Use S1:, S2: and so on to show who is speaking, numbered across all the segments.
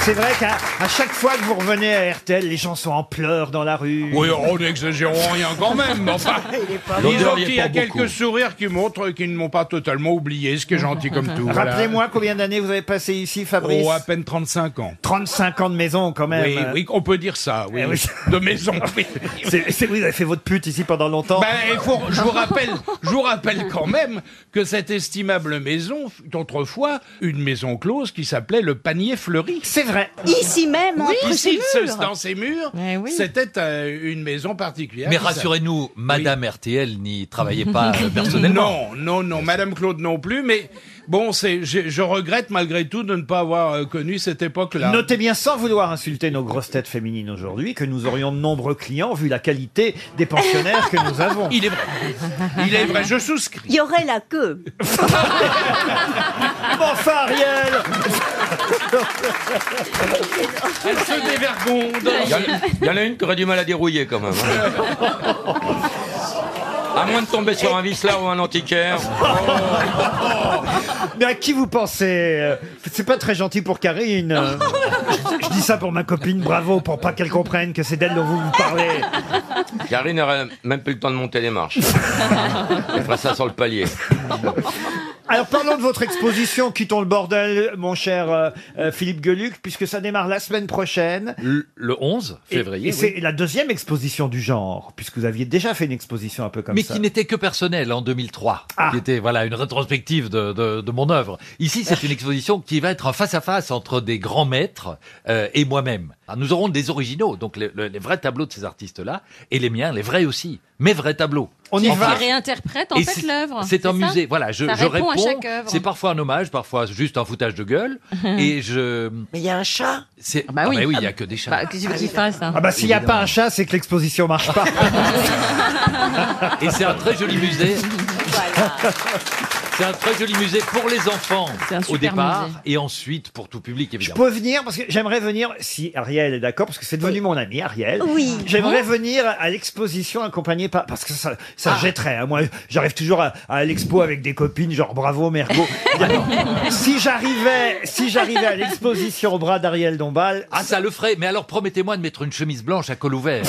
S1: C'est vrai qu'à à chaque fois que vous revenez à RTL, les gens sont en pleurs dans la rue.
S2: Oui, on n'exagère rien quand même, mais enfin. Disons qu'il y a quelques sourires qui montrent qu'ils ne m'ont pas totalement oublié, ce qui est gentil comme tout. voilà.
S1: Rappelez-moi combien d'années vous avez passé ici, Fabrice
S2: Oh, à peine 35 ans.
S1: 35 ans de maison quand même. euh,
S2: Oui, oui, on peut dire ça, oui.
S1: Eh oui.
S2: De maison, oui.
S1: C'est- c'est- vous avez fait votre pute ici pendant longtemps.
S2: Ben, il faut- je, vous rappelle, je vous rappelle quand même que cette estimable maison fut autrefois une maison close qui s'appelait le panier fleuri.
S1: C'est vrai.
S3: Ici même, entre ces
S2: Ici, ce-
S3: murs.
S2: dans ces murs,
S3: Eh oui.
S2: c'était euh, une maison particulière.
S4: Mais
S2: qui s'appelait-
S4: rassurez-nous, Madame RTL n'y travaillait pas euh, personnellement.
S2: Non, non, non, Madame Claude non plus, mais bon, c'est, je, je regrette malgré tout de ne pas avoir euh, connu cette époque-là.
S1: Notez bien, sans vouloir insulter nos grosses têtes féminines aujourd'hui, que nous aurions de nombreux clients vu la qualité des pensionnaires que nous avons.
S2: Il est vrai. Il est vrai, je souscris.
S3: Il y aurait la queue.
S1: Enfin, Ariel
S2: Elle se dévergonde.
S5: Il y, en a- il y en a une qui aurait du mal à dérouiller quand même. hein. À moins de tomber sur un vicelard ou un antiquaire.
S1: Mais à qui vous pensez euh, C'est pas très gentil pour Karine. euh. Je, je dis ça pour ma copine, bravo, pour pas qu'elle comprenne que c'est d'elle dont vous vous parlez.
S5: Karine n'aurait même plus le temps de monter les marches. Elle ferait ça sur le palier.
S1: Alors parlons de votre exposition Quittons le bordel, mon cher euh, euh, Philippe Gueluc, puisque ça démarre la semaine prochaine.
S4: Le le 11
S1: Et-
S4: février.
S1: Et,
S4: oui.
S1: c'est la deuxième exposition du genre, puisque vous aviez déjà fait une exposition un peu comme
S4: mais
S1: ça.
S4: qui n'était que personnel en 2003,
S1: Ah.
S4: qui était voilà une rétrospective de, de, de mon œuvre. Ici, c'est une exposition qui va être un face à face entre des grands maîtres euh, et moi-même. Alors, Nous aurons des originaux, donc le- le- les vrais tableaux de ces artistes-là et les miens, les vrais aussi, mes vrais tableaux.
S1: On y
S4: En
S1: va.
S6: Qui
S4: face.
S6: réinterprète en
S4: Et
S6: fait
S4: c'est-
S6: l'œuvre.
S4: C'est un
S6: ça
S4: musée. Voilà, je,
S6: Ça
S4: je
S6: répond
S4: réponds.
S6: à chaque œuvre.
S4: C'est parfois un hommage, parfois juste un foutage de gueule. et je.
S7: Mais il y a un chat.
S4: c'est-
S6: Ah bah oui.
S4: Ah il n'y a que des chats.
S6: Bah, Qu'est-ce que tu fasses hein
S1: Ah bah s'il n'y a pas un chat, c'est que l'exposition marche pas.
S4: Et c'est un très joli musée. C'est un très joli musée pour les enfants
S6: C'est un
S4: au
S6: super
S4: départ
S6: musée.
S4: et ensuite pour tout public
S1: Je
S4: évidemment.
S1: peux venir parce que j'aimerais venir si Ariel est d'accord parce que c'est devenu mon ami Ariel.
S3: Oui. Ah.
S1: J'aimerais venir à l'exposition accompagné par parce que ça ça jetterait. hein. Moi, j'arrive toujours à, à l'expo avec des copines genre bravo Mergo. si j'arrivais si j'arrivais à l'exposition au bras d'Ariel Dombal,
S4: Ah ça le ferait, mais alors promettez-moi de mettre une chemise blanche à col ouvert.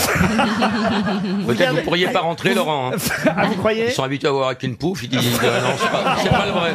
S5: Peut-être vous pourriez pas rentrer, Laurent. hein.
S1: ah, vous croyez
S5: Ils sont habitués à voir avec une pouffe. Ils disent euh, non, c'est pas, c'est pas le vrai.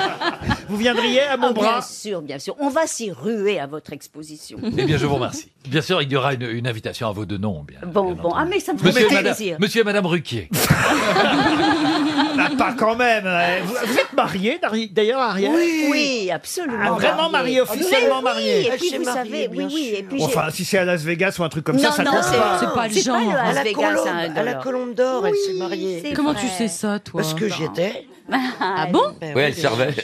S1: Vous viendriez à mon
S3: Ah,
S1: bras
S3: bien sûr, bien sûr. On va s'y ruer à votre exposition.
S4: eh bien je vous remercie. Bien sûr il y aura une, une invitation à vos deux noms. Bien,
S3: Bon,
S4: bien
S3: bon. Ah,
S4: entendu.
S3: mais ça me fait
S4: Monsieur et, madame,
S3: plaisir.
S4: Monsieur et Madame Ruquier.
S1: Ah, pas quand même. euh, Vous, vous êtes marié d'Ari- d'ailleurs Ariel
S3: Oui, absolument.
S1: Ah, vraiment marié, officiellement
S3: Mais
S1: marié.
S3: oui, Et
S7: Elle
S3: puis,
S7: s'est
S3: vous
S7: mariée,
S3: savez, oui,
S7: bien
S3: oui.
S7: sûr.
S3: Et puis, j'ai-
S1: Enfin, si c'est à Las Vegas ou un truc comme ça,
S3: non,
S1: ça
S3: non,
S1: compte
S3: c'est
S1: pas.
S3: c'est pas,
S6: le genre.
S3: le hein.
S7: À
S3: Las
S7: la,
S3: Vegas,
S7: colombe,
S3: à un
S7: à la
S3: dollar.
S7: Colombe d'Or, elle s'est
S3: Oui,
S7: mariée.
S3: c'est
S6: Comment
S3: vrai.
S6: tu sais ça, toi
S7: Parce que j'étais.
S6: Ah bon
S7: Ben
S5: Oui, elle servait.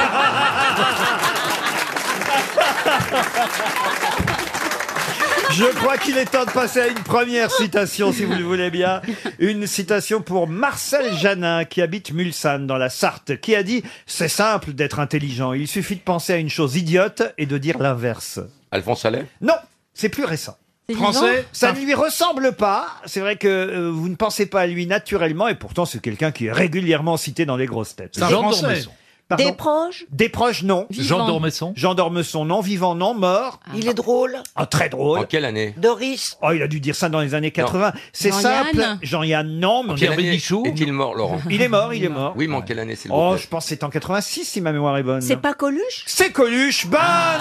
S1: Je crois qu'il est temps de passer à une première citation, si vous le voulez bien. Une citation pour Marcel Janin, qui habite Mulsanne, dans la Sarthe, qui a dit « C'est simple d'être intelligent, il suffit de penser à une chose idiote et de dire l'inverse.
S5: Alphonse Allais ».
S1: Non, c'est plus récent.
S6: C'est vivant
S2: Français,
S1: Ça ne lui ressemble pas. C'est vrai que euh, vous ne pensez pas à lui naturellement, et pourtant c'est quelqu'un qui est régulièrement cité dans les grosses têtes.
S2: C'est un
S4: Jean
S2: Français.
S4: Dormesson.
S1: Pardon.
S3: Des proches
S1: Des proches, non.
S4: Jean
S6: Vivant.
S4: Dormesson.
S1: Jean Dormesson, non. Vivant, non. Mort,
S7: Il est drôle.
S1: Ah, très drôle.
S2: Oh,
S5: En quelle année
S7: Doris.
S1: Oh, il a dû dire ça dans les années 80. C'est
S6: Jean-Yann.
S1: simple. Jean-Yann, Ah non. mais on est-
S5: Quelle
S4: Pierre
S5: année
S4: Bénichou
S5: est-il mort, Laurent
S1: Il est mort, il est mort.
S5: Oui, mais en quelle année, s'il vous
S1: Oh,
S5: plaît
S1: je pense que c'est en 86 si ma mémoire est bonne.
S3: C'est pas Coluche
S1: C'est Coluche. Bonne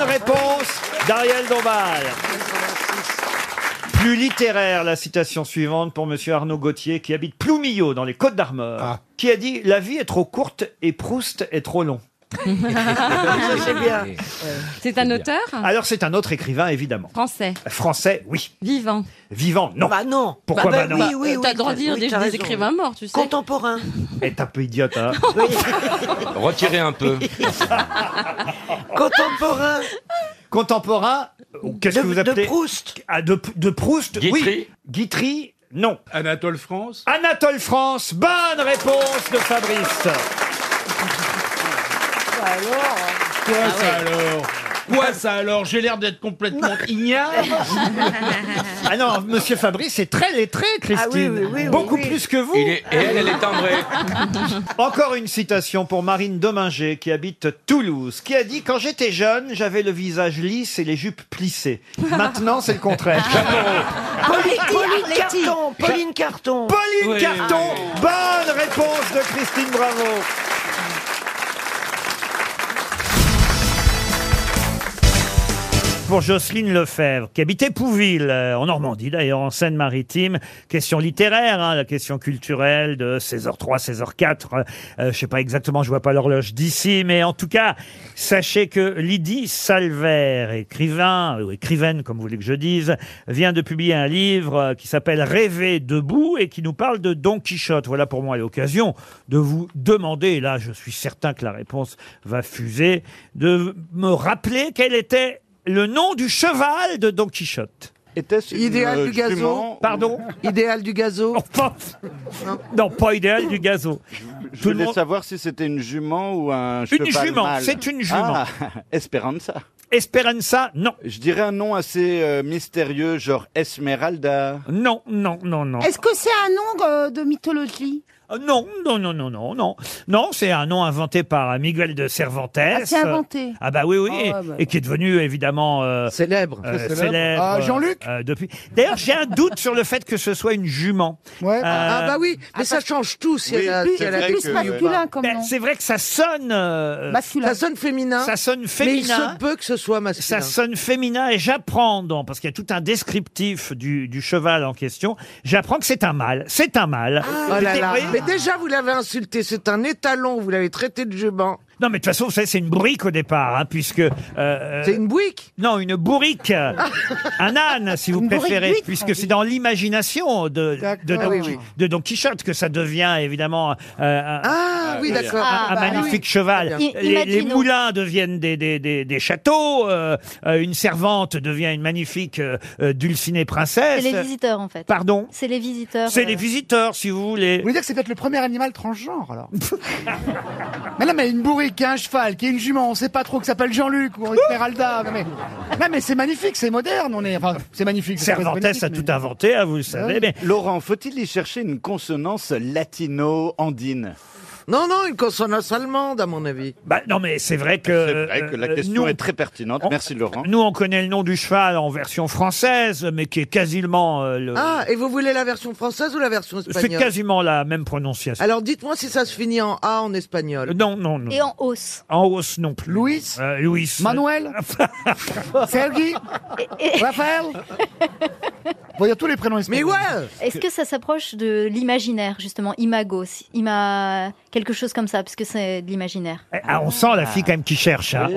S1: réponse d'Ariel Dombal. Plus littéraire, la citation suivante pour Monsieur Arnaud Gauthier, qui habite Ploumillot, dans les Côtes-d'Armor,
S2: Ah.
S1: qui a dit « La vie est trop courte et Proust est trop long
S7: Ça, c'est bien.
S6: C'est un auteur ».
S7: Ah.
S1: Alors, c'est un autre écrivain, évidemment.
S6: Français,
S1: Français, oui.
S6: vivant.
S1: Vivant, non.
S7: Bah non.
S1: Pourquoi
S7: bah,
S1: bah non
S7: oui, oui, oui,
S6: T'as grandi
S7: oui,
S6: des,
S7: t'as
S6: des
S7: raison.
S6: écrivains morts, tu sais.
S7: Contemporain.
S1: Est un peu idiote, hein.
S5: Retirez un peu.
S7: Contemporain
S1: Contemporain, ou qu'est-ce
S7: de,
S1: que vous
S7: de
S1: appelez
S7: Proust.
S1: Ah, de, de Proust, oui.
S5: Guitry
S1: Guitry, non.
S2: Anatole France.
S1: Anatole France, bonne réponse de Fabrice.
S7: Ah
S2: Quoi, ça, alors
S8: quoi ça alors J'ai l'air d'être complètement ignare.
S1: Ah non, monsieur Fabrice est très lettré, Christine.
S9: oui, oui, oui,
S1: Beaucoup
S9: oui.
S1: plus que vous.
S10: Il est,
S7: Euh,
S10: et elle, elle est timbrée.
S1: Encore une citation pour Marine Dominger, qui habite Toulouse, qui a dit Quand j'étais jeune, j'avais le visage lisse et les jupes plissées. Maintenant, c'est le contraire.
S11: Arletty,
S9: Pauline
S11: Arletty.
S9: Carton, Pauline Carton.
S1: Pauline
S8: Oui,
S1: Carton, bonne réponse de Christine Bravo. Pour Jocelyne Lefebvre, qui habitait Pouville, euh, en Normandie d'ailleurs, en Seine-Maritime. Question littéraire, hein, la question culturelle de 16h03, 16h04. Euh, je sais pas exactement, je vois pas l'horloge d'ici, mais en tout cas, sachez que Lydie Salver, écrivain, euh, ou écrivaine comme vous voulez que je dise, vient de publier un livre euh, qui s'appelle Rêver debout et qui nous parle de Don Quichotte. Voilà pour moi l'occasion de vous demander, et là je suis certain que la réponse va fuser, de me rappeler quel était le nom du cheval de Don Quichotte.
S5: Était-ce euh,
S7: Idéal du gazo.
S1: Pardon
S7: Idéal du gazo.
S1: non pas, non, pas idéal du gazo.
S5: Je
S1: Tout le
S5: voulais
S1: monde-
S5: savoir si c'était une jument ou un
S1: Une
S5: cheval
S1: jument,
S5: mâle.
S1: c'est une jument.
S5: Ah, Esperanza.
S1: Esperanza, non.
S5: Je dirais un nom assez euh, mystérieux, genre Esmeralda.
S1: Non, non, non, non.
S12: Est-ce que c'est un nom euh, de mythologie
S1: Euh, Non, non, non, non, non, non. Non, c'est un nom inventé par Miguel de Cervantes.
S12: Ah, C'est inventé.
S1: Ah bah oui, oui,
S12: Ah ouais, bah.
S1: et qui est devenu évidemment euh,
S7: Célèbre.
S1: euh,
S7: Très célèbre.
S1: célèbre.
S7: Ah,
S1: euh,
S7: Jean-Luc
S1: euh, depuis. D'ailleurs, j'ai un doute sur le fait que ce soit une jument.
S7: Ouais.
S1: Euh,
S7: Ah bah oui, mais ça change tout si elle a,
S5: Oui,
S7: si elle
S5: c'est vrai
S7: a des
S12: Plus
S5: que-
S7: couilles ou
S12: masculin comme
S1: Ben,
S12: nom.
S1: c'est vrai que ça sonne, euh,
S7: pas.
S12: Masculin.
S7: Ça sonne féminin,
S1: ça sonne
S7: mais il se
S1: féminin.
S7: peut que ce soit masculin.
S1: Ça sonne féminin et j'apprends, donc, parce qu'il y a tout un descriptif du, du cheval en question, j'apprends que c'est un mâle. C'est un mâle.
S7: Oh là là.
S1: Oui.
S7: Mais déjà, vous l'avez insulté, c'est un étalon, vous l'avez traité de juban.
S1: Non, mais de toute façon, vous savez, c'est une bourrique au départ, hein, puisque... euh, euh,
S7: C'est une bouique.
S1: Non, une bourrique. un âne, si vous
S12: Une bourrique
S1: préférez,
S12: d'huîtres.
S1: puisque c'est dans l'imagination de, de,
S7: Ah, D'accord. Ah
S1: Don,
S7: Oui,
S1: Qui-
S7: oui.
S1: de Don Quichotte que ça devient évidemment euh, un, euh,
S7: Ah oui, d'accord.
S12: Ah,
S1: un
S12: bah,
S1: magnifique cheval.
S7: Très
S1: Les,
S12: bien. I-
S1: les
S12: imaginons.
S1: moulins deviennent des, des, des, des châteaux, euh, euh, une servante devient une magnifique euh, euh, dulcinée princesse.
S3: C'est les visiteurs en fait.
S1: Pardon
S3: C'est les visiteurs.
S1: c'est
S3: euh,
S1: les visiteurs, si vous voulez.
S7: dire que c'est peut-être le premier animal transgenre alors Mais non, mais une bourrique, un cheval, qui est une jument, on sait pas trop que s'appelle Jean-Luc ou Esmeralda. Non mais, c'est magnifique, c'est moderne, on est. Enfin, c'est magnifique.
S1: Cervantes a tout inventé, hein, vous le savez. Mais
S5: Euh, Laurent, faut-il y chercher une consonance latino-andine
S7: Non, non, une consonance allemande à mon avis.
S1: bah, non, mais c'est vrai que,
S5: C'est vrai que la
S1: euh,
S5: question
S1: nous,
S5: est très pertinente.
S1: on-
S5: Merci Laurent.
S1: nous on connaît le nom du cheval en version française, mais qui est quasiment euh, le,
S7: Ah, et vous voulez la version française ou la version
S1: c'est
S7: espagnole
S1: quasiment la même prononciation.
S7: Alors dites-moi si ça se finit en A en espagnol.
S1: non, Euh, non, non.
S3: Et en hausse.
S1: En hausse non plus.
S7: Louis
S1: Euh, Louis.
S7: Manuel Sergi Raphaël Bon, il y a tous les prénoms espagnols. Mais ouais
S3: Est-ce que ça s'approche de l'imaginaire justement Imago, si- ima quelque chose comme ça, parce que c'est de l'imaginaire.
S1: Eh, ah, on sent la fille quand même qui cherche. hein.
S7: Ah,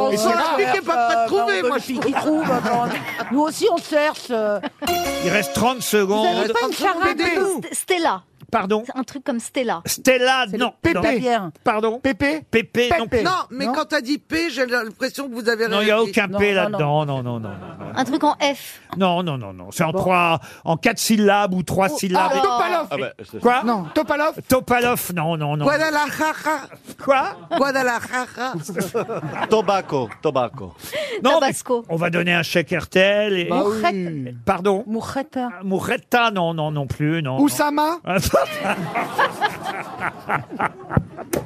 S7: on s'en explique pas pas de trouver, moi, je
S12: je qui trouve. hein, attends. Nous aussi, on cherche. euh,
S1: Il reste 30
S12: Vous
S1: secondes.
S12: n'avez pas une charade
S7: Pépé.
S12: de
S3: St- Stella,
S1: Pardon.
S3: C'est un truc comme Stella.
S1: Stella,
S12: C'est
S1: non.
S12: le pépé.
S1: Non.
S12: La bière.
S1: Pardon.
S12: Pépé
S1: Pépé, non.
S12: Pépé.
S7: Non, mais quand t'as dit P, j'ai l'impression que vous avez
S1: Non, il n'y a
S7: réagi.
S1: aucun
S12: Non,
S1: P
S12: non,
S1: là-dedans. Non, non, non, non.
S3: Un truc en F.
S1: Non, non, non, non. C'est en trois, en quatre syllabes ou trois syllabes.
S3: alors- Topalov.
S5: Ah bah, c'est-
S1: Quoi
S7: Non, Topalov
S1: Topalov, non, non, non.
S7: Guadalajara
S1: Quoi
S7: Guadalajara
S5: Tobacco, tobacco.
S1: Non, mais
S3: Tabasco.
S1: on va donner un chèque RTL. Et...
S7: Bah
S12: Mourette.
S1: Pardon
S12: Mourette.
S1: Mouretta, non, non, non plus, non. non.
S7: Oussama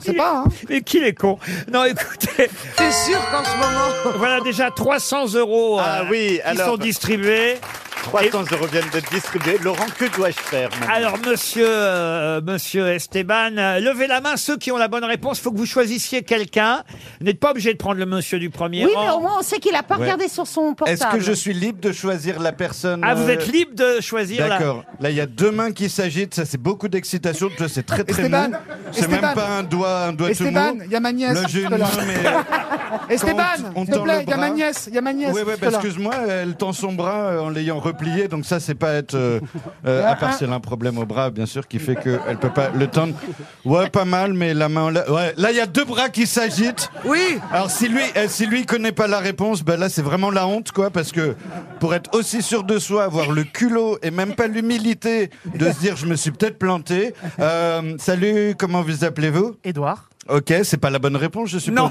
S7: C'est pas, hein
S1: Mais qu'il est con. Non, écoutez,
S7: T'es sûr qu'en ce moment...
S1: voilà déjà 300 euros euh,
S5: Ah oui,
S1: qui
S5: alors-
S1: sont distribués.
S5: 300 euros viennent d'être distribués. Laurent, que dois-je faire maintenant
S1: Alors, monsieur, euh, monsieur Esteban, euh, levez la main ceux qui ont la bonne réponse. Faut que vous choisissiez quelqu'un. Vous n'êtes pas obligé de prendre le monsieur du premier
S12: Oui,
S1: rang.
S12: mais au moins, on sait qu'il a pas regardé sur son portable.
S13: Est-ce que je suis libre de choisir la personne
S1: Ah, vous
S13: euh,
S1: êtes libre de choisir là.
S13: D'accord. Là, il y a deux mains qui s'agitent. Ça, c'est beaucoup d'excitation. Tu vois, C'est très, très
S7: Esteban,
S13: mou. C'est même
S7: Esteban.
S13: pas un doigt, un doigt de mou.
S7: y a ma nièce.
S13: Là, j'ai une main, mais... Quand on- on tend le bras.
S7: il y a ma nièce.
S13: Oui, oui,
S7: Nicolas.
S13: bah, excuse-moi, elle tend son bras euh, en l'ayant replié, donc ça, c'est pas être. euh, euh, à part si elle a un problème au bras, bien sûr, qui fait qu'elle peut pas le tendre. Ouais, pas mal, mais la main. en l'air- Ouais, là, il y a deux bras qui s'agitent.
S7: Oui
S13: Alors si lui, euh, si lui connaît pas la réponse, bah là c'est vraiment la honte quoi, parce que pour être aussi sûr de soi, avoir le culot et même pas l'humilité de se dire je me suis peut-être planté. Euh, salut, comment vous appelez-vous
S7: Édouard.
S13: Ok, c'est pas la bonne réponse, je suppose.
S1: Non.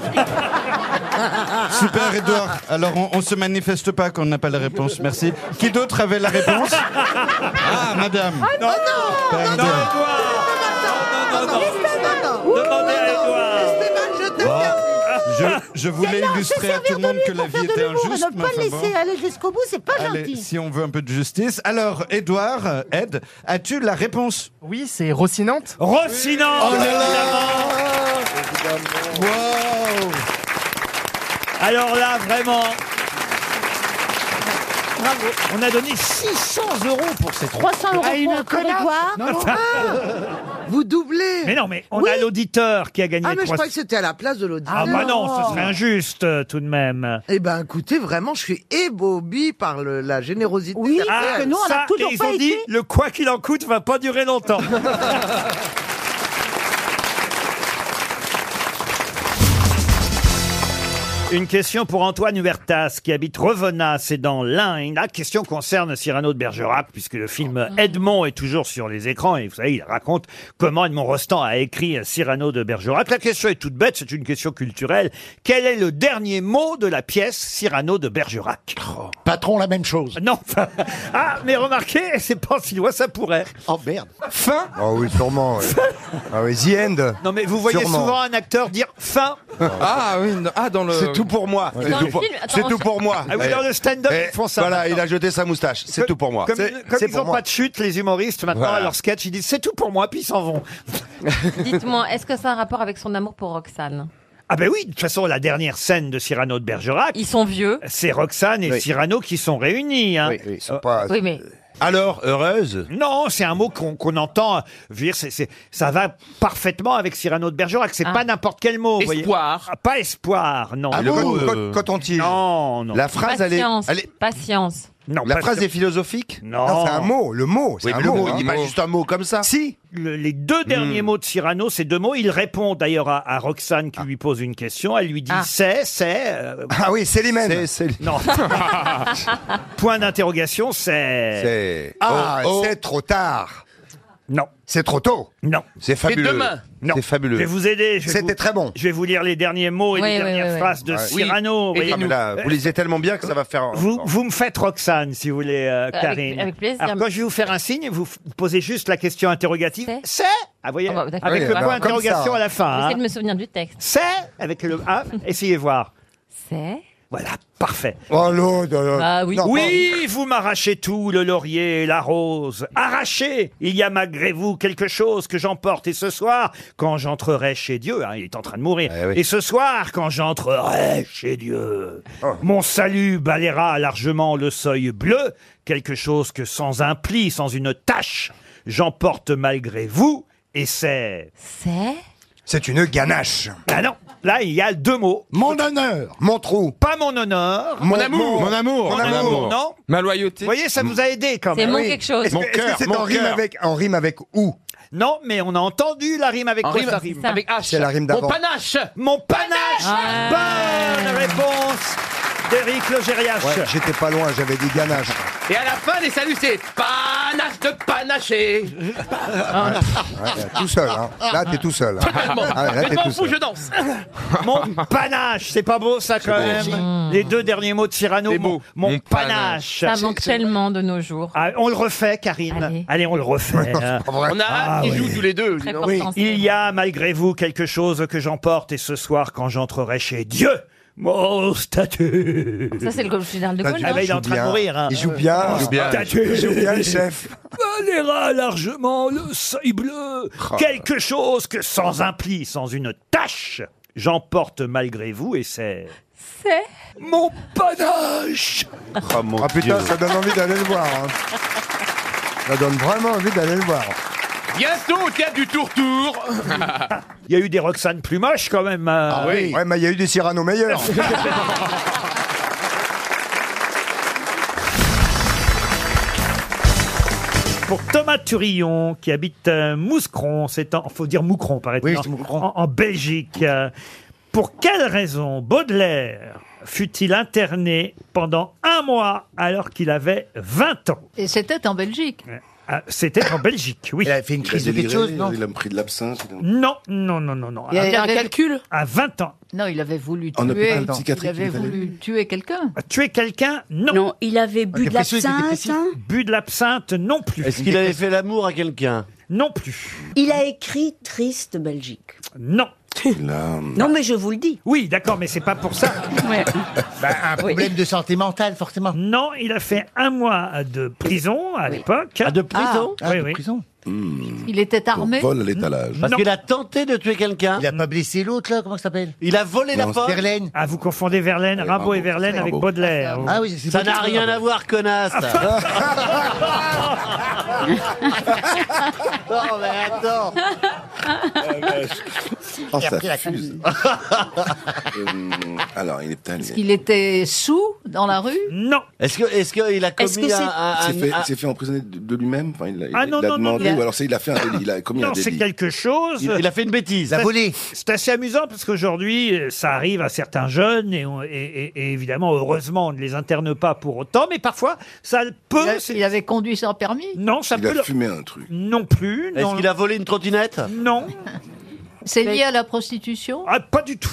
S14: Ah,
S13: Super, Edouard. Alors, on, on se manifeste pas quand on n'a pas la réponse. Merci. Qui d'autre avait la réponse Ah, madame.
S1: non,
S13: Pardon.
S1: Demandez à Edouard.
S13: Je, je voulais illustrer à tout le monde que la vie était
S14: Humour,
S13: injuste.
S14: ne
S13: mais
S14: pas
S13: enfin
S14: le
S13: bon.
S14: laisser aller jusqu'au bout, c'est pas
S13: Allez,
S14: gentil.
S13: si on veut un peu de justice. Alors, Edouard, euh, Ed, as-tu la réponse Oui, c'est Rocinante.
S1: Rocinante
S13: Oh là là
S1: Alors là, vraiment. Bravo. On a donné 600 euros pour ces
S14: 300 euros
S2: Ah, une
S14: pour
S2: connasse.
S14: Grégoire.
S2: Non, non.
S1: Vous doublez Mais non, mais on a l'auditeur qui a gagné
S15: Ah, mais je
S1: 300
S15: croyais que c'était à la place de l'auditeur.
S1: Ah bah non, ce serait injuste euh, tout de même.
S15: Eh ben, écoutez, vraiment, je suis ébobie par le- la générosité.
S1: Oui, parce que nous, on n'a toujours pas été- le quoi qu'il en coûte va pas durer longtemps. Une question pour Antoine Huertas, qui habite Revenat, c'est dans l'Ain. La question concerne Cyrano de Bergerac, puisque le film Edmond est toujours sur les écrans, et vous savez, il raconte comment Edmond Rostand a écrit Cyrano de Bergerac. La question est toute bête, c'est une question culturelle. Quel est le dernier mot de la pièce Cyrano de Bergerac
S16: Oh.
S1: Patron, la même chose. Non. Ah, mais remarquez, c'est pas si loin, ça pourrait. Oh merde. Fin
S16: Ah oui, sûrement. ouais. Ah oui, The End.
S1: Non, mais vous voyez souvent un acteur dire fin.
S16: Ah oui, ah, dans le. C'est tout pour moi.
S1: Dans
S16: C'est
S1: le
S16: tout, pour...
S1: film, attends,
S16: c'est tout
S1: on-
S16: pour moi.
S1: Ah oui,
S5: Euh,
S1: dans le stand-up,
S16: Eh,
S1: ils font ça,
S16: Voilà,
S1: maintenant.
S16: il a jeté sa moustache. C'est tout pour moi.
S1: Comme,
S16: C'est-
S1: comme
S16: c'est
S1: ils
S16: pour
S1: n'ont
S16: moi.
S1: pas de chute, les humoristes, maintenant,
S16: Voilà.
S1: à leur sketch, ils disent c'est tout pour moi, puis ils s'en vont.
S7: Dites-moi, est-ce que ça a un rapport avec son amour pour Roxane
S1: Ah ben oui, de toute façon, la dernière scène de Cyrano de Bergerac.
S7: Ils sont vieux.
S1: C'est Roxane et Cyrano qui sont réunis. Hein.
S16: Oui, oui,
S1: Euh,
S7: Oui, mais
S1: Alors, heureuse Non, c'est un mot qu'on qu'on entend. Je veux dire, c'est- c'est- ça va parfaitement avec Cyrano de Bergerac. C'est
S16: Ah.
S1: pas n'importe quel mot. Ah,
S16: Espoir.
S1: Pas espoir, non.
S16: Ah bon, euh,
S1: on tige.
S4: Oh,
S1: Non, non.
S16: La phrase, elle est-
S7: patience.
S16: elle est-
S7: Patience.
S1: Non,
S16: La
S1: parce
S16: phrase
S1: que-
S16: est philosophique
S1: Non.
S16: c'est un mot, le mot. C'est
S1: Oui,
S16: un
S1: mais le
S16: mot,
S1: mot,
S16: il dit
S1: le
S16: pas
S1: mot.
S16: juste un mot comme ça. Hmm.
S1: Si Le- les deux derniers mots de Cyrano, ces deux mots, il répond d'ailleurs à, à Roxane qui lui pose une question. Elle lui dit c'est, c'est. euh,
S16: Ah oui, c'est les mêmes.
S1: Non. Point d'interrogation, c'est.
S16: C'est- Ah, Oh, oh. c'est
S1: trop tard. Non. C'est trop tôt. Non.
S16: C'est fabuleux. C'est demain.
S1: Non.
S16: C'est fabuleux.
S1: Je vais vous aider.
S16: C'était
S1: très bon. Je vais vous lire les derniers mots et
S16: Oui,
S1: les
S16: oui,
S1: dernières
S16: oui, oui.
S1: phrases de
S16: Ouais.
S1: Cyrano.
S16: Oui.
S1: voyez-vous.
S16: Ah, mais là, vous lisez tellement bien que ça va
S7: Oh,
S16: faire.
S1: Vous, vous me faites Roxane, si vous voulez, euh,
S16: avec-
S1: Karine.
S16: avec plaisir.
S1: Alors, quand je vais vous faire un signe, vous f- posez juste la question interrogative. C'est Ah, vous voyez,
S7: Ah bah, d'accord.
S1: Avec
S7: Oui,
S1: le
S7: bah,
S1: point
S7: comme ça.
S1: interrogation à la fin.
S7: J'essaie
S1: hein.
S7: de me souvenir du texte.
S1: C'est Avec le A, essayez voir.
S7: C'est
S1: Voilà, parfait. Oh l'aude
S7: Bah oui.
S1: Oui, vous m'arrachez tout, le laurier, la rose. Arrachez Il y a malgré vous quelque chose que j'emporte. Et ce soir, quand j'entrerai chez Dieu, hein, il est en train de mourir. Et ce soir, quand j'entrerai chez Dieu, mon salut balayera largement le seuil bleu. Quelque chose que sans un pli, sans une tache, j'emporte malgré vous. Et c'est...
S7: C'est
S1: C'est une ganache. Ah non, là il y a deux mots. Mon honneur. Mon trou. Pas mon honneur.
S16: Mon amour.
S1: Mon amour.
S16: Mon amour.
S1: Non.
S16: Ma loyauté.
S1: Vous voyez, ça vous a aidé quand
S16: C'est
S1: même.
S16: mon Oui. quelque chose.
S1: Est-ce
S16: Mon
S1: que- est-ce que
S16: cœur,
S1: c'est
S16: mon
S1: en rime
S16: cœur.
S1: avec en rime avec où Non, mais on a entendu la rime avec
S16: En
S1: quoi
S16: rime-
S1: ça rime
S16: avec H. C'est la rime d'avant. Mon
S1: panache. Mon panache.
S7: Ah.
S1: Bonne réponse d'Éric Logérias.
S16: Ouais, j'étais pas loin, j'avais dit ganache.
S10: Et à la fin, les saluts, c'est panache de panaché.
S1: Ah,
S16: Ouais, tout seul, hein. Là, t'es tout seul. hein.
S10: Totalement.
S16: Ah ouais, là,
S10: Mais
S16: t'es
S10: je m'en
S16: tout
S10: fous,
S16: seul.
S10: je danse.
S1: Mon panache, c'est pas beau ça quand
S16: beau.
S17: Mmh.
S1: même. Les deux derniers mots de Cyrano. Mon, mon panache.
S7: Ça manque tellement de nos jours.
S1: Ah, on le refait, Karine. Allez, on le refait. hein.
S10: On a
S1: Ah
S10: hâte qu'ils
S1: oui.
S10: jouent tous les deux.
S7: Très
S10: dis donc.
S1: Oui, il y a malgré vous quelque chose que j'emporte et ce soir quand j'entrerai chez Dieu, mon statut.
S7: Ça, c'est le golfe général de
S1: Ah,
S7: Gaulle.
S1: bah, il est en train de mourir. hein.
S16: Il joue bien,
S1: Mon
S16: il joue bien,
S1: statut.
S16: il joue bien, le chef.
S1: Valera largement le seuil bleu.
S16: Oh.
S1: Quelque chose que sans un pli, sans une tâche, j'emporte malgré vous et c'est...
S7: C'est
S1: mon panache.
S16: Ah, putain,
S1: Dieu.
S16: ça donne envie d'aller le voir. hein. Ça donne vraiment envie d'aller le voir.
S10: Bientôt au théâtre du Tour-Tour.
S1: Il y a eu des Roxane plus moches quand même. euh.
S10: Ah
S16: Ouais, mais il y a eu des Cyrano meilleurs.
S1: Pour Thomas Turillon, qui habite euh, Mouscron, c'est en, faut dire Moucron, paraît-il, en- en, en Belgique. Euh, pour quelle raison Baudelaire fut-il interné pendant un mois alors qu'il avait 20 ans
S8: Et c'était en Belgique.
S1: Ah, C'était en Belgique, oui. Il a fait une
S10: a déliré, Il a pris de l'absinthe. il a-
S1: Non, non, non, non, non.
S10: Il y avait
S1: À-
S10: un calcul
S1: À 20 ans.
S7: Non, il avait voulu
S1: En
S7: tuer.
S1: hôpital psychiatrique,
S7: il avait
S1: il avait-
S7: voulu tuer quelqu'un.
S1: Tuer quelqu'un Non.
S3: Non, il avait bu de
S1: Dépressif,
S3: l'absinthe.
S1: dépressif. Bu de l'absinthe, non plus.
S17: Est-ce qu'il avait fait l'amour à quelqu'un
S1: Non plus.
S3: Il a écrit Triste Belgique.
S1: Non.
S3: Non, mais je vous le dis.
S1: Oui, d'accord, mais c'est pas pour ça. Bah,
S18: un problème de santé mentale, forcément.
S1: Non, il a fait un mois de prison à l'époque. Ah, de
S18: prison Ah,
S1: Oui,
S18: de
S1: oui.
S18: prison.
S7: Il était armé.
S10: à l'étalage.
S18: Parce
S1: Non.
S18: qu'il a tenté de tuer quelqu'un. Il a pas blessé l'autre, là, comment ça s'appelle Il a volé la porte. Verlaine.
S1: Ah, vous confondez Verlaine, Rimbaud et Verlaine avec Ah, Baudelaire.
S18: Ah oui, c'est
S17: Ça
S18: Baudelaire.
S17: n'a rien à voir, connasse
S18: Non, mais attends.
S10: Oh,
S7: Il a
S10: ça
S7: pris la
S10: fuse. Euh, alors, il est peut-être.
S7: Est-ce qu'il était sous dans la rue
S1: Non.
S17: Est-ce que, est-ce que il a commis
S7: Est-ce que c'est-
S17: un, un-
S10: Il s'est fait,
S17: un-
S10: il s'est fait emprisonner de, de lui-même enfin, Il, a- il,
S1: Ah, non,
S10: il
S1: non,
S10: a
S1: non,
S10: demandé,
S1: il a-
S10: ou alors c'est- il a fait un délit. Il a commis un
S1: Non,
S10: délit.
S1: c'est quelque chose.
S10: Il- il a fait une bêtise. Il a
S1: C'est-
S10: volé.
S1: C'est assez amusant parce qu'aujourd'hui, euh, ça arrive à certains jeunes et, on- et- et- et évidemment, heureusement, on ne les interne pas pour autant, mais parfois, ça peut.
S7: Il, avait conduit sans permis
S1: Non, ça
S10: Il
S1: peut.
S10: a
S1: le-
S10: fumé un truc.
S1: Non plus.
S17: Est-ce qu'il a volé une trottinette
S1: Non.
S7: C'est lié à la prostitution
S1: Ah, pas du tout.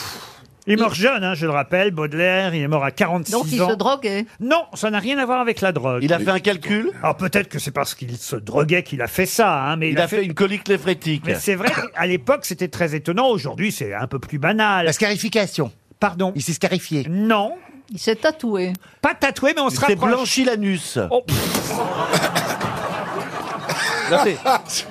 S1: Il est mort jeune, hein, je le rappelle, Baudelaire, il est mort à 46
S7: Donc il
S1: ans.
S7: se droguait
S1: Non, ça n'a rien à voir avec la drogue.
S17: Il a fait un calcul
S1: Alors peut-être que c'est parce qu'il se droguait qu'il a fait ça, hein, mais
S17: Il,
S1: il,
S17: a fait, une colique néphrétique.
S1: Mais c'est vrai qu'à l'époque, c'était très étonnant. Aujourd'hui, c'est un peu plus banal. La scarification. Pardon. Il s'est scarifié. Non.
S7: Il s'est tatoué.
S1: Pas tatoué, mais on
S17: Il
S1: se
S17: s'est
S1: rapproche.
S17: blanchi l'anus.
S1: Oh,
S17: Non, c'est-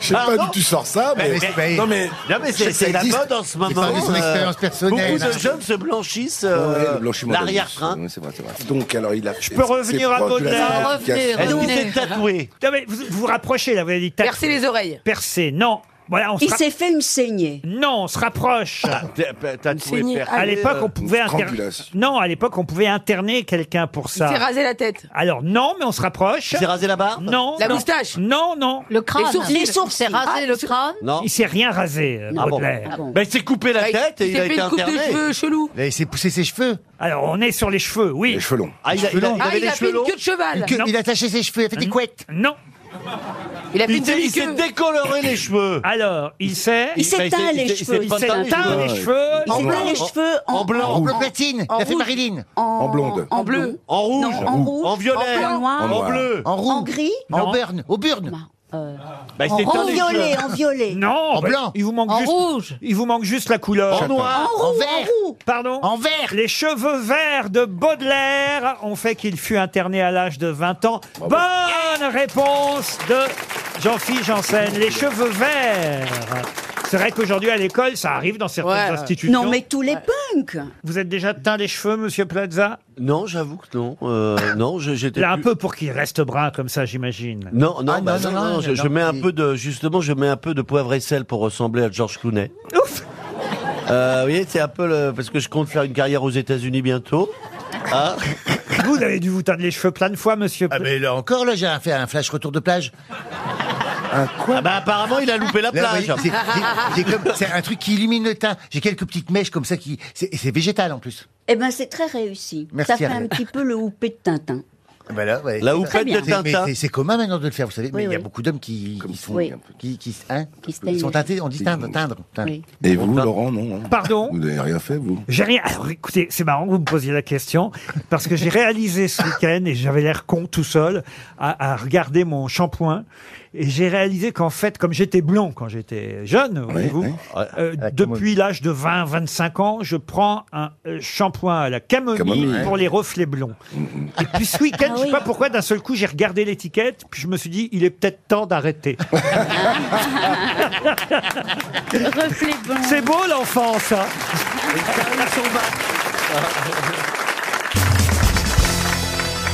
S10: Je sais pas d'où tu sors ça,
S1: Ah,
S10: mais.
S17: Mais- mais-
S10: non, mais.
S17: Non, mais c'est,
S10: Ça
S17: c'est la
S10: existe.
S17: mode en ce
S10: C'est
S17: moment.
S10: pas de son
S17: euh,
S10: expérience personnelle,
S17: Beaucoup de
S10: hein.
S17: jeunes se blanchissent
S10: Ouais,
S17: euh,
S10: le blanchiment d'anus.
S17: l'arrière-train.
S10: Ouais, c'est vrai, c'est vrai. Donc, alors, il a. Je
S1: peux revenir à Baudelaire.
S17: Est-ce qu'il s'est tatoué
S1: Non, mais vous vous vous rapprochez, là, vous avez dit tatoué.
S3: Percer les oreilles.
S1: Percer, non. Voilà, on se
S3: Il
S1: rapp-
S3: s'est fait une saignée.
S1: Non, on se rapproche.
S17: Ah, Tatoué, percé.
S1: à l'époque, on pouvait interner.
S10: Strangulation.
S1: Non, à l'époque, on pouvait interner quelqu'un pour ça.
S12: s'est rasé la tête.
S1: Alors non, mais on se rapproche.
S17: Il s'est rasé la barbe
S1: Non.
S12: La
S1: non.
S12: moustache
S1: Non, non.
S7: Le crâne.
S12: Les sourcils. Ah,
S7: Il s'est rasé le crâne.
S17: Non.
S1: Il s'est rien rasé, euh,
S17: Ah bon.
S1: Baudelaire.
S17: Ah bon. Ben, il s'est coupé la tête et il,
S12: Bah, s'est
S17: a
S12: fait
S17: été
S12: une coupe de
S17: interné.
S12: cheveux chelou.
S18: Là, Bah, il s'est poussé ses cheveux.
S1: Alors on est sur les cheveux, oui. Les
S10: cheveux longs.
S17: Ah, il a, il a- il
S12: Ah,
S17: avait
S12: il
S17: les
S12: a fait
S17: cheveux longs.
S12: une queue de cheval.
S18: Une queue-
S1: non.
S18: il a taché ses cheveux, il a fait des couettes.
S1: Non.
S12: Il a fait
S17: Il
S12: une
S17: s'est- il
S12: demi-queue.
S17: s'est décoloré les cheveux. Bah,
S1: Alors il s'est.
S3: Il s'est teint les cheveux.
S17: Il
S3: Il
S17: s'est
S3: s'est
S17: teint les
S1: teint
S17: cheveux.
S1: les cheveux.
S3: Il s'est
S17: En
S3: teint les
S17: blanc.
S3: cheveux en,
S17: En blanc.
S18: En
S3: en-
S18: bleu platine.
S3: en
S18: Il a fait
S3: rouge.
S18: Marilyn.
S3: en
S10: blonde.
S3: En bleu.
S17: En rouge.
S3: Non, en rouge.
S17: En violet.
S3: En noir.
S17: En bleu.
S18: En
S3: En
S18: rouge.
S3: gris.
S18: En burn. Au burn.
S17: Bah, il s'est
S3: En
S17: teint les cheveux.
S3: violet. En violet.
S1: Non.
S18: En
S1: bah,
S18: blanc.
S1: Il vous manque
S7: En
S1: juste.
S7: rouge.
S1: Il vous manque juste la couleur.
S17: En noir.
S18: En vert.
S3: roux.
S1: Pardon.
S18: En vert.
S1: Les cheveux verts de Baudelaire ont fait qu'il fut interné à l'âge de 20 ans.
S18: Bah
S1: Bonne réponse de Jean-Philippe Janssen. Les cheveux verts. C'est vrai qu'aujourd'hui à l'école, ça arrive dans certaines
S12: Ouais.
S1: institutions.
S3: Non, mais tous les punks.
S1: Vous êtes déjà teint les cheveux, monsieur Plaza
S17: Non, j'avoue que non. Euh, non, je- j'étais.
S1: Là, un
S17: plus-
S1: peu pour qu'il reste brun comme ça, j'imagine.
S17: Non, non,
S18: Ah,
S17: bah,
S18: non,
S17: non,
S18: non,
S17: non,
S18: non,
S17: je, je
S18: non,
S17: mets un
S18: il-
S17: peu de, justement, je mets un peu de poivre et sel pour ressembler à George Clooney. Euh, vous voyez, c'est un peu le, parce que je compte faire une carrière aux États-Unis bientôt. Ah.
S1: Vous avez dû vous teindre les cheveux plein de fois, monsieur.
S18: Ah,
S1: Pla-
S18: mais là encore, là, j'ai fait un flash retour de plage.
S17: Ah bah apparemment, il a loupé
S18: Là,
S17: la
S18: vous
S17: plage.
S18: voyez, c'est- c'est- c'est comme- C'est un truc qui illumine le teint. J'ai quelques petites mèches comme ça qui. C'est et c'est végétal en plus.
S3: Eh ben, c'est très réussi.
S18: Merci,
S3: Ça fait
S18: Ariel.
S3: un petit peu le houpé de Tintin.
S18: Ben là, ouais.
S17: La
S18: C'est-
S17: houppette
S18: mais
S17: de Tintin.
S18: c'est- C'est commun maintenant de le faire, vous savez. mais
S3: Oui,
S18: il y a
S3: oui.
S18: beaucoup d'hommes qui, qui sont,
S3: oui.
S18: qui, qui, hein,
S3: Qui se
S18: ils sont
S3: teignent.
S18: teintés. On dit teindre, teindre. teindre.
S3: Oui.
S10: Et vous, Laurent, non hein
S1: Pardon
S10: Vous n'avez rien fait, vous
S1: J'ai rien. Alors écoutez, c'est marrant que vous me posiez la question parce que j'ai réalisé ce week-end et j'avais l'air con tout seul à, à regarder mon shampoing et j'ai réalisé qu'en fait, comme j'étais blond quand j'étais jeune, voyez-vous,
S10: oui.
S1: euh, depuis l'âge de 20-25 ans, je prends un euh, shampoing à la camomille,
S10: Camomille,
S1: pour les reflets blonds. Et puis ce week-end, je sais pas pourquoi, d'un seul coup, j'ai regardé l'étiquette puis je me suis dit, il est peut-être temps d'arrêter.
S19: Reflet blanc.
S1: c'est beau l'enfance. hein.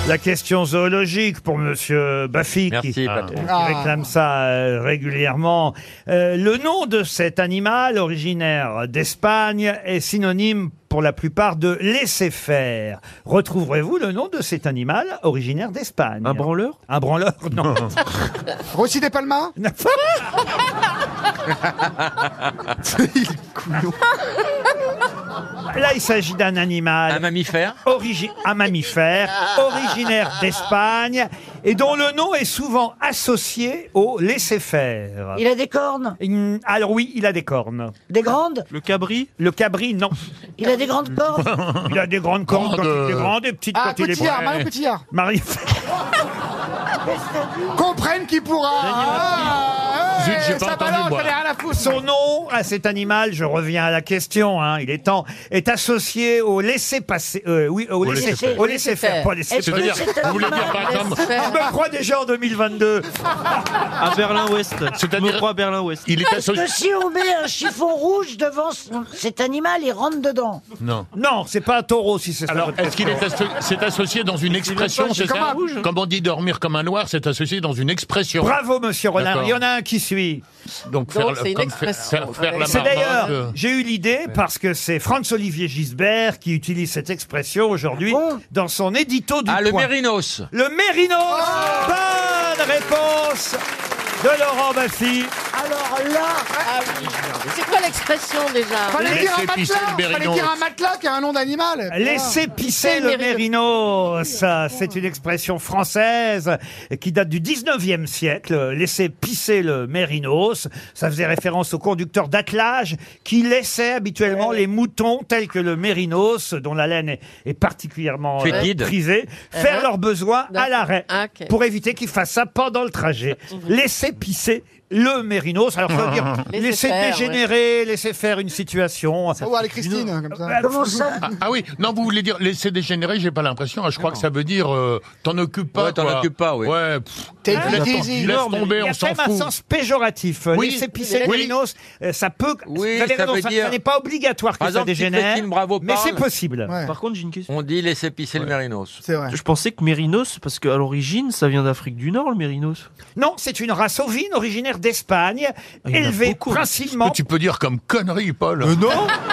S1: La question zoologique pour Monsieur Baffy qui, Ah.
S20: Merci, patron.
S1: qui réclame ça euh, régulièrement. Euh, le nom de cet animal originaire d'Espagne est synonyme pour la plupart de laisser faire. Retrouverez-vous le nom de cet animal originaire d'Espagne Un branleur Un branleur, non.
S21: Rossi des Palmas
S1: Non. Là, il s'agit d'un animal. Un mammifère Ah. Un mammifère originaire d'Espagne et dont le nom est souvent associé au laisser-faire.
S14: Il a des cornes
S1: Mm, Alors oui, il a des cornes.
S14: Des grandes
S1: Le cabri Le cabri, non.
S14: Il a des grandes cornes
S1: Il a des grandes cornes quand
S14: Grande.
S1: il est grand, des petites
S2: Ah,
S1: quand il est
S2: Cotillard,
S1: petit.
S2: Marion Cotillard.
S1: Marie-
S2: Comprenne qui pourra. Ah,
S1: Zut,
S2: ouais,
S1: j'ai pas
S2: ça
S1: entendu,
S2: balance,
S1: moi.
S2: j'en ai rien à foutre.
S1: Son nom à cet animal, je reviens à la question, hein, il est temps, est associé au laisser-passer. euh, oui, au, laisser,
S22: laisser-faire.
S1: au laisser-faire, pas
S22: Est-ce que C'est-à-dire,
S1: laisser
S22: c'est un vous voulez dire, par exemple- laisser-faire
S1: Je me crois déjà en 2022.
S22: À Berlin-Ouest. C'est-à-dire à Berlin-Ouest. Il est
S14: Parce
S22: associé.
S14: que si on met un chiffon rouge devant son- cet animal, il rentre dedans.
S22: Non.
S1: Non, c'est pas un taureau si c'est ça.
S22: Alors, est-ce qu'il est, asso- c'est associé dans une expression
S1: pas,
S22: C'est
S1: comme
S22: ça
S1: un rouge.
S22: Comme on dit dormir comme un noir, c'est associé dans une expression.
S1: Bravo, monsieur Rollin.
S22: D'accord.
S1: Il y en a un qui suit.
S22: Donc, faire, le- comme faire- faire- faire la
S1: C'est d'ailleurs,
S22: marmotte, euh,
S1: j'ai eu l'idée parce que c'est Franz-Olivier Gisbert qui utilise cette expression aujourd'hui dans son édito du
S6: Ah, le
S1: Point.
S6: mérinos.
S1: Le mérinos Bonne réponse de Laurent Baffy.
S14: Alors là, ah
S12: C'est quoi l'expression déjà
S2: Fallait dire un
S1: Laissez pisser
S2: matelas,
S1: le
S2: fallait
S1: Bérinos.
S2: dire un matelas qui a un nom d'animal. Ah.
S1: Laissez
S2: Putain.
S1: Ah. pisser le mérinos. C'est une expression française qui date du 19e siècle. Laissez pisser le mérinos. Ça faisait référence aux conducteurs d'attelage qui laissaient habituellement les moutons tels que le mérinos, dont la laine est, est particulièrement euh,
S6: Fétide.
S1: prisée, faire
S6: Uh-huh.
S1: leurs besoins à l'arrêt
S6: Ah, ok.
S1: pour éviter qu'ils fassent ça pendant le trajet. Laissez pisser le mérinos. Alors, ça veut dire
S2: Laissez
S1: laissez
S2: faire, ouais.
S1: dégénérer, laissez faire une situation. Euh,
S2: Ça va, allez, Christine, comme ça.
S22: ah, ah oui, non, vous voulez dire laisser dégénérer, j'ai pas l'impression. hein. Je crois que ça veut dire euh, t'en occupe pas.
S6: Ouais, t'en occupe pas, oui.
S22: Ouais, pff,
S1: T'es
S8: Ah.
S22: laisse- laisse tomber,
S1: Il y
S22: on
S1: a quand
S22: s'en
S1: même un
S22: fout.
S1: sens péjoratif. Euh,
S22: Oui.
S1: Laisser pisser le
S22: Oui.
S1: mérinos, euh, ça peut.
S6: Oui,
S1: vous avez
S6: ça
S1: raison,
S6: veut
S1: ça-
S6: dire-
S1: ça n'est pas obligatoire que
S6: Par
S1: ça
S6: exemple, si
S1: dégénère.
S6: Christine Bravo
S1: mais c'est
S6: parle-
S1: possible.
S6: Par
S22: contre, j'ai une question.
S6: On dit laissez pisser le mérinos.
S2: C'est vrai.
S22: Je pensais que Mérinos, parce qu'à l'origine, ça vient d'Afrique du Nord, le Mérinos. Ah,
S1: Non, c'est une race ovine originaire
S22: y
S1: d'Espagne,
S22: en a
S1: élevée
S22: beaucoup.
S1: principalement. Euh,
S22: Tu peux dire comme connerie, Paul.
S1: non.
S22: Euh,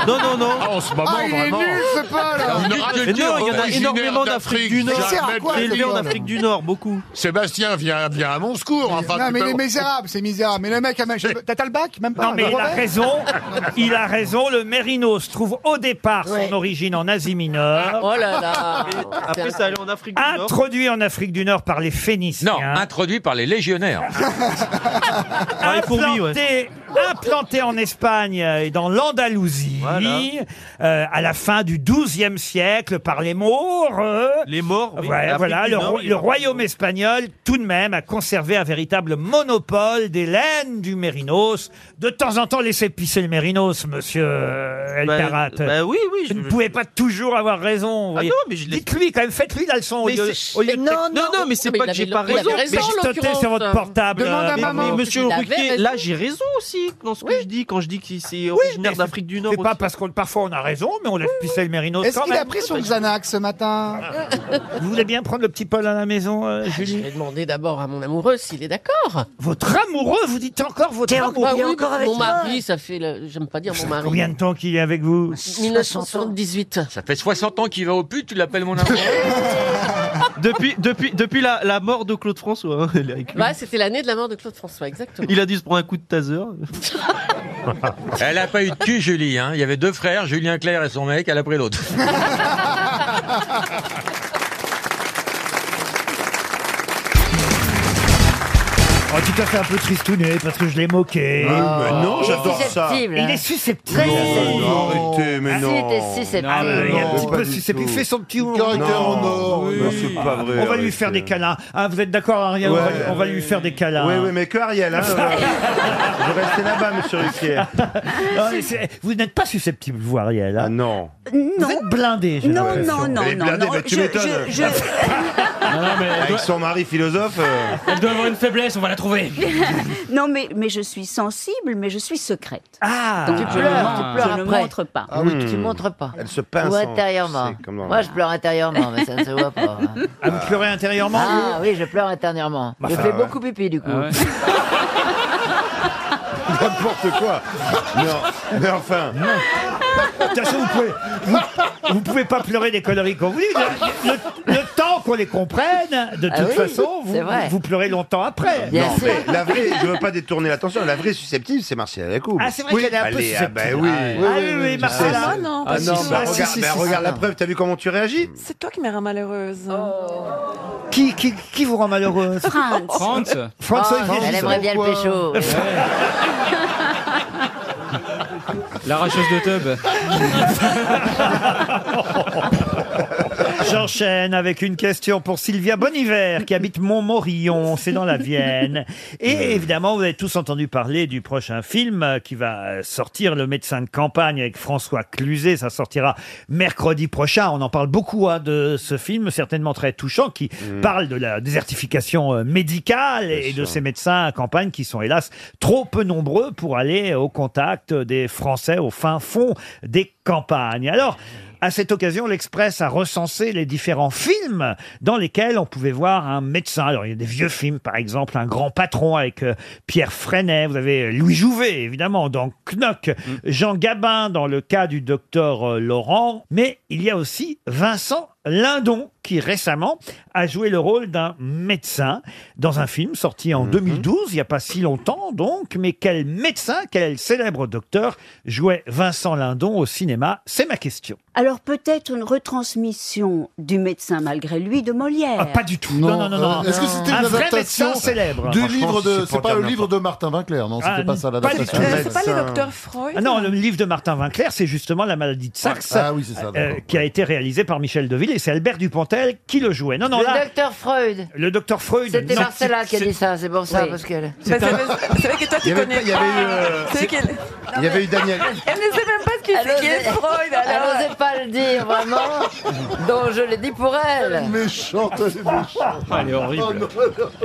S22: non, non, non. Ah, en ce moment,
S2: Ah, il est
S22: vraiment. Ah,
S2: nul, ce Paul.
S22: Une
S2: Mais
S22: race
S2: non,
S22: de
S2: il y en a
S22: originaire
S2: énormément d'Afrique du Nord.
S22: jamais
S2: Ça sert à quoi,
S22: de la
S2: ce
S22: vie.
S2: Paul en Afrique du
S22: Nord, beaucoup. Sébastien, viens, viens à mon secours. Enfin,
S2: non,
S22: tu
S2: mais
S22: peux-
S2: les misérables, c'est misérable. Mais le mec, a ma- t'as t'as le bac Même pas.
S1: Non, mais il a
S2: Robert
S1: raison. Il a raison. Le mérinos trouve au départ son origine en Asie mineure.
S22: Oh là là. Après, ça allait en Afrique du Nord.
S1: Introduit en Afrique du Nord par les Phéniciens.
S6: Non, introduit par les légionnaires.
S1: implanté, implanté en Espagne et dans l'Andalousie euh, à la fin du XIIe siècle par les Maures. les Maures,
S22: oui.
S1: voilà.
S22: Afrique
S1: voilà,
S22: du
S1: le,
S22: Nord,
S1: roi-
S22: oui.
S1: le royaume espagnol, tout de même, a conservé un véritable monopole des laines du mérinos. De temps en temps, laissez pisser le mérinos, monsieur euh, El
S22: Bah,
S1: Karat.
S22: bah oui, oui,
S1: Vous
S22: je- Ah
S1: ne pouvez pas toujours avoir raison. vous voyez. Dites-lui quand même, faites-lui la leçon.
S22: Mais
S1: au lieu,
S22: c'est-
S1: au lieu de-
S6: Oh,
S22: Non, non, non, mais c'est
S1: mais
S22: pas
S1: Ah
S22: que
S1: il avait
S22: j'ai
S1: le-
S22: pas
S1: il avait
S22: raison.
S1: raison, en l'occurrence. Demande à
S22: Mais-
S1: maman.
S22: euh, mais Monsieur
S1: Il avait
S22: Ruquier,
S1: raison.
S22: là, j'ai raison aussi dans ce que je dis quand je dis que c'est
S1: mais
S22: originaire
S1: c'est-
S22: d'Afrique du Nord.
S1: C'est pas parce qu'on parfois on a raison, mais on laisse pisser le mérinos
S2: Est-ce
S1: quand
S2: qu'il a
S1: même.
S2: pris son Xanax ce matin
S1: Vous voulez bien prendre le petit Paul à la maison,
S7: Ah,
S1: euh, Julie
S12: Je vais demander d'abord à mon amoureux s'il est d'accord.
S1: Votre amoureux, vous dites encore votre
S12: T'es en-
S1: amoureux
S12: Ah oui,
S1: encore avec
S12: Mon
S1: toi
S12: mari, ça fait. le- J'aime pas dire mon mari.
S1: Combien de temps qu'il est avec vous
S12: 1978.
S6: Ça fait 60 ans qu'il va au pute, tu l'appelles mon amour.
S22: Depuis, depuis, depuis la, la mort de Claude François, hein, elle est avec lui.
S12: Bah, c'était l'année de la mort de Claude François, exactement.
S22: il a dû se prendre un coup de taser.
S6: Elle a pas eu de cul, Julie. hein. Il y avait deux frères, Julien Clerc et son mec, elle a pris l'autre.
S1: En tout cas, c'est un peu tristouné parce que je l'ai moqué.
S5: Ah, mais non, Il est j'adore ça. susceptible,
S1: Il
S5: hein.
S1: est susceptible.
S5: Non, non, arrêtez, mais
S1: Ah, si,
S5: non.
S1: il était susceptible. Ah, il est un petit peu susceptible. Il fait son petit
S5: Caractère en
S1: Non.
S5: or.
S1: Oui. Ah,
S5: Non, c'est pas vrai.
S1: On va lui
S5: arrêtez.
S1: faire des câlins. Ah, vous êtes d'accord, Ariel on, va,
S5: Ouais.
S1: on va lui faire des câlins.
S5: Oui, oui, mais que Ariel, hein. euh, je restais là-bas, monsieur Riquier.
S1: Non, mais c'est- vous n'êtes pas susceptible, vous, Ariel. Ah
S5: non.
S1: Vous êtes blindé, j'ai
S3: Non,
S1: l'impression.
S3: non, non,
S5: Elle est
S3: non,
S5: blindée,
S3: non.
S5: mais tu
S3: je-
S5: m'étonnes.
S3: je- je-
S5: Avec son mari philosophe. euh.
S23: Elle doit avoir une faiblesse, on va la trouver.
S1: Ah
S3: non, mais, mais je suis sensible, mais je suis secrète.
S1: Ah,
S23: Tu
S3: je
S23: pleures,
S3: ne-
S23: tu
S3: je
S23: pleures
S3: ne
S23: après.
S3: montre pas.
S5: Ah oui,
S1: Hmm.
S7: Hmm.
S23: Tu montres pas.
S5: Elle se pince.
S23: Ou
S5: en-
S23: intérieurement.
S5: c'est comme dans-
S23: Moi, je pleure intérieurement, mais ça ne se voit pas.
S1: Ah, vous pleurez intérieurement
S23: Ah oui, je pleure intérieurement.
S1: Bah,
S23: je
S1: ça
S23: fais
S1: va, ouais.
S23: beaucoup pipi, du coup.
S5: N'importe quoi. Non, mais enfin.
S1: De toute façon, vous pouvez, vous, vous pouvez pas pleurer des conneries qu'on vous dit. Le, le- le temps qu'on les comprenne, de toute
S5: Ah oui,
S1: façon, vous,
S5: c'est vrai.
S1: vous pleurez longtemps après.
S5: non, mais la vraie, je veux pas détourner l'attention, la vraie susceptible, c'est Marcella Lacour.
S1: Ah, c'est vrai qu'elle est un peu
S5: Allez, Ah, ben
S1: susceptible.
S5: oui.
S1: Ah, oui, oui, oui, Marcella.
S5: Ah,
S1: Ah, non.
S5: Ah, non, bah,
S1: Ah, si, si,
S5: regarde,
S1: si,
S5: bah,
S1: si,
S5: regarde
S1: si.
S5: la preuve, t'as vu comment tu réagis
S24: Hmm. C'est toi qui m'as rend malheureuse.
S12: Oh.
S1: Qui, qui, qui vous rend malheureuse
S24: Franz.
S1: Franz. Franz
S23: Ah,
S12: Ah,
S24: Oh,
S1: Olivier
S24: elle aimerait bien le
S1: Gisbert.
S24: pécho.
S25: L'arracheuse de tub.
S1: J'enchaîne avec une question pour Sylvia Boniver qui habite Montmorillon, c'est dans la Vienne. Et évidemment, vous avez tous entendu parler du prochain film euh, qui va euh, sortir, Le médecin de campagne avec François Cluzet. Ça sortira mercredi prochain. On en parle beaucoup hein, de ce film, certainement très touchant, qui
S5: Hmm.
S1: parle de la désertification euh, médicale et de ces médecins à campagne qui sont hélas trop peu nombreux pour aller au contact des Français au fin fond des campagnes. Alors, à cette occasion, l'Express a recensé les différents films dans lesquels on pouvait voir un médecin. Alors, il y a des vieux films, par exemple, Un grand patron avec euh, Pierre Freinet. Vous avez euh, Louis Jouvet, évidemment, dans Knock. Jean Gabin dans le cas du docteur euh, Laurent. Mais il y a aussi Vincent Lindon qui récemment a joué le rôle d'un médecin dans un film sorti en 2012, il n'y a pas si longtemps donc, mais quel médecin, quel célèbre docteur jouait Vincent Lindon au cinéma C'est ma question.
S3: Alors peut-être une retransmission du médecin malgré lui de Molière.
S1: Ah,
S26: Euh,
S1: pas du tout. Non, euh, non, non, non. Ah,
S3: Est-ce que c'était
S1: un vrai médecin célèbre
S26: Du livre de. C'est pas le livre de Martin Winkler, non
S1: Ah,
S26: C'était pas ça
S1: pas
S26: l'adaptation.
S1: du tout. C'est pas le Médecin. docteur
S24: Freud
S1: Ah non, le livre de Martin Winkler, c'est justement La maladie de Saxe,
S26: Ah oui, c'est ça, d'accord.
S1: qui a été réalisé par Michel Deville et c'est Albert Dupontel qui le jouait. Non, non,
S23: le
S1: là,
S23: docteur Freud.
S1: le docteur Freud.
S23: C'était
S1: non.
S23: Marcella qui a dit ça, c'est pour ça,
S1: Oui.
S23: parce qu'elle.
S1: C'est Bah, un- c'est
S24: C'est vrai que toi,
S5: Il
S24: tu
S5: y avait
S24: connais
S5: pas- il y avait eu,
S24: pas.
S5: euh,
S24: C'est vrai
S5: c'est-
S24: qu'elle-
S5: Il y avait eu Daniel.
S24: Elle ne sait même pas ce qu'il
S23: Elle
S24: fait, qui est
S23: osait-
S24: Freud, alors.
S23: Elle n'osait pas le dire, vraiment. Donc je l'ai dit pour elle.
S26: Méchante, elle est méchante.
S24: Ah,
S25: Elle est horrible.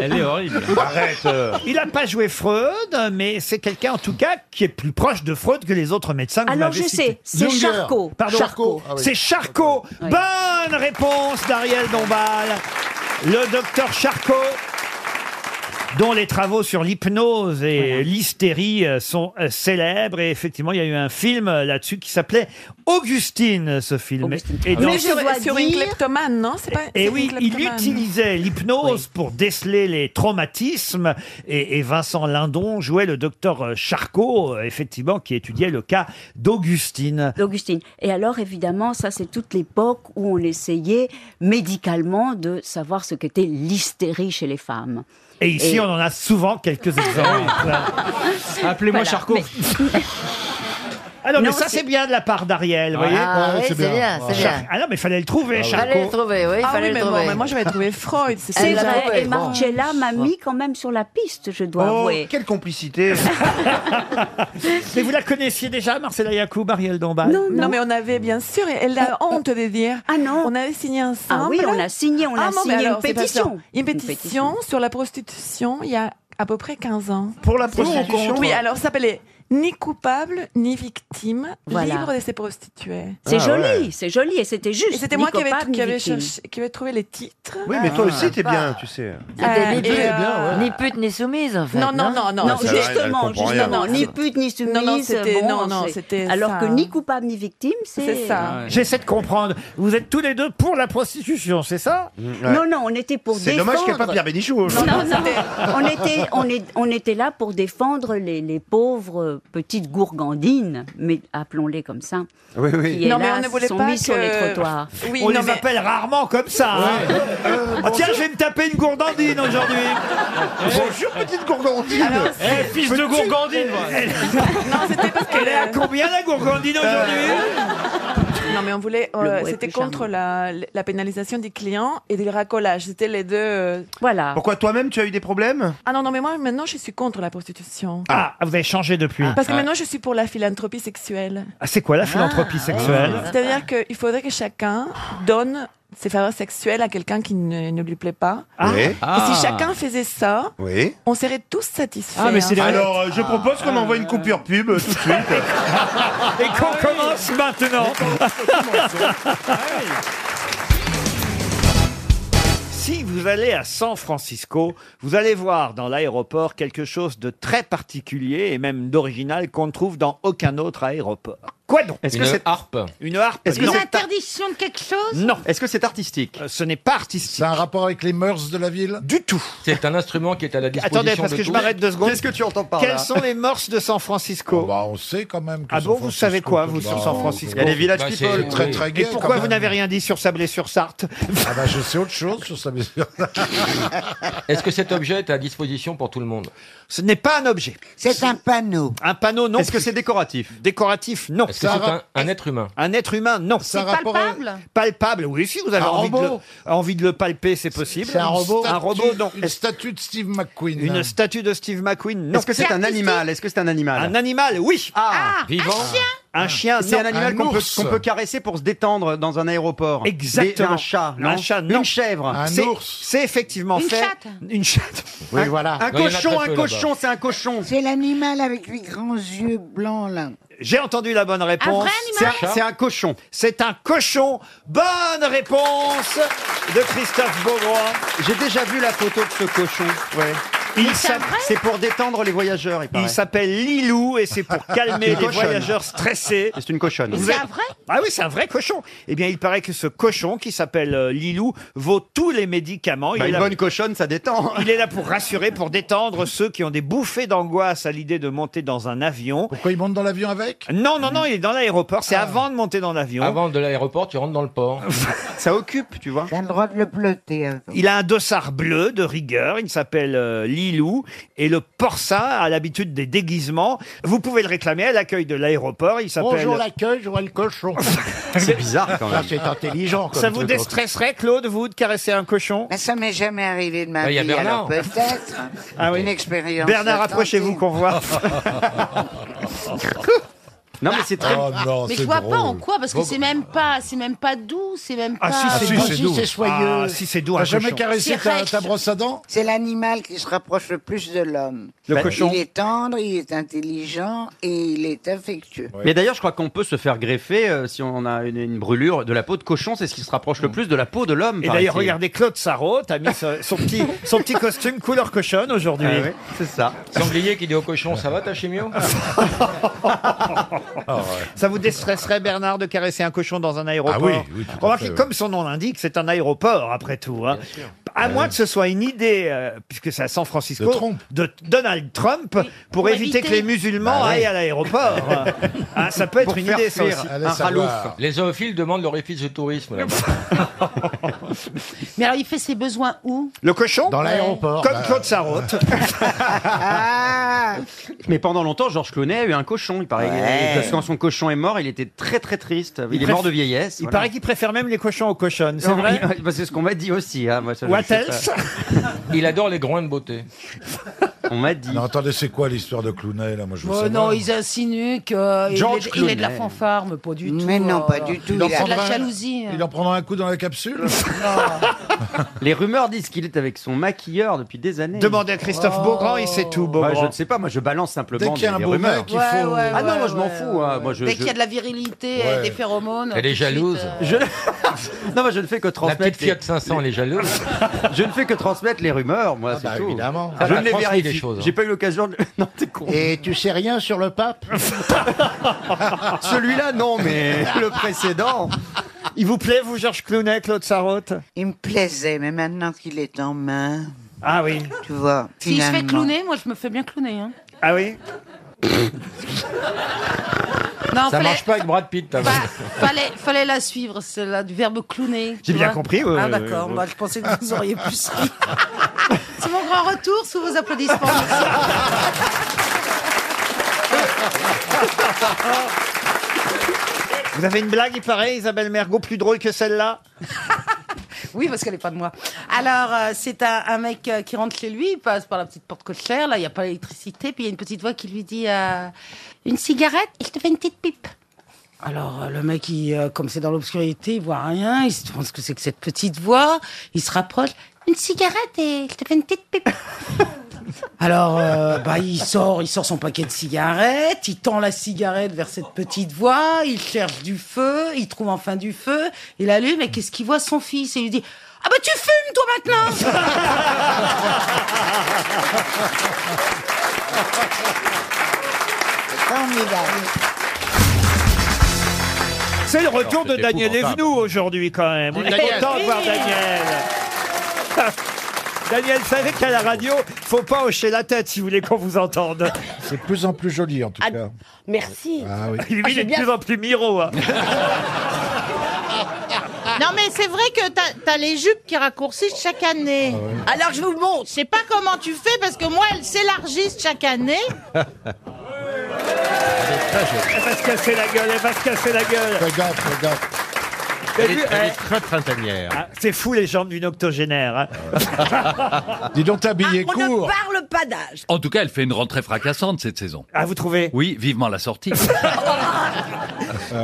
S25: Elle est horrible.
S1: Arrête. Il n'a pas joué Freud, mais c'est quelqu'un en tout cas qui est plus proche de Freud que les autres médecins. Que vous
S3: Alors,
S1: m'avez
S3: Ah je
S1: cités.
S3: sais, c'est Junger. Charcot.
S1: Pardon.
S3: Charcot. Ah oui.
S1: C'est Charcot. Bonne réponse d'Ariel Dombal. Le docteur Charcot dont les travaux sur l'hypnose et l'hystérie euh, sont euh, célèbres. Et effectivement, il y a eu un film euh, là-dessus qui s'appelait Augustine, ce film. Et dans-
S24: Mais sur, sur une kleptomane, non C'est pas.
S1: et
S24: c'est
S1: Eh oui,
S24: une
S1: il
S24: kleptomane.
S1: utilisait l'hypnose pour déceler les traumatismes. Et, et Vincent Lindon jouait le docteur euh, Charcot, euh, effectivement, qui étudiait le cas d'Augustine.
S3: d'Augustine. Et alors, évidemment, ça, c'est toute l'époque où on essayait médicalement de savoir ce qu'était l'hystérie chez les femmes.
S1: Et ici, on en a souvent quelques exemples.
S25: Ah Appelez-moi
S3: Voilà,
S25: Charcot.
S1: Alors, Ah mais
S25: Non,
S1: ça,
S25: c'est-
S1: c'est bien de la part d'Ariel, vous
S25: Ah,
S1: voyez
S25: ouais, Ouais, c'est c'est bien. bien, c'est
S1: Char-
S25: bien.
S1: Ah non, mais fallait le trouver, Charcot.
S24: ah
S1: fallait
S24: oui,
S1: le
S24: mais
S1: trouver.
S24: Bon, mais moi, j'avais trouvé Freud. Ah C'est
S3: C'est
S24: ça.
S3: vrai, et Marcella m'a mis quand même sur la piste, je dois
S1: Oh,
S3: avouer.
S1: quelle complicité Mais vous la connaissiez déjà, Marcella Yacoub, Ariel Dombal
S24: Non, non. mais on avait bien sûr, et elle a honte de dire. Ah non. On avait signé un simple.
S3: Euh, Ah oui, on a signé, on a
S24: non, mais
S3: signé une
S24: alors, c'est pas
S3: pétition.
S24: ça. Une pétition sur la prostitution il y a à peu près 15 ans.
S1: Pour la
S24: Nous, on
S1: prostitution,
S24: compte. Oui,
S1: toi.
S24: alors ça s'appelait ni coupable ni victime,
S3: Voilà.
S24: libre de ses prostituées.
S1: Ah,
S3: C'est joli, c'est joli, et c'était juste.
S24: Et c'était
S3: ni
S24: moi qui avais,
S3: coupable,
S24: qui,
S3: ni
S24: avais
S3: victime.
S24: cherché- qui avais trouvé les titres.
S5: Oui, mais
S23: Ah,
S5: toi aussi, t'es bien, tu sais.
S1: Ah,
S24: Euh,
S3: Ah,
S23: C'était ni,
S24: et,
S1: eh
S23: pute,
S24: euh,
S23: ni pute ni soumise, en fait.
S24: Non,
S7: hein.
S24: non, non, non,
S23: non.
S24: Non, c'est vrai,
S5: Ah, elle comprend
S3: Justement,
S5: rien.
S3: justement,
S24: Non,
S3: ni
S24: c'est-
S3: pute ni soumise.
S24: Non, non, c'était-
S3: bon,
S24: non, non,
S3: c'est-
S24: c'était
S3: Alors
S24: ça. hein.
S3: que ni coupable ni victime, c'est.
S24: C'est ça. Ouais.
S1: J'essaie de comprendre. Vous êtes tous les deux pour la prostitution, c'est ça
S3: Non, non, on était pour
S1: Mm, C'est
S3: défendre.
S1: dommage qu'il y ait pas Pierre Bénichou aujourd'hui.
S3: Non, non,
S1: Non,
S3: on était, on est, on était là pour défendre les, les pauvres petites gourgandines, mais appelons-les comme ça.
S5: Oui, oui.
S3: Qui,
S24: Non, mais
S3: hélas,
S24: on ne voulait
S3: sont
S24: pas
S3: mis sur les
S24: que-
S3: trottoirs.
S24: Oui,
S1: On
S24: non,
S1: les
S24: mais-
S1: appelle rarement comme ça. hein. Ah, tiens, je vais me taper une gourgandine aujourd'hui. Bonjour, petite gourgandine.
S25: Eh, fils de gourgandine, moi.
S1: Elle est à combien la gourgandine aujourd'hui
S24: Non, mais on voulait.
S1: Le
S24: euh,
S1: mot est
S24: c'était
S1: plus
S24: contre la, la pénalisation des clients et des racolages. C'était les deux. euh,
S1: Ah.
S3: Voilà.
S5: Pourquoi toi-même, tu as eu des problèmes
S24: Ah non, non, mais moi, maintenant, je suis contre la prostitution.
S1: Ah, vous avez changé depuis.
S24: Parce que maintenant, je suis pour la philanthropie sexuelle.
S1: Ah, c'est quoi la philanthropie sexuelle
S13: Ah.
S24: C'est-à-dire qu'il faudrait que chacun donne ses faveurs sexuelles à quelqu'un qui ne, ne lui plaît pas.
S5: Ah. Oui.
S24: Et
S5: Ah.
S24: si chacun faisait ça,
S5: Oui.
S24: on serait tous satisfaits. hein.
S5: Alors, euh, je propose qu'on envoie une coupure pub euh, tout de suite.
S1: Et qu'on commence maintenant.
S13: Ah
S1: Si vous allez à San Francisco, vous allez voir dans l'aéroport quelque chose de très particulier et même d'original qu'on ne trouve dans aucun autre aéroport. Quoi donc
S17: Est-ce que
S1: Une
S17: c'est harpe
S1: Une harpe
S17: Est-ce que
S1: non.
S17: c'est
S13: Interdiction de quelque chose
S1: Non. Est-ce que c'est artistique Ce n'est pas artistique. C'est un rapport avec les mœurs de la ville Du tout.
S6: C'est un instrument qui est à la disposition
S1: Attendez, parce
S6: de
S1: que je
S6: tous.
S1: m'arrête deux secondes.
S6: Qu'est-ce que tu entends par
S1: Quelles
S6: là
S1: sont les morses de San Francisco
S5: Ah bah, On sait quand même.
S1: Ah bon, vous savez quoi, vous, sur San Francisco
S5: Bah, c'est Très, très gay.
S1: Et pourquoi vous n'avez rien dit sur Sablé-sur-Sarthe
S5: Ah bah, je sais autre chose sur sa blessure.
S6: Est-ce que cet objet est à disposition pour tout le monde
S1: Ce n'est pas un objet.
S6: C'est un panneau.
S1: Un panneau, non. Est-ce que c'est décoratif Décoratif, non.
S6: Est-ce que c'est un, un être humain
S1: Un être humain, non.
S6: C'est un rapport à- palpable
S1: Palpable, oui. Si vous avez
S5: Un
S1: envie de,
S5: robot
S1: le, envie de le palper, c'est possible.
S5: C'est un robot
S1: Un robot, non.
S5: Une statue de Steve McQueen.
S1: Une statue de Steve McQueen, non.
S17: Est-ce que c'est un animal Est-ce que c'est un animal
S1: Un animal, oui.
S17: Ah,
S1: Vivant. un chien
S6: Ah.
S1: Un chien,
S17: C'est
S1: non.
S17: un animal
S1: Un
S17: qu'on peut,
S1: ours.
S17: qu'on peut caresser pour se détendre dans un aéroport.
S1: Exactement.
S17: Des- Un chat, non
S1: Un chat, non.
S17: Une chèvre.
S1: C'est- C'est effectivement
S17: Une
S1: fait.
S17: chatte.
S1: Une chatte.
S17: Oui, Un- voilà. un cochon, un cochon, c'est un cochon.
S13: C'est l'animal avec les grands yeux blancs, là.
S1: J'ai entendu la bonne réponse.
S13: vrai animal
S1: C'est un cochon. C'est un cochon. Bonne réponse de Christophe Beaugrand.
S17: J'ai déjà vu la photo de ce cochon. Ouais.
S1: Il s'app-
S17: C'est pour détendre les voyageurs, il paraît.
S1: Il s'appelle Lilou et c'est pour calmer les
S17: Une cochonne.
S1: voyageurs stressés.
S17: C'est une cochonne.
S1: Vous êtes- Ah oui, c'est un vrai cochon. Eh bien, il paraît que ce cochon qui s'appelle euh, Lilou vaut tous les médicaments. Il
S17: Bah,
S1: est
S17: une
S1: là-
S17: bonne cochonne, ça détend.
S1: Il est là pour rassurer, pour détendre ceux qui ont des bouffées d'angoisse à l'idée de monter dans un avion. Pourquoi il monte dans l'avion avec Ah. Non, non, non, il est dans l'aéroport. C'est avant de monter dans l'avion.
S6: Avant de l'aéroport, tu rentres dans le port.
S1: Ça occupe, tu vois.
S13: T'as le droit de le bleuter. hein.
S1: Il a un dossard bleu de rigueur, il s'appelle euh, Lilou, et le porcin a l'habitude des déguisements. Vous pouvez le réclamer à l'accueil de l'aéroport, il s'appelle... Ah,
S5: Bonjour l'accueil, je vois le cochon.
S1: C'est bizarre
S5: quand même. Ça, c'est intelligent comme
S1: Ça vous
S5: truc.
S1: déstresserait, Claude, vous, de caresser un cochon
S13: Mais ça m'est jamais arrivé de ma
S1: Ah, il y
S13: vie.
S1: a
S13: alors
S1: Bernard.
S13: peut-être
S1: Ah oui.
S13: une expérience.
S1: Bernard,
S13: à tenter.
S1: approchez-vous qu'on voit.
S17: Ah, Non, mais c'est très.
S13: Oh,
S12: mais je vois pas en quoi, parce que c'est même pas, c'est même pas doux, c'est même pas.
S1: Ah, si, c'est
S5: si,
S1: doux.
S5: c'est doux.
S1: c'est soyeux. Ah, si, c'est doux, un
S5: T'as jamais
S1: cochon.
S5: caressé
S13: C'est
S5: ta,
S13: rêche.
S5: ta brosse à dents
S13: C'est l'animal qui se rapproche le plus de l'homme. Bah,
S17: Le cochon.
S13: Il est tendre, il est intelligent et il est affectueux.
S17: Mais d'ailleurs, je crois qu'on peut se faire greffer euh, si on a une, une brûlure de la peau de cochon. C'est ce qui se rapproche le plus de la peau de l'homme.
S1: Mm. Et d'ailleurs,
S17: paraît-il.
S1: regardez Claude Sarrault, a mis son, son petit, son petit costume couleur cochonne aujourd'hui.
S17: Ah ouais, c'est ça.
S6: Sanglier qui dit au cochon, ça va ta chimio
S1: Ah, Ça vous déstresserait, Bernard, de caresser un cochon dans un aéroport
S5: Ah oui, oui, tout à
S1: Remarquez,
S5: fait, oui.
S1: comme son nom l'indique, c'est un aéroport, après tout. hein. À moins que ce soit une idée, euh, puisque c'est à San Francisco,
S5: Euh. De
S1: de, Donald Trump, pour
S5: Pour
S1: éviter
S5: éviter.
S1: que les musulmans
S5: Bah ouais.
S1: aillent à l'aéroport. Ah, ça peut être une idée, ça aussi.
S6: Les zoophiles demandent leur office de tourisme. là-bas.
S12: Mais alors, il fait ses besoins où
S1: Le cochon
S5: Dans l'aéroport.
S1: Comme
S5: bah.
S1: Claude Sarraute.
S17: Mais pendant longtemps, Georges Clooney a eu un cochon. Il paraît
S1: Ouais.
S17: parce que quand son cochon est mort, il était très très triste. Il, est
S1: préf-
S17: mort de vieillesse.
S1: Il paraît qu'il préfère même les cochons aux cochonnes, c'est vrai
S17: bah, C'est ce qu'on m'a dit aussi. hein, moi, ça, je
S1: What
S17: sais
S1: else
S17: pas.
S6: Il adore les groins de beauté.
S17: On m'a dit.
S5: Non, attendez, c'est quoi l'histoire de Clooney là Moi, je veux
S18: Oh
S5: savoir.
S18: non, ils insinuent qu'il
S5: George
S18: est, il est de la
S5: Clooney.
S18: fanfare, mais pas du tout.
S13: Mais non, pas
S18: euh,
S13: du tout.
S5: Il en
S18: C'est de
S5: prendra
S18: la
S5: un-
S18: jalousie. hein.
S5: Il en prendra un coup dans la capsule
S17: Les rumeurs disent qu'il est avec son maquilleur depuis des années.
S1: Demandez à Christophe
S18: Oh.
S1: Beaugrand, il sait tout, Beaugrand.
S17: Bah, je ne sais pas, moi je balance simplement
S5: Dès qu'il y a
S17: des-
S5: un
S17: des
S5: beau
S17: rumeurs.
S5: mec, il Ouais, faut- ouais,
S17: ah non,
S18: ouais,
S17: moi je m'en
S18: ouais,
S17: fous. hein, Moi, je,
S18: Dès
S17: je-
S18: qu'il y a de la virilité,
S17: Ouais.
S18: et des phéromones.
S17: Elle est
S18: tout de suite,
S17: jalouse.
S18: euh,
S17: Je... non, moi je ne fais que transmettre.
S6: petite
S17: les-
S6: Fiat 500, elle est jalouse.
S17: je ne fais que transmettre les rumeurs, moi,
S1: bah,
S17: c'est tout.
S5: évidemment.
S17: Ah, je
S5: Elle
S17: ne les
S5: transmet
S17: vérifie.
S5: des choses, hein.
S17: J'ai pas eu l'occasion de. Non, t'es con.
S5: Et tu sais rien sur le pape
S17: Celui-là, non, mais le précédent.
S1: Il vous plaît, vous, Georges Clooney, Claude Sarraute
S13: Il me plaisait, mais maintenant qu'il est en main.
S1: Ah oui.
S13: Tu vois.
S12: Si je fais
S13: finalement.
S12: clowner, moi je me fais bien clowner. Hein.
S1: Ah oui
S12: Non,
S6: Ça
S12: fallait,
S6: marche pas avec Brad Pitt. t'as vu.
S12: fallait, fallait la suivre, celle-là, du verbe clowner. tu
S6: J'ai bien
S12: vois.
S6: compris, ouais,
S12: ah
S6: ouais,
S12: d'accord,
S6: ouais.
S12: bah, je pensais que vous auriez plus ri. C'est mon grand retour sous vos applaudissements. Merci.
S1: Vous avez une blague, il paraît, Isabelle Mergot, plus drôle que celle-là
S12: Oui, parce qu'elle est pas de moi. Alors, euh, c'est un, un mec euh, qui rentre chez lui, il passe par la petite porte cochère, là, il n'y a pas l'électricité, puis il y a une petite voix qui lui dit euh, Une cigarette et je te fais une petite pipe. Alors, euh, le mec, il, euh, comme c'est dans l'obscurité, il voit rien, il se demande ce que c'est que cette petite voix, il se rapproche Une cigarette et je te fais une petite pipe.
S18: Alors, euh, bah, il sort, il sort son paquet de cigarettes, il tend la cigarette vers cette petite voix, il cherche du feu, il trouve enfin du feu, il allume et qu'est-ce qu'il voit son fils et il lui dit Ah bah tu fumes toi maintenant
S13: Formidable.
S1: C'est le retour de Daniel Evenou aujourd'hui quand même. On est
S25: Daniel.
S1: content de voir
S25: Oui.
S1: Daniel. Daniel, vous savez qu'à la radio, faut pas hocher la tête si vous voulez qu'on vous entende. C'est de plus en plus joli en tout cas.
S15: Merci.
S1: Lui,
S15: Ah,
S1: il
S15: j'ai
S1: est de
S15: bien-
S1: plus en plus miro. hein.
S15: Non mais c'est vrai que t'as t'as les jupes qui raccourcissent chaque année. Alors je vous montre. Je sais pas comment tu fais parce que moi elles s'élargissent chaque année.
S1: Elle va se casser la gueule, elle va se casser la gueule. Regarde, regarde.
S5: Elle est, elle est très très tanière.
S1: ah, C'est fou les jambes d'une octogénaire. hein.
S5: Dis donc, t'as
S7: Ah,
S5: billet
S1: court.
S15: parle pas d'âge.
S4: En tout cas, elle fait une rentrée fracassante cette saison.
S1: Ah, vous trouvez Oh,
S4: Oui, vivement la sortie.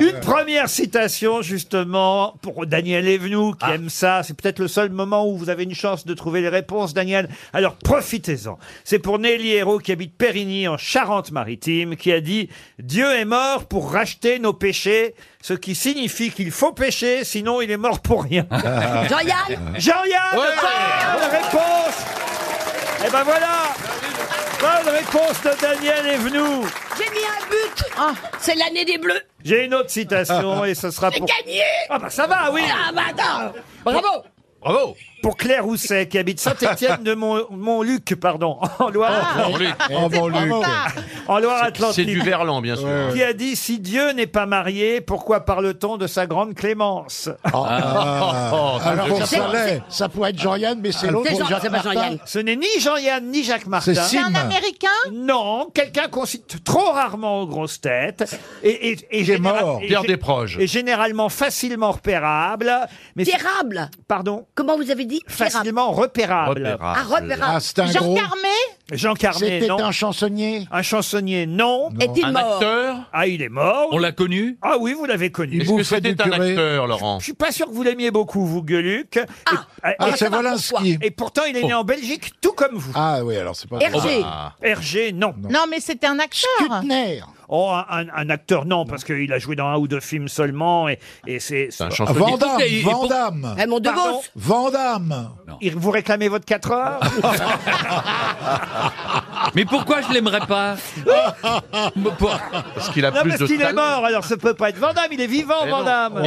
S1: Une première citation, justement, pour Daniel Evenou, qui aime ça. C'est peut-être le seul moment où vous avez une chance de trouver les réponses, Daniel. Alors, profitez-en. C'est pour Nelly Hérault, qui habite Périgny, en Charente-Maritime, qui a dit « Dieu est mort pour racheter nos péchés, ce qui signifie qu'il faut pécher, sinon il est mort pour rien. »
S25: Jean-Yann
S1: Jean-Yann
S25: Ouais.
S1: bonne réponse Eh ben voilà Bonne réponse de Daniel Evenou
S15: J'ai mis un but. c'est l'année des bleus.
S1: j'ai une autre citation et ce sera pour... Ah bah ça va, oui
S15: Ah bah attends Bravo
S1: Bravo Pour Claire Housset, qui habite Saint-Étienne de Mont- Montluc, pardon, en
S5: Ah,
S1: Loire.
S5: Montluc. Oh, C'est Montluc. pour ça.
S1: En Loire-Atlantique.
S5: C'est- c'est du Verlan, bien sûr. Ouais, ouais.
S1: Qui a dit si Dieu n'est pas marié, pourquoi parle-t-on de sa grande clémence
S5: Ah. Oh, ça,
S1: Alors,
S5: je
S1: pour
S5: sais
S1: ça,
S5: pas.
S1: l'est.
S5: Ça pourrait être Jean-Yann, mais
S1: Ah,
S5: c'est l'autre.
S1: c'est Jean-
S5: Jacques
S1: c'est pas
S5: Martin.
S1: Jean-Yann. Ce n'est ni Jean-Yann ni Jacques Martin.
S5: C'est C'est un Sim.
S15: Américain
S1: Non, quelqu'un qu'on cite trop rarement aux grosses têtes. Et, et, et général- et
S5: Pierre
S1: gé-
S5: Desproges.
S1: Et généralement facilement repérable. Mais repérable Pardon
S15: Comment vous avez dit
S1: Facilement repérable.
S15: Ah, repérable. Jean Carmé
S1: Jean Carmé,
S5: C'était
S1: non.
S5: un
S1: chansonnier Un chansonnier, non.
S15: Est-il Un mort acteur
S1: Ah, il est mort. On l'a connu Ah oui, vous l'avez connu.
S5: Est-ce que bouffait c'était du un curé. acteur, Laurent
S1: Je suis pas sûr que vous l'aimiez beaucoup, vous, Gueuluc. Et- et-
S5: Ah,
S1: et-
S5: c'est savoir Wolinski. pourquoi.
S1: Et pourtant, il est né en Belgique, tout comme vous.
S5: Ah oui, alors c'est pas
S15: Hergé.
S5: Ah.
S1: Hergé, Oh, bah. non.
S15: Non mais c'était un acteur
S1: Oh, un, un- un acteur, non, parce qu'il a joué dans un ou deux films seulement, et, et c'est... Oh, C'est un
S5: chansonnier. Van Damme, Van Damme. Raymond DeVos.
S1: Van Vous réclamez votre 4 heures
S4: Mais pourquoi je l'aimerais pas Parce qu'il
S1: Non, parce qu'il est mort, alors ça peut pas être Van Damme, il est vivant, Van Damme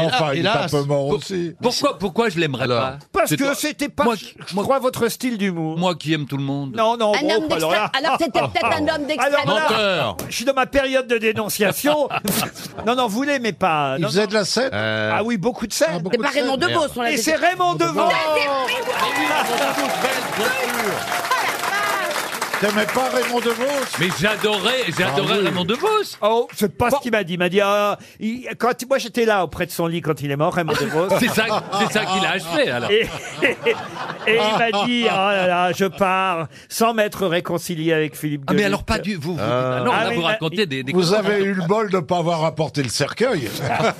S4: Oh, mort aussi. Pourquoi, pourquoi je l'aimerais pas
S1: Parce
S4: C'est
S1: que
S4: toi.
S1: c'était pas, je crois, votre style d'humour.
S4: Moi qui aime tout le monde.
S1: Non, non,
S4: Un
S1: bon,
S4: homme
S1: alors là-
S4: d'extrême- alors c'était peut-être un homme d'extrême-
S1: Alors là,
S4: Menteur.
S1: Je suis dans ma période de dénonciation. non, non, vous l'aimez pas.
S5: Il
S1: Non,
S5: faisait
S1: non.
S5: de la scène
S4: Euh,
S1: Ah oui, beaucoup de scènes.
S15: C'est pas Raymond Devos, on l'avait
S1: Et
S15: dit.
S1: c'est Raymond Devos
S5: T'aimais pas Raymond DeVos
S4: Mais j'adorais, j'adorais
S1: Ah oui.
S4: Raymond DeVos.
S1: Oh, c'est pas ce qu'il m'a dit. Il m'a dit, ah, il- quand, moi j'étais là auprès de son lit quand il est mort, Raymond Devos.
S4: C'est ça, c'est ça qu'il a achevé alors.
S1: Et, et il m'a dit,
S22: hein,
S1: oh là là, je pars sans m'être réconcilié avec Philippe
S4: Ah mais
S1: Gueluc.
S4: alors pas du vous. vous-
S5: Ah.
S4: ah non,
S1: Ah
S4: là,
S1: oui,
S4: vous
S1: là,
S4: racontez des, des
S5: Vous avez eu le bol de ne pas avoir apporté le cercueil.
S15: Enfin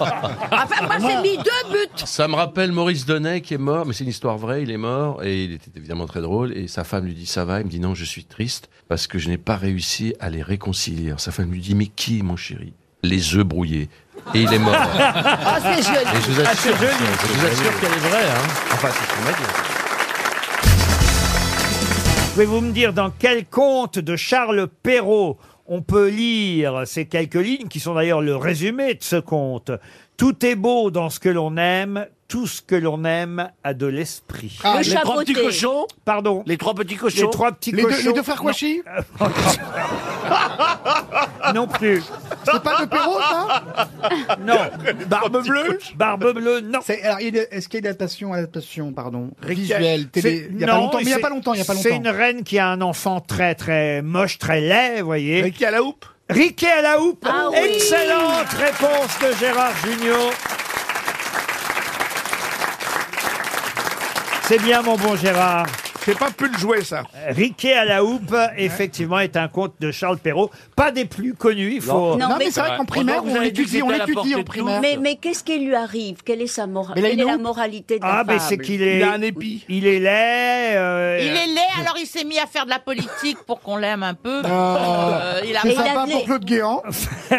S15: Ah, bah, moi j'ai mis deux buts
S16: Ça me rappelle Maurice Donnet qui est mort, mais c'est une histoire vraie, il est mort, et il était évidemment très drôle, et sa femme lui dit ça va, il me dit non, je suis triste, parce que je n'ai pas réussi à les réconcilier. Alors, sa femme lui dit mais qui, mon chéri Les œufs brouillés. Et il est mort.
S25: Ah, c'est joli.
S16: Et je vous
S25: Ah,
S16: assure,
S25: c'est joli.
S16: je vous assure qu'elle est vraie. Hein. Enfin, c'est ce qu'on m'a dit.
S1: Pouvez-vous me dire dans quel conte de Charles Perrault on peut lire ces quelques lignes qui sont d'ailleurs le résumé de ce conte Tout est beau dans ce que l'on aime, tout ce que l'on aime a de l'esprit.
S5: Ah, Le les trois chapeauté. petits cochons
S1: Pardon Les
S5: trois petits
S1: Les trois petits
S2: les
S1: cochons.
S2: Deux, les deux frères
S1: Non.
S2: Kouachi
S1: Non plus.
S2: C'est pas de Perrault, ça
S1: Non. Ah Barbe bleue Barbe bleue, non.
S2: C'est- alors, il y a- Est-ce qu'il y a une adaptation, adaptation pardon,
S1: Rica-
S2: visuelle, télé
S1: euh, C'est-
S2: Il y a pas
S1: non,
S2: longtemps, mais il y a
S1: c'est-
S2: pas longtemps, il y a pas
S1: C'est une
S2: longtemps.
S1: reine qui a un enfant très très moche, très laid, vous voyez. Ricky à la houppe Ricky à la houppe
S25: Ah oui.
S1: Excellente réponse de Gérard Junior. C'est bien, mon bon Gérard. J'ai pas pu le jouer, ça. Riquet à la houppe, effectivement, est un conte de Charles Perrault. Pas des plus connus, il faut.
S2: Non, mais c'est vrai qu'en primaire, on l'étudie, on l'étudie en primaire.
S3: Mais, mais qu'est-ce qui lui arrive Quelle est sa morale
S2: Mais là,
S3: Quelle
S2: il
S3: est
S2: est
S3: la
S2: où
S3: moralité de la
S1: Ah, mais c'est
S3: fable
S1: qu'il est. épi. Il est laid. euh,
S15: Il est laid alors il s'est mis à faire de la politique pour qu'on l'aime un peu.
S1: Ah.
S15: Euh, il a
S2: Ah. c'est sympa pour Claude Guéant.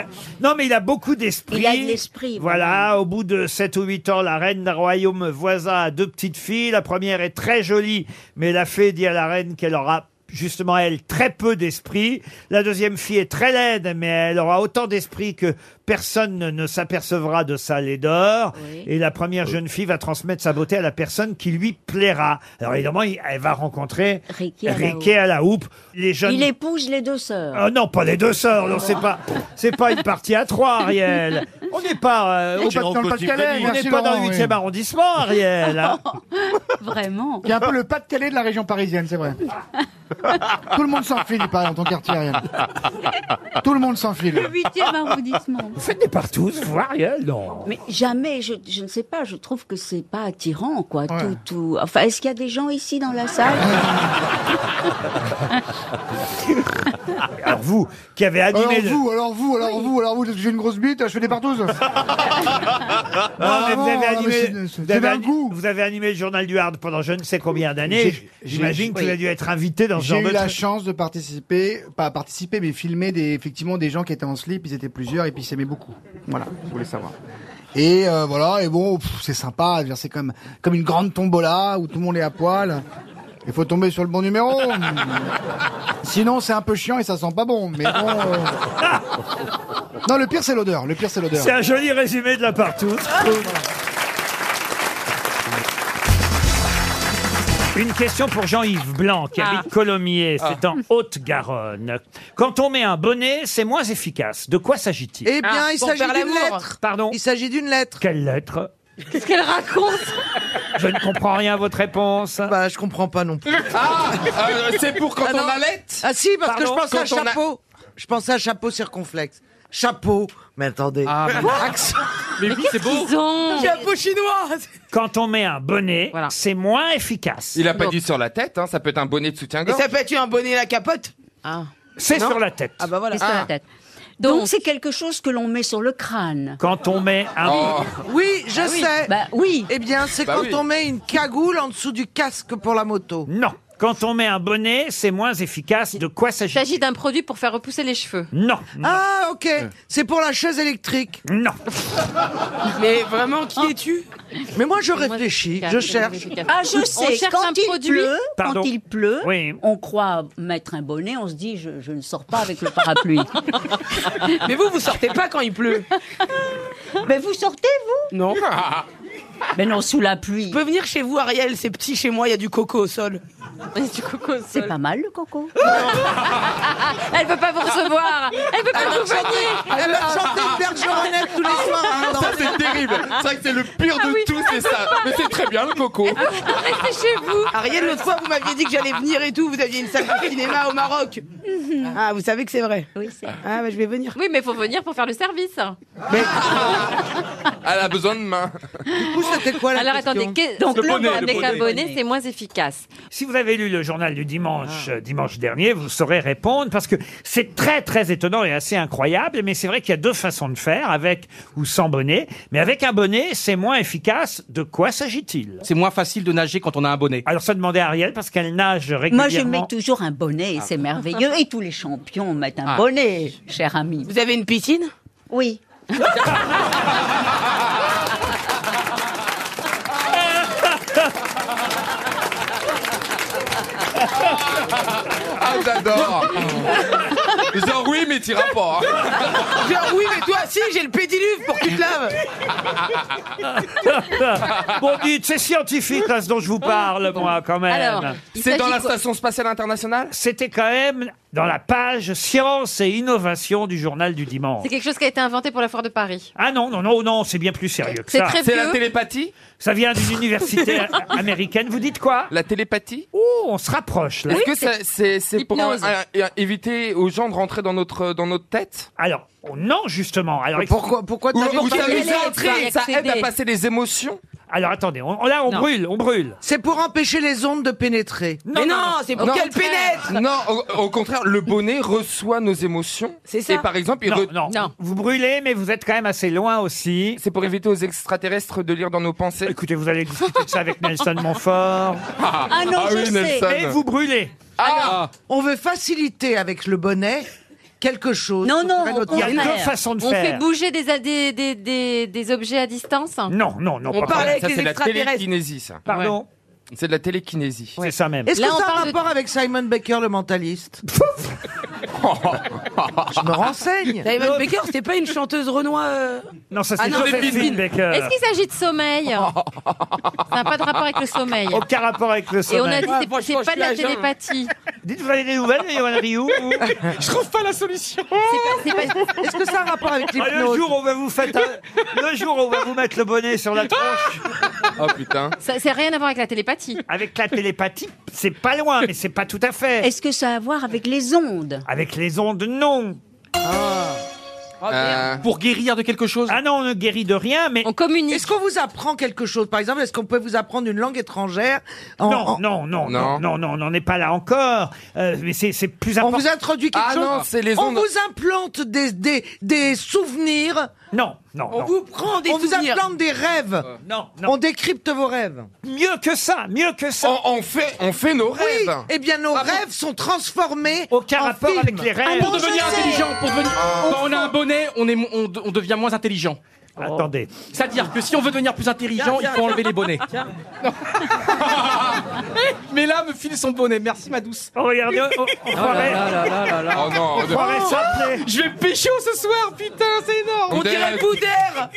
S1: Non, mais il a beaucoup d'esprit.
S15: Il a de l'esprit,
S1: Voilà, au bout de 7 ou 8 ans, la reine d'un royaume voisin a deux petites filles. La première est très jolie, mais la fée dit à la reine qu'elle aura justement, elle, très peu d'esprit. La deuxième fille est très laide, mais elle aura autant d'esprit que Personne ne- ne s'apercevra de sa laideur. Et la première jeune fille va transmettre sa beauté à la personne qui lui plaira. Alors évidemment, il- elle va rencontrer
S3: Ricky à la
S1: Riquet à la houppe. Les jeunes...
S3: Il épouse les deux sœurs.
S1: Ah non, pas les deux sœurs, non, c'est pas, c'est pas une partie à trois, Ariel. On n'est pas, euh,
S2: On n'est pas dans le Pas-de-Calais,
S1: on n'est
S2: merci
S1: pas dans
S2: Laurent,
S1: le
S2: oui.
S1: 8e arrondissement, Ariel. hein.
S3: Vraiment.
S2: Il y a un peu le Pas-de-Calais de la région parisienne, c'est vrai. Tout le monde s'enfile, pas dans ton quartier, Ariel. Tout le monde s'enfile.
S3: Le huitième arrondissement.
S1: Vous faites des partout, vous, Ariel Non.
S3: Mais jamais, je, je ne sais pas, je trouve que c'est pas attirant, quoi. Tout, tout. Enfin, est-ce qu'il y a des gens ici dans la salle
S1: Ah, Alors vous, qui avez
S2: Alors
S1: animé le...
S2: vous, alors vous, alors vous, alors vous, parce que j'ai une grosse bite, je fais des partouzes.
S1: Non,
S2: Ah,
S1: mais vous
S2: non,
S1: avez
S2: non, mais
S1: animé,
S2: c'est- c'est-
S1: vous avez
S2: c'est d'un
S1: ani- vous avez animé le journal du Hard pendant je ne sais combien d'années.
S2: J'ai-
S1: J'imagine
S2: j'ai-
S1: que vous
S2: oui.
S1: avez dû être invité dans ce
S2: J'ai
S1: genre
S2: eu
S1: de
S2: la
S1: truc.
S2: chance de participer, pas participer, mais filmer des, effectivement des gens qui étaient en slip, ils étaient plusieurs et puis ils s'aimaient beaucoup. Voilà, je voulais savoir. Et euh, voilà, et bon, pff, c'est sympa, je veux dire, c'est comme, comme une grande tombola où tout le monde est à poil. Il faut tomber sur le bon numéro. Sinon, c'est un peu chiant et ça sent pas bon. Mais bon. euh, Non, le pire, c'est l'odeur. Le pire, c'est l'odeur.
S1: C'est un joli résumé de la partout. Une question pour Jean-Yves Blanc, qui
S7: Ah.
S1: habite Colomiers, c'est en Haute-Garonne. Quand on met un bonnet, c'est moins efficace. De quoi s'agit-il
S7: Eh bien, Ah, il pour s'agit faire d'une l'amour. lettre.
S1: Pardon Il
S7: s'agit d'une lettre.
S1: Quelle lettre
S7: Qu'est-ce qu'elle raconte
S1: Je ne comprends rien à votre réponse.
S7: Bah, je comprends pas non plus.
S10: Ah, euh, c'est pour quand
S7: Ah
S10: on
S7: non.
S10: allaite
S7: Ah si, parce
S10: Pardon
S7: que je pensais
S10: Quand on
S7: à
S10: a-
S7: chapeau. Je pensais à chapeau circonflexe. Chapeau. Mais attendez. Ah,
S10: mais-
S7: Mais oui, c'est beau. Chapeau chinois.
S1: Quand on met un bonnet, c'est moins efficace.
S10: Il a pas dit sur la tête, hein, ça peut être un bonnet de
S7: Et
S10: soutien-gorge.
S7: ça peut être un bonnet à capote Ah.
S1: C'est
S7: Non
S1: sur la tête.
S7: bah voilà.
S3: C'est sur la tête. Donc, c'est quelque chose que l'on met sur le crâne.
S1: Quand on met un...
S7: Oh. Oui, je
S3: Ah oui.
S7: sais.
S3: Bah oui.
S7: Eh bien, c'est
S1: Bah
S7: quand
S1: oui.
S7: on met une cagoule en dessous du casque pour la moto.
S1: Non. Quand on met un bonnet, c'est moins efficace. De quoi s'agit-il
S7: s'agit d'un produit pour faire repousser les cheveux.
S1: Non. Euh.
S7: Ah, ok. C'est pour la chaise électrique.
S1: Non.
S7: Mais vraiment, qui es-tu Mais moi, je réfléchis, je cherche.
S3: Ah, je sais, quand il pleut,
S7: Pardon.
S3: quand il pleut,
S1: Oui.
S3: on croit mettre un bonnet, on se dit, je, je ne sors pas avec le parapluie.
S7: Mais vous, vous sortez pas quand il pleut.
S3: Mais vous sortez, vous
S7: Non.
S3: Mais non, sous la pluie. Je
S7: peux venir chez vous, Ariel, c'est petit chez moi, il y a du coco au sol.
S3: du coco C'est pas mal, le coco.
S6: Ah,
S7: Elle peut pas vous recevoir. Elle peut
S3: pas vous
S7: chanter. Elle va chanter Bergeronnette tous les soirs. hein, dans-
S10: Ah, Ça c'est terrible. C'est vrai que c'est le pire
S7: Ah
S10: de tout, c'est ça. Mais c'est très bien le coco.
S7: Restez chez Ah, vous.
S12: Ah,
S7: Ariel, l'autre fois, vous m'aviez dit que j'allais venir et tout. Vous aviez une salle de cinéma au Maroc. Ah, vous savez que c'est vrai.
S3: Oui, c'est
S7: Ah, bah, je vais venir.
S27: Oui, mais faut venir pour faire le service.
S10: Elle a besoin de main.
S7: Du coup, c'était quoi la
S27: Alors
S7: question
S27: attendez, que-
S10: Donc, le bonnet,
S27: avec
S10: le
S27: un
S10: bonnet.
S27: bonnet, c'est moins efficace.
S1: Si vous avez lu le journal du dimanche,
S10: Ah.
S1: euh, dimanche dernier, vous saurez répondre parce que c'est très très étonnant et assez incroyable. Mais c'est vrai qu'il y a deux façons de faire, avec ou sans bonnet. Mais avec un bonnet, c'est moins efficace. De quoi s'agit-il
S28: C'est moins facile de nager quand on a un bonnet.
S1: Alors ça demandait à Ariel parce qu'elle nage
S3: Moi,
S1: régulièrement.
S3: je mets toujours un bonnet, c'est merveilleux. Et tous les champions mettent un
S1: Ah.
S3: bonnet, cher ami.
S7: Vous avez une piscine
S3: Oui.
S10: Ah j'adore. Genre oui mais t'iras pas.
S1: hein.
S7: Genre, Oh. oui, mais toi, si, j'ai le pédiluve pour que tu te laves.
S1: bon, dites, c'est scientifique là, ce dont je vous parle, moi, quand même.
S10: Alors, il C'est dans s'agit la quoi station
S1: spatiale internationale C'était quand même dans la page Science et innovation du journal du dimanche.
S27: C'est quelque chose qui a été inventé pour la foire de Paris.
S1: Ah non, non, non, non, c'est bien plus sérieux que
S27: C'est
S1: ça.
S27: très C'est vieux. la
S1: télépathie Ça vient d'une université américaine. Vous dites quoi
S10: La télépathie
S1: Oh, on se rapproche là.
S10: Est-ce que ça- c'est c'est pour euh, euh, éviter aux gens de rentrer dans notre dans notre tête
S1: Alors oh, non justement. Alors
S10: pourquoi pourquoi
S1: t'as- Pour
S10: vous savez,
S1: qu'elle
S10: ça,
S1: ait
S10: ça aide
S1: accédé.
S10: à passer les émotions.
S1: Alors attendez, on, on- là on
S10: Non.
S1: brûle, on brûle.
S7: C'est pour empêcher les ondes de pénétrer. mais non, c'est pour
S10: Non.
S7: qu'elles pénètrent.
S10: Non, au, au contraire, le bonnet reçoit nos émotions.
S7: C'est ça.
S10: Et par exemple, il
S1: Non,
S10: re-
S1: non. Vous brûlez, mais vous êtes quand même assez loin aussi. Bah,
S10: C'est pour éviter aux extraterrestres de lire dans nos pensées.
S1: Écoutez, vous allez discuter de ça avec Nelson Montfort.
S10: Ah, oui, Nelson. Ah.
S1: Mais vous brûlez.
S12: Ah.
S7: Alors, on veut faciliter avec le bonnet quelque chose.
S3: Non, non,
S1: Ah, Il y a deux façons de
S27: On
S1: faire.
S27: fait bouger des, a- des, des, des, des objets à distance
S1: Non, non, non.
S27: On
S10: pas
S27: parle
S10: vrai.
S27: avec
S10: ça,
S27: les
S10: c'est de la
S27: extraterrestres.
S10: télékinésie, ça.
S1: Pardon
S10: C'est de la télékinésie.
S1: C'est ça même.
S7: Est-ce que
S27: Là, on
S7: ça a un
S27: parle de-
S7: rapport avec Simon Baker, le mentaliste
S1: Je me renseigne.
S29: David Becker, c'était pas une chanteuse renois. euh
S1: Non, ça, c'est Joséphine Baker.
S6: Est-ce qu'il s'agit de sommeil
S12: Oh,
S6: Ça n'a pas de rapport avec le sommeil.
S1: Aucun rapport avec le
S6: Et on
S1: sommeil.
S6: a dit, c'est- c'est pas de la télépathie.
S1: Dites, vous avez des nouvelles, Yoann Rioux
S6: Je trouve
S1: pas la solution.
S29: Est-ce que ça a un rapport avec
S1: Ah, le
S29: l'hypnose
S1: jour où on va vous faire un- le jour où on va vous mettre le bonnet sur
S6: Ah
S1: la tronche.
S10: Oh putain.
S6: Ça n'a rien à voir avec la télépathie.
S1: Avec la télépathie, c'est pas loin, mais c'est pas tout à fait.
S3: Est-ce que ça a à voir avec les ondes
S1: Avec les ondes, non.
S29: Ah.
S12: oh, Euh, Pour guérir de quelque chose
S1: Ah non, on ne guérit de rien, mais.
S12: On communique. Est-ce qu'on vous apprend quelque chose Par exemple, est-ce qu'on peut vous apprendre une langue étrangère en-
S1: Non,
S12: en-
S1: non, non, non, non, non, on n'en est pas là encore. Euh, mais c'est c'est plus
S12: On
S1: important.
S12: vous introduit quelque chose On vous implante des, des, des souvenirs
S1: Non, non.
S12: On
S1: non.
S12: vous prend des On vous
S1: souvenirs.
S12: implante des rêves
S1: Non,
S12: On décrypte vos rêves
S1: Mieux que ça, mieux que ça
S12: On, fait, on fait nos
S10: rêves.
S12: Oui, eh bien nos rêves sont transformés
S1: Aucun
S12: rapport
S1: avec les rêves.
S12: Pour
S1: Pour
S12: devenir intelligent,
S5: Ah, pour devenir-
S12: Ah.
S5: Quand on a un bonnet, on, est, on, de- on devient moins intelligent.
S1: Attendez.
S5: C'est-à-dire que si on veut devenir plus intelligent, il faut enlever les bonnets. Mais là, me file son bonnet. Merci, ma douce.
S1: Oh, regardez, on,
S10: croirait- Oh non, on croirait
S1: ça,
S5: Je vais pécho ce soir, putain, c'est énorme.
S10: On On dirait dirait-
S5: Boudère.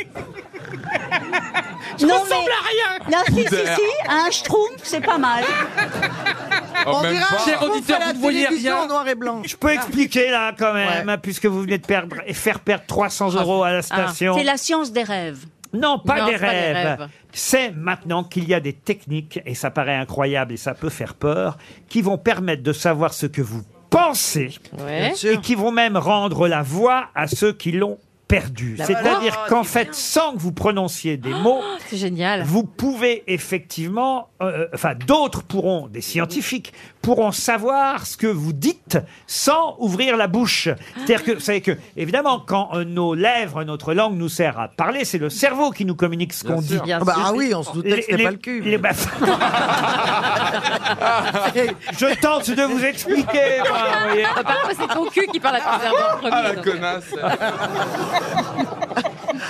S10: Je ressemble à rien.
S3: Non, si, si,
S10: Poudre.
S3: si, un schtroumpf, c'est pas mal.
S12: On
S1: même
S12: dirait
S1: pas. Cher
S12: un schtroumpf
S1: auditeur,
S12: à la
S1: vous ne voyez
S12: télévision
S1: rien.
S12: en noir et blanc.
S1: Je peux expliquer là quand même, hein, puisque vous venez de perdre et faire perdre 300 euros à la station.
S3: Ah, C'est la science des rêves.
S1: Ah. Non, pas,
S3: Non,
S1: des,
S3: c'est pas des
S1: rêves.
S3: rêves.
S1: C'est maintenant qu'il y a des techniques, et ça paraît incroyable et ça peut faire peur, qui vont permettre de savoir ce que vous pensez
S6: Ouais. Bien
S1: et qui vont même rendre la voix à ceux qui l'ont perdue.
S6: La
S1: C'est-à-dire
S6: voix.
S1: qu'en fait, sans que vous prononciez des mots,
S6: Ah, C'est génial.
S1: vous pouvez effectivement, euh, enfin d'autres pourront, des scientifiques pourront savoir ce que vous dites sans ouvrir la bouche. C'est-à-dire que, vous savez que, évidemment, quand euh, nos lèvres, notre langue nous sert à parler, c'est le cerveau qui nous communique ce qu'on dit.
S12: sûr. Bien Bah, sûr. ah oui, on se doutait que c'était pas le cul.
S1: les- bah, Ah, Je tente de vous expliquer. moi, vous voyez.
S6: Ah, Parfois, c'est ton cul qui parle à ton cerveau en premier.
S10: Ah la
S6: donc.
S10: connasse.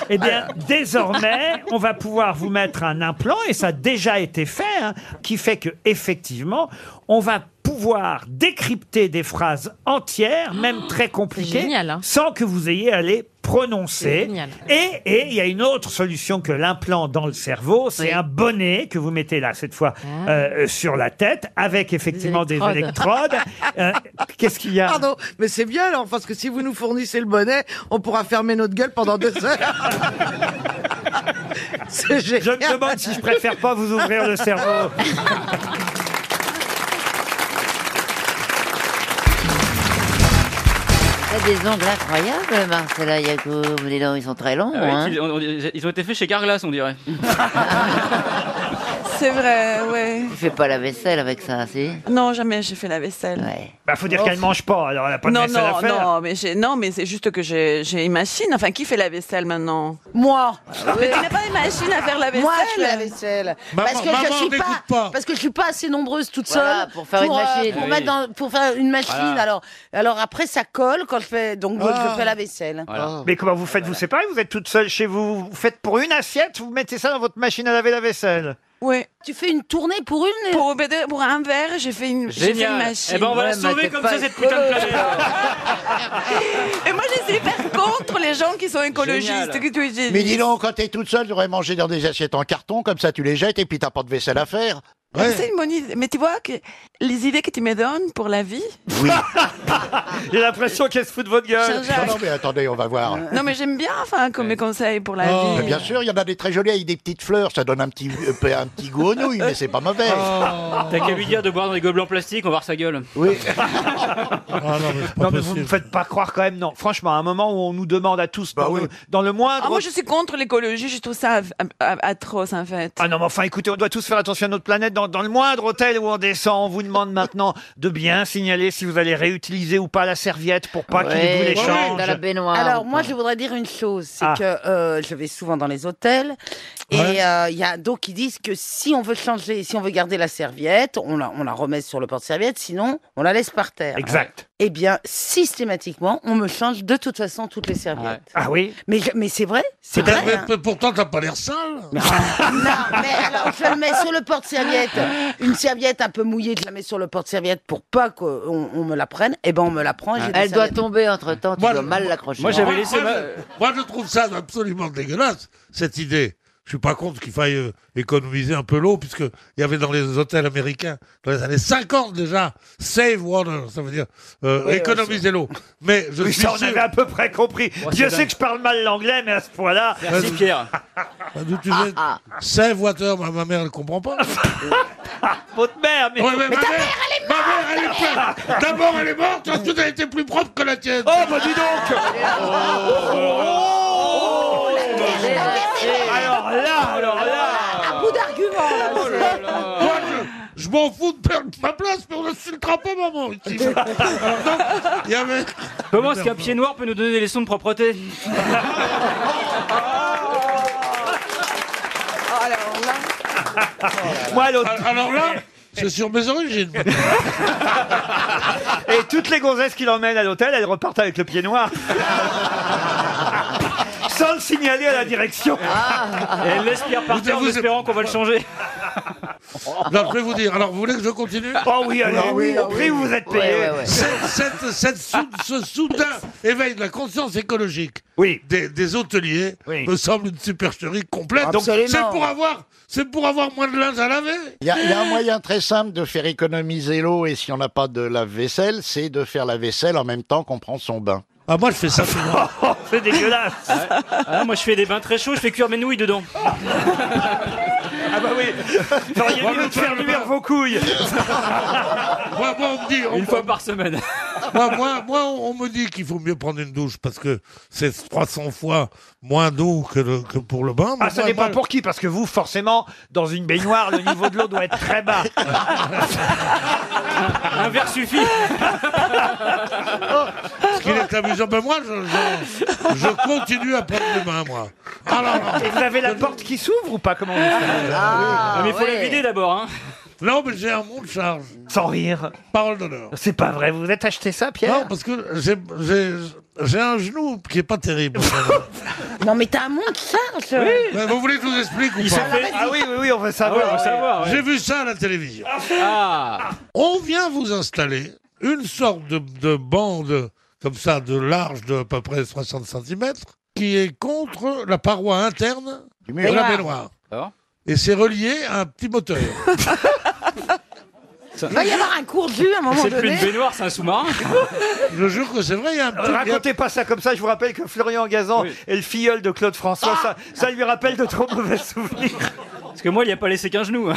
S1: Eh bien, désormais, on va pouvoir vous mettre un implant, et ça a déjà été fait, hein, qui fait que effectivement, on va pouvoir décrypter des phrases entières, même très compliquées,
S6: Ah, génial, hein.
S1: sans que vous ayez à les
S6: C'est
S1: prononcer.
S6: génial.
S1: Et et il y a une autre solution que l'implant dans le cerveau, c'est un bonnet que vous mettez là, cette fois,
S6: Ah.
S1: euh, sur la tête, avec effectivement des
S12: électrodes.
S1: électrodes. Euh, Qu'est-ce qu'il y a
S12: Pardon, mais c'est bien alors, parce que si vous nous fournissez le bonnet, on pourra fermer notre gueule pendant deux heures. C'est génial.
S1: Je me demande si je préfère pas vous ouvrir le cerveau.
S7: T'as des ongles incroyables, Marcela Yacoub. Les dents, ils sont très longs.
S5: Ah ouais,
S7: hein.
S5: qu'ils- on- on- ils ont été faits chez Carglass, on dirait.
S24: C'est vrai, Euh, ouais.
S7: Tu fais pas la vaisselle avec ça, si
S24: Non, jamais j'ai fait la vaisselle.
S1: Bah, faut dire
S24: Oh.
S1: qu'elle mange pas, alors elle a pas de
S24: non,
S1: vaisselle
S24: non,
S1: à faire.
S24: non, mais j'ai- non, mais c'est juste que j'ai j'ai une machine. Enfin, qui fait la vaisselle maintenant
S12: Moi.
S7: Ah
S24: Mais tu n'as pas une machine à faire la vaisselle
S12: Moi, je fais la vaisselle.
S24: Maman-
S12: parce que
S24: maman,
S12: je suis
S24: n'écoute
S12: pas,
S24: pas.
S12: parce que je suis pas assez nombreuse toute seule
S7: Voilà, pour faire une
S12: euh,
S7: machine.
S12: pour
S7: Oui.
S12: mettre dans- pour faire une machine.
S7: Voilà.
S12: Alors, alors après ça colle quand je fais donc
S1: Ah.
S12: je fais la vaisselle.
S1: Mais comment vous
S24: Ah,
S1: faites Vous séparez Vous êtes toute seule chez vous Vous faites pour une assiette Vous mettez ça dans votre machine à laver la vaisselle
S24: Oui.
S12: Tu fais une tournée pour une
S24: Pour, peut-être pour un verre, j'ai fait une, j'ai fait une
S5: Génial.
S24: machine.
S5: Eh ben, on va la sauver comme ça, cette putain de planète.
S24: Et moi, je suis hyper contre les gens qui sont écologistes.
S30: Génial.
S24: Que tu dis.
S30: Mais dis donc, quand t'es toute seule, t'aurais mangé dans des assiettes en carton, comme ça tu les jettes et puis t'as pas de vaisselle à faire. Ouais.
S24: C'est une bonne idée. Mais tu vois que les idées que tu me donnes pour la vie.
S30: Oui.
S1: J'ai l'impression qu'elle se fout de votre gueule.
S30: Non, non, mais attendez, on va
S1: Euh,
S30: voir.
S24: Non, mais j'aime bien, enfin, comme mes conseils pour la
S30: Oh, Mais
S24: vie.
S30: bien sûr, il y en a des très jolis avec des petites fleurs, ça donne un petit, euh, peu- un petit goût aux nouilles, mais c'est pas mauvais.
S1: Oh.
S10: Oh.
S5: T'as qu'à lui dire de boire dans les gobelets en plastique, on va voir sa gueule.
S30: Oui.
S8: Ah,
S1: Non, mais vous ne me faites pas croire quand même, non. Franchement, à un moment où on nous demande à tous, dans, le, dans le moindre.
S24: Ah, moi, je suis contre l'écologie, je trouve ça a- a- a- atroce, en fait.
S1: Ah non, mais enfin, écoutez, on doit tous faire attention à notre planète. Dans, dans le moindre hôtel où on descend, on vous demande maintenant de bien signaler si vous allez réutiliser ou pas la serviette pour pas qu'il vous l'échange.
S12: Alors moi, je voudrais dire une chose, c'est
S1: Ah.
S12: que euh, je vais souvent dans les hôtels et
S1: Ouais.
S12: euh, il y a donc ils disent que si on veut changer, si on veut garder la serviette, on la, on la remet sur le porte-serviette, sinon on la laisse par terre.
S1: Exact.
S12: eh bien, systématiquement, on me change de toute façon toutes les serviettes.
S1: Ah oui
S12: Mais, je- mais c'est vrai C'est vrai hein.
S8: Pourtant, t'as pas l'air sale.
S12: Non, mais alors je le mets sur le porte-serviette. Une serviette un peu mouillée, je la mets sur le porte-serviette pour pas qu'on on me la prenne. Et ben on me la prend. et j'ai des
S25: Elle doit
S12: serviettes.
S25: tomber entre temps, tu
S8: Moi,
S25: dois
S8: le-
S25: mal l'accrocher.
S8: Moi, je- moi, je trouve ça absolument dégueulasse, cette idée. Je suis pas contre qu'il faille euh, économiser un peu l'eau, puisque il y avait dans les hôtels américains, dans les années 50 déjà, save water, ça veut dire euh,
S1: Oui, oui,
S8: économiser l'eau. Mais je
S1: Oui,
S8: suis
S1: ça, on
S8: sûr-
S1: avait à peu près compris.
S8: Oh, c'est
S1: Dieu sait
S8: dingue.
S1: que je parle mal l'anglais, mais à ce point-là.
S8: Merci, Pierre. Bah, d'où tu sais, save water, ma, ma mère, elle comprend pas.
S1: Ah, Votre mère, mais.
S8: ma mère, ma mère, Ah, elle est morte D'abord, elle est morte, ensuite, elle était plus propre que la tienne.
S1: Oh, bah dis donc
S8: Oh.
S1: Oh, Alors là, alors là Oh
S8: À bout d'arguments, là Moi, je, je m'en fous de perdre ma place, mais on n'insultera pas maman ici Alors, donc, il y avait...
S26: Comment est-ce qu'un pied noir peut nous donner des leçons de propreté
S1: Moi, l'autre.
S8: Alors là, c'est sur mes origines.
S1: Et toutes les gonzesses qu'il emmène à l'hôtel, elles repartent avec le pied noir. Sans le signaler à la direction.
S26: Ah. Et elle laisse Pierre partir en
S8: Vous-
S26: espérant qu'on va le changer.
S8: Non, je vais vous dire. Alors, vous voulez que je continue Ah
S1: Oh oui, alors, Oui, oui, au oui. prix où vous êtes payé. Ouais, ouais, ouais.
S8: Cette- cette- cette sou- ce soudain éveil de la conscience écologique des, des hôteliers me semble une supercherie complète. Donc,
S30: Absolument.
S8: c'est pour avoir, c'est pour avoir moins de linge à laver.
S30: Il y, a- il y a un moyen très simple de faire économiser l'eau et si on n'a pas de lave-vaisselle, c'est de faire la vaisselle en même temps qu'on prend son bain.
S8: Ah moi je fais ça
S10: Oh,
S26: C'est dégueulasse.
S10: Ah
S26: moi, je fais des bains très chauds, je fais cuire mes nouilles dedans.
S1: Ah bah oui Vous auriez
S26: Moi,
S1: mieux de faire luire vos couilles
S8: Moi, moi, on me dit,
S26: Une fois par semaine.
S8: Moi, moi, moi, on on me dit qu'il faut mieux prendre une douche parce que c'est 300 fois moins d'eau que, le- que pour le bain.
S1: Ah, ça dépend pour qui, parce que vous, forcément, dans une baignoire, le niveau de l'eau doit être très bas.
S26: Un verre suffit.
S8: Ce qui est amusant, ben moi, je, je- je continue à prendre le bain, moi. Ah,
S1: Et vous avez la porte qui s'ouvre ou pas Comment on fait
S26: Ah, mais il faut la vider d'abord. Hein.
S8: Non, mais j'ai un monte charge.
S1: Sans rire.
S8: Parole d'honneur.
S1: C'est pas vrai, vous vous êtes acheté ça, Pierre
S8: Non, parce que j'ai- j'ai j'ai un genou qui est pas terrible.
S12: Non mais t'as un monde charge.
S8: Mais vous voulez que je vous explique ou
S1: Il
S8: pas
S1: s'est fait- Ah oui, oui, oui, on veut savoir.
S8: Ah ouais, on veut
S1: ouais.
S8: savoir, ouais. J'ai vu ça à la télévision.
S26: Ah.
S8: On vient vous installer une sorte de, de bande comme ça, de large de à peu près 60 cm, qui est contre la paroi interne de
S30: mur.
S8: la
S30: Baignoire.
S8: baignoire. Et c'est relié à un petit moteur.
S26: Ça-
S12: Il va y avoir un cours de jus à un moment
S26: C'est plus
S12: donné.
S26: une baignoire, c'est un sous-marin.
S8: Je jure que c'est vrai, il y a un
S1: Euh,
S8: petit...
S1: Racontez pas ça comme ça, je vous rappelle que Florian Gazan est le filleul de Claude François, ça, ça lui rappelle de trop mauvais souvenirs.
S26: Parce que moi, il n'y a pas laissé qu'un genou. hein.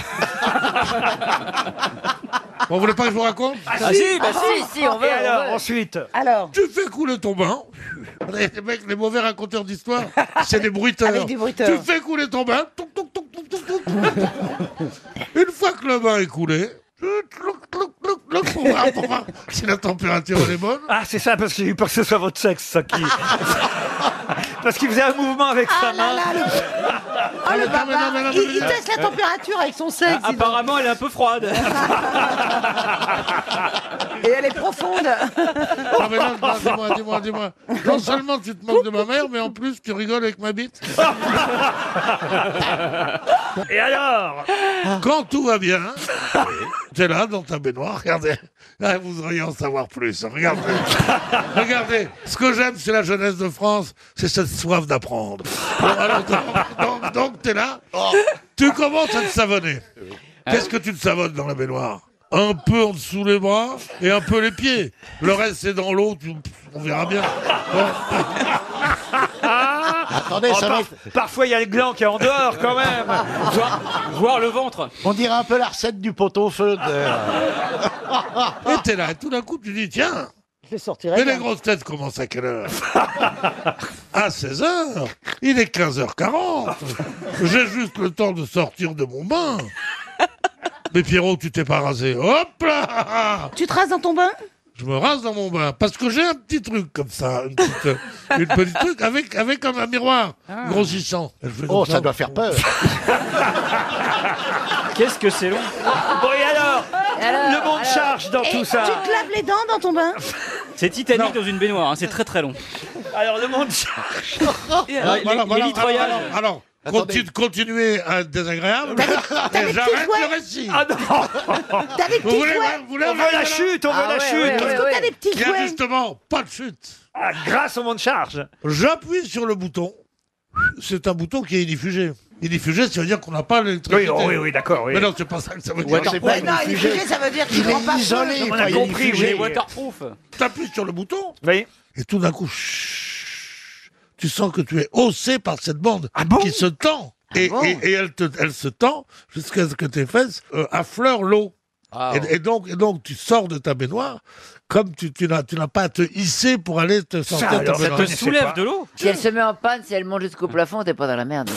S8: On voulait pas que je vous raconte
S26: Ah si, bah si.
S1: Et alors, ensuite
S12: Alors
S8: Tu fais couler ton bain. Les les mecs, les mauvais raconteurs d'histoire, c'est des bruiteurs.
S12: Avec des bruiteurs.
S8: Tu fais couler ton bain. touc, touc, touc, touc, touc, touc. Une fois que le bain est coulé, tu tlouc, tlouc, tlouc, tlouc, pour voir- pour voir si la température elle est bonne.
S1: Ah, c'est ça, parce que j'ai eu peur que ce soit votre sexe, ça qui. parce qu'il faisait un mouvement avec sa main.
S8: Ah,
S12: Oh le barbare Il, il
S1: Euh,
S12: teste la température avec son sexe. dis donc.
S26: Apparemment, elle est un peu froide.
S12: Et elle est profonde.
S8: Ah, mais non, non, dis-moi, dis-moi, dis-moi. Non seulement tu te moques de ma mère, mais en plus tu rigoles avec ma bite.
S1: Et alors
S8: Quand tout va bien, t'es là dans ta baignoire, regardez. Là, vous auriez en savoir plus. Regardez. regardez. Ce que j'aime, c'est la jeunesse de France, c'est cette soif d'apprendre. Bon, alors, donc, donc, donc, t'es là. Tu commences à te savonner.
S1: Euh,
S8: Qu'est-ce que tu te savonnes dans la baignoire un peu en dessous les bras et un peu les pieds. Le reste, c'est dans l'eau, tu- on verra bien. Bon.
S30: Attendez,
S1: Oh,
S30: ça
S1: par-
S30: va être-
S1: Parfois, il y a le gland qui est en dehors, quand même
S26: Voir, voir le ventre.
S30: On dirait un peu la recette du pot-au-feu.
S8: Ah,
S30: de-
S8: Et t'es là, et tout d'un coup, tu dis, tiens,
S12: Je sortirai.
S8: mais les grosses têtes commencent à quelle heure À 16h Il est 15h40 J'ai juste le temps de sortir de mon bain Mais Pierrot, tu t'es pas rasé. Hop là
S12: Tu te rases dans ton bain
S8: Je me rase dans mon bain, parce que j'ai un petit truc comme ça, une petite, euh, une petite truc avec, avec un, un miroir
S12: Ah.
S8: grossissant. Et je fais comme
S30: Oh, ça doit faire peur.
S26: Qu'est-ce que c'est long
S1: Bon, et alors Le monde charge dans
S7: Et
S1: tout ça.
S7: Tu te laves les dents dans ton bain
S10: C'est Titanic dans une baignoire, hein, c'est très très long.
S1: Alors le monde charge.
S12: Ah,
S8: Alors,
S10: les-
S8: voilà,
S10: les
S8: voilà,
S10: vitroyages.
S8: alors, alors, alors, continue, continuez à être désagréable.
S7: t'avais
S8: Et J'arrête
S7: tout joué. Ah
S8: le récit.
S7: T'avais
S8: Vous voulez, vous voulez arriver là
S1: Ah
S7: Est-ce que t'as des petits
S8: Il y a
S7: jouets
S8: justement pas de chute.
S1: Ah, grâce au monde charge.
S8: J'appuie sur le bouton. C'est un bouton qui est diffusé. Diffusé, ça veut dire qu'on n'a pas l'électricité.
S1: Oui, oui, oui, d'accord, oui.
S8: Mais non, c'est pas ça que ça veut
S1: Ouais,
S8: dire.
S1: c'est pas Ouais, non,
S7: diffusé. diffusé, ça veut dire qu'il prend pas feu.
S8: isolé.
S1: On a
S8: enfin, il est
S1: compris,
S8: diffusé.
S1: oui, waterproof.
S8: T'appuies sur le bouton.
S1: Oui.
S8: Et tout d'un coup, chut, tu sens que tu es haussé par cette bande
S1: Ah
S8: qui se tend. Et, et- et elle, te- elle se tend jusqu'à ce que tes fesses euh, affleurent l'eau. et, et donc, et donc, tu sors de ta baignoire comme tu, tu n'as tu n'as pas à te hisser pour aller te sortir de ta baignoire.
S31: Si elle se met en panne, si elle monte jusqu'au plafond, t'es pas dans la merde.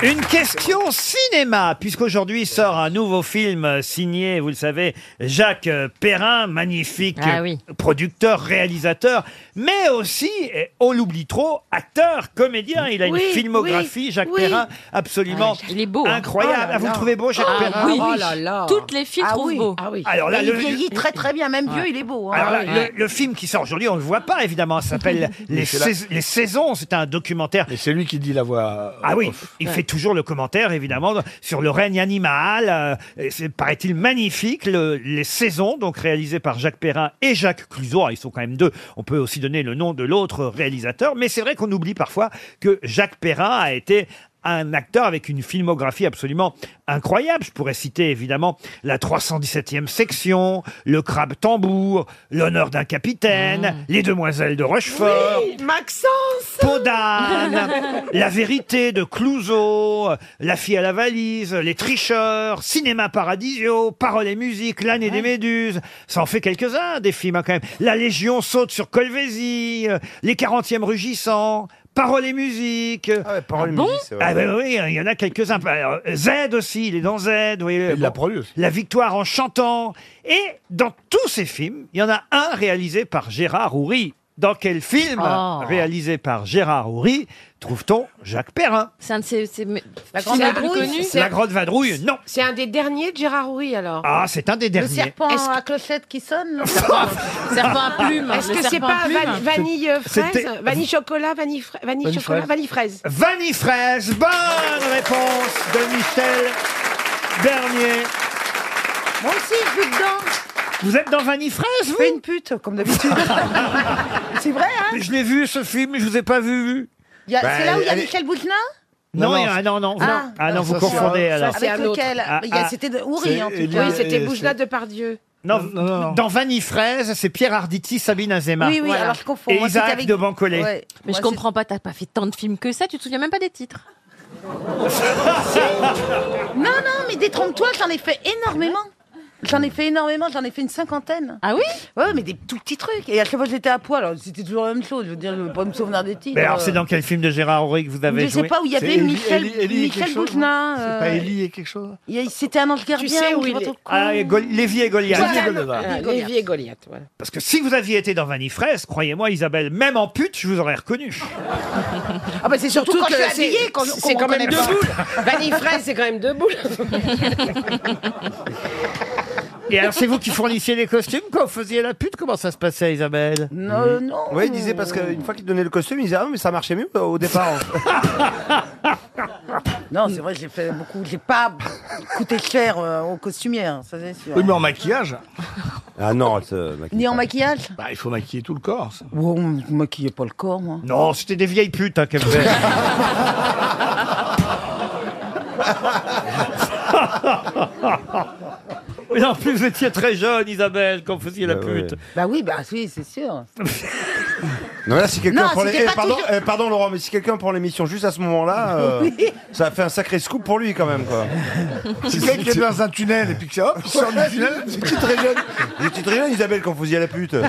S1: Une question cinéma, puisqu'aujourd'hui sort un nouveau film euh, signé, vous le savez, Jacques euh, Perrin, magnifique euh,
S6: Ah oui.
S1: producteur, réalisateur, mais aussi, et on l'oublie trop, acteur, comédien. Il a
S6: Oui,
S1: une filmographie,
S6: oui,
S1: Jacques
S6: oui.
S1: Perrin, absolument
S6: Il est beau. hein.
S1: incroyable. Ah, vous le trouvez beau, Jacques
S6: Ah,
S1: Perrin
S17: Oh
S6: oui, oui. Toutes les filles
S32: Oh Ah
S6: trouvent
S32: oui,
S6: beau.
S32: Ah oui.
S1: Alors là,
S32: Et
S1: le-
S32: il vieillit très très bien, même vieux,
S1: Ouais.
S32: il est beau. hein.
S1: Alors là,
S32: Ouais.
S1: le, le film qui sort aujourd'hui, on ne le voit pas évidemment, ça s'appelle les,
S17: Mais c'est là-
S1: Sais- Les Saisons, c'est un documentaire. Et c'est lui qui dit la voix. Ah oui,
S17: off.
S1: il
S17: Ouais.
S1: fait toujours le commentaire évidemment sur le règne animal. euh, et c'est, paraît-il, magnifique. le- les Saisons, donc réalisé par Jacques Perrin et Jacques Cluzot. Alors, Ils sont quand même deux. On peut aussi donner le nom de l'autre réalisateur, mais c'est vrai qu'on oublie parfois que Jacques Perrin a été un acteur avec une filmographie absolument incroyable. Je pourrais citer évidemment la 317e section, Le crabe tambour, L'honneur d'un capitaine, Les demoiselles de Rochefort,
S7: Oui, Maxence
S1: Podane, La vérité de Clouseau, La fille à la valise, Les tricheurs, Cinéma Paradisio, Paroles et musique, L'année des méduses. Ça en fait quelques-uns des films hein, quand même. La Légion saute sur Colvézi, euh, Les 40e rugissants. Paroles et musique. Ah
S17: Paroles et bon musique, c'est vrai.
S1: Ah ouais, ouais, oui, il y en a quelques-uns. Alors, Z aussi, il est dans Z. vous voyez,
S17: Il l'a produit aussi.
S1: La victoire en chantant. Et dans tous ces films, il y en a un réalisé par Gérard Houry. Dans quel film
S6: Oh.
S1: réalisé par Gérard Houry trouve-t-on Jacques Perrin
S6: C'est un de ses. ses- mais-
S12: La
S6: c'est un plus connu.
S1: La Grande Vadrouille, non.
S12: C'est un des derniers de Gérard Houry alors.
S1: Ah, c'est un des
S12: Le
S1: derniers.
S12: serpent
S1: Est-ce-
S12: à clochette qui sonne.
S6: Serpent à plume.
S12: Est-ce
S6: Le
S12: que c'est
S6: serpent à
S12: pas
S6: plume.
S12: va- vanille euh, fraise,
S1: C'était-
S12: vanille chocolat, vanille, fra- vanille
S1: Vanille
S12: chocolat,
S1: fraise.
S12: vanille fraise.
S1: Vanille fraise, bonne réponse de Michel Bernier.
S12: Moi aussi, je suis dedans.
S1: Vous êtes dans Vanille fraise, vous
S12: Fais une pute, comme d'habitude.
S1: C'est vrai, hein Je l'ai vu ce film, mais je vous ai pas vu.
S12: Il y a-
S1: Bah,
S12: c'est là où il y a
S1: elle est-
S12: Michel Boutelin
S1: Non,
S12: Non,
S1: il y
S12: non,
S1: a- ah, non, non, vous-
S12: Ah.
S1: ah, non, vous
S12: Ça, c'est
S1: confondez
S12: un-
S1: alors. Ah,
S12: ça, c'est Avec un autre. lequel Il y a- c'était de Houry, C'est en tout cas. Elia- Oui, c'était euh, Boujna c'est- Depardieu.
S1: Non, dans Vanille Fraise, c'est Pierre Arditi, Sabine Azema.
S12: Oui, oui, alors je confonds.
S1: Et
S12: Moi, c'était
S1: Isaac
S12: avec-
S1: de Bancolet.
S12: Ouais.
S6: Mais je comprends pas, t'as pas fait tant de films que ça, tu te souviens même pas des titres.
S12: Non, non, mais détrompe-toi, j'en ai fait énormément. J'en ai fait énormément, j'en ai fait une cinquantaine.
S6: Ah oui
S12: Ouais, mais des tout petits trucs. Et à chaque fois que j'étais à poil, alors c'était toujours la même chose. Je veux dire, je veux pas me souvenir des titres.
S1: Mais
S12: euh.
S1: alors, c'est dans quel film de Gérard Auric que vous avez
S12: Je
S1: joué
S12: sais pas où il y avait Michel, Michel Boutenin, euh,
S1: et quelque chose
S12: il y a- C'était un ange gardien. sais où ou je sais il pas est. trop quoi.
S1: Ah, et Gol- Lévy et Goliath.
S12: Voilà, Lévi et Goliath. Lévi et Goliath, voilà.
S1: Parce que si vous aviez été dans Vanille Fraise, croyez-moi, Isabelle, même en pute, je vous aurais reconnu.
S12: Ah bah c'est
S7: surtout
S12: surtout quand
S7: que
S12: je
S7: c'est-
S12: suis habillée qu'on-
S7: c'est
S12: qu'on
S7: quand même
S12: reconnaît pas.
S7: deux boules.
S12: Vanille fraise, c'est quand même deux boules.
S1: Et alors, c'est vous qui fournissiez les costumes quand vous faisiez la pute Comment ça se passait, Isabelle
S12: Non, non.
S17: Oui, il disait parce qu'une fois qu'il donnait le costume, il disait Ah, mais ça marchait mieux au départ.
S12: non,
S33: c'est vrai, j'ai fait beaucoup.
S12: J'ai pas coûté cher euh, aux costumières, ça c'est sûr.
S17: maquillage. Ah non, elle se maquille.
S12: Ni en maquillage
S17: Bah, il faut maquiller tout le corps. ça.
S12: Oh, on ne maquillait pas le corps, moi.
S1: Non, c'était des vieilles putes hein, qu'elles faisaient.
S12: Bah
S1: Mais en plus, vous étiez très jeune, Isabelle, quand vous faisiez la pute.
S12: Bah oui, bah oui, c'est sûr.
S17: Non, mais là, si quelqu'un
S12: Non,
S17: prend les-
S12: c'était
S17: eh,
S12: pas
S17: pardon,
S12: toujours-
S17: eh, pardon, Laurent, mais si quelqu'un prend l'émission juste à ce moment-là, euh,
S12: Oui.
S17: ça a fait un sacré scoop pour lui quand même. Quoi.
S12: C'est quelqu'un qui est dans
S17: un tunnel et puis que ça, hop,
S12: il sort du tunnel.
S17: J'étais très jeune. J'étais très jeune, Isabelle, quand vous y à la pute.
S1: Mais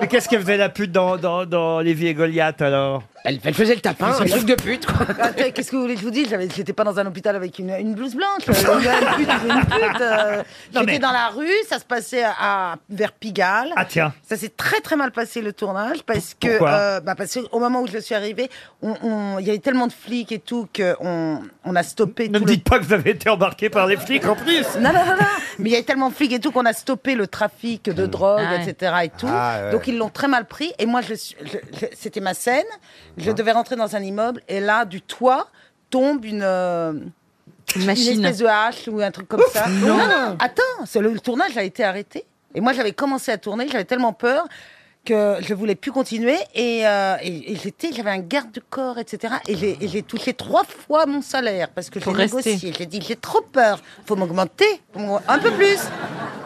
S1: Mais qu'est-ce que faisait la pute dans, dans, dans Lévi et Goliath alors elle, faisait le tapin,
S12: un truc
S1: de pute quoi.
S12: Attends, Ah, qu'est-ce que vous voulez que je vous dise J'avais- J'étais pas dans un hôpital avec une, une blouse blanche. Euh, Une pute, une pute, euh,
S1: Non,
S12: J'étais
S1: mais-
S12: dans la rue, ça se passait à, vers Pigalle.
S1: Ah, tiens.
S12: Ça s'est très très mal passé le tournage parce que,
S1: Pourquoi
S12: bah, parce qu'au moment où je suis arrivée, on- on- il y avait tellement de flics et tout qu'on on a stoppé.
S1: Ne me dites pas que vous avez été embarqué par les flics en plus
S12: Non, non, non, non. Mais il y avait tellement de flics et tout qu'on a stoppé le trafic de drogue,
S1: Ah ouais.
S12: etc. Et tout.
S1: Ah ouais.
S12: Donc ils l'ont très mal pris. Et moi, je, suis- je- je- c'était ma scène. Je devais rentrer dans un immeuble. Et là, du toit, tombe une. euh,
S6: machine.
S12: Une espèce de hache ou un truc comme ça.
S6: non.
S12: Attends, c'est le, le tournage a été arrêté. Et moi, j'avais commencé à tourner. J'avais tellement peur que je voulais plus continuer. Et, euh, et- et j'étais, j'avais un garde du corps, etc. Et j'ai- et j'ai touché trois fois mon salaire parce que j'ai
S6: Pour rester.
S12: négocié. J'ai dit, j'ai trop peur. Faut m'augmenter. Faut m'augmenter Un peu plus.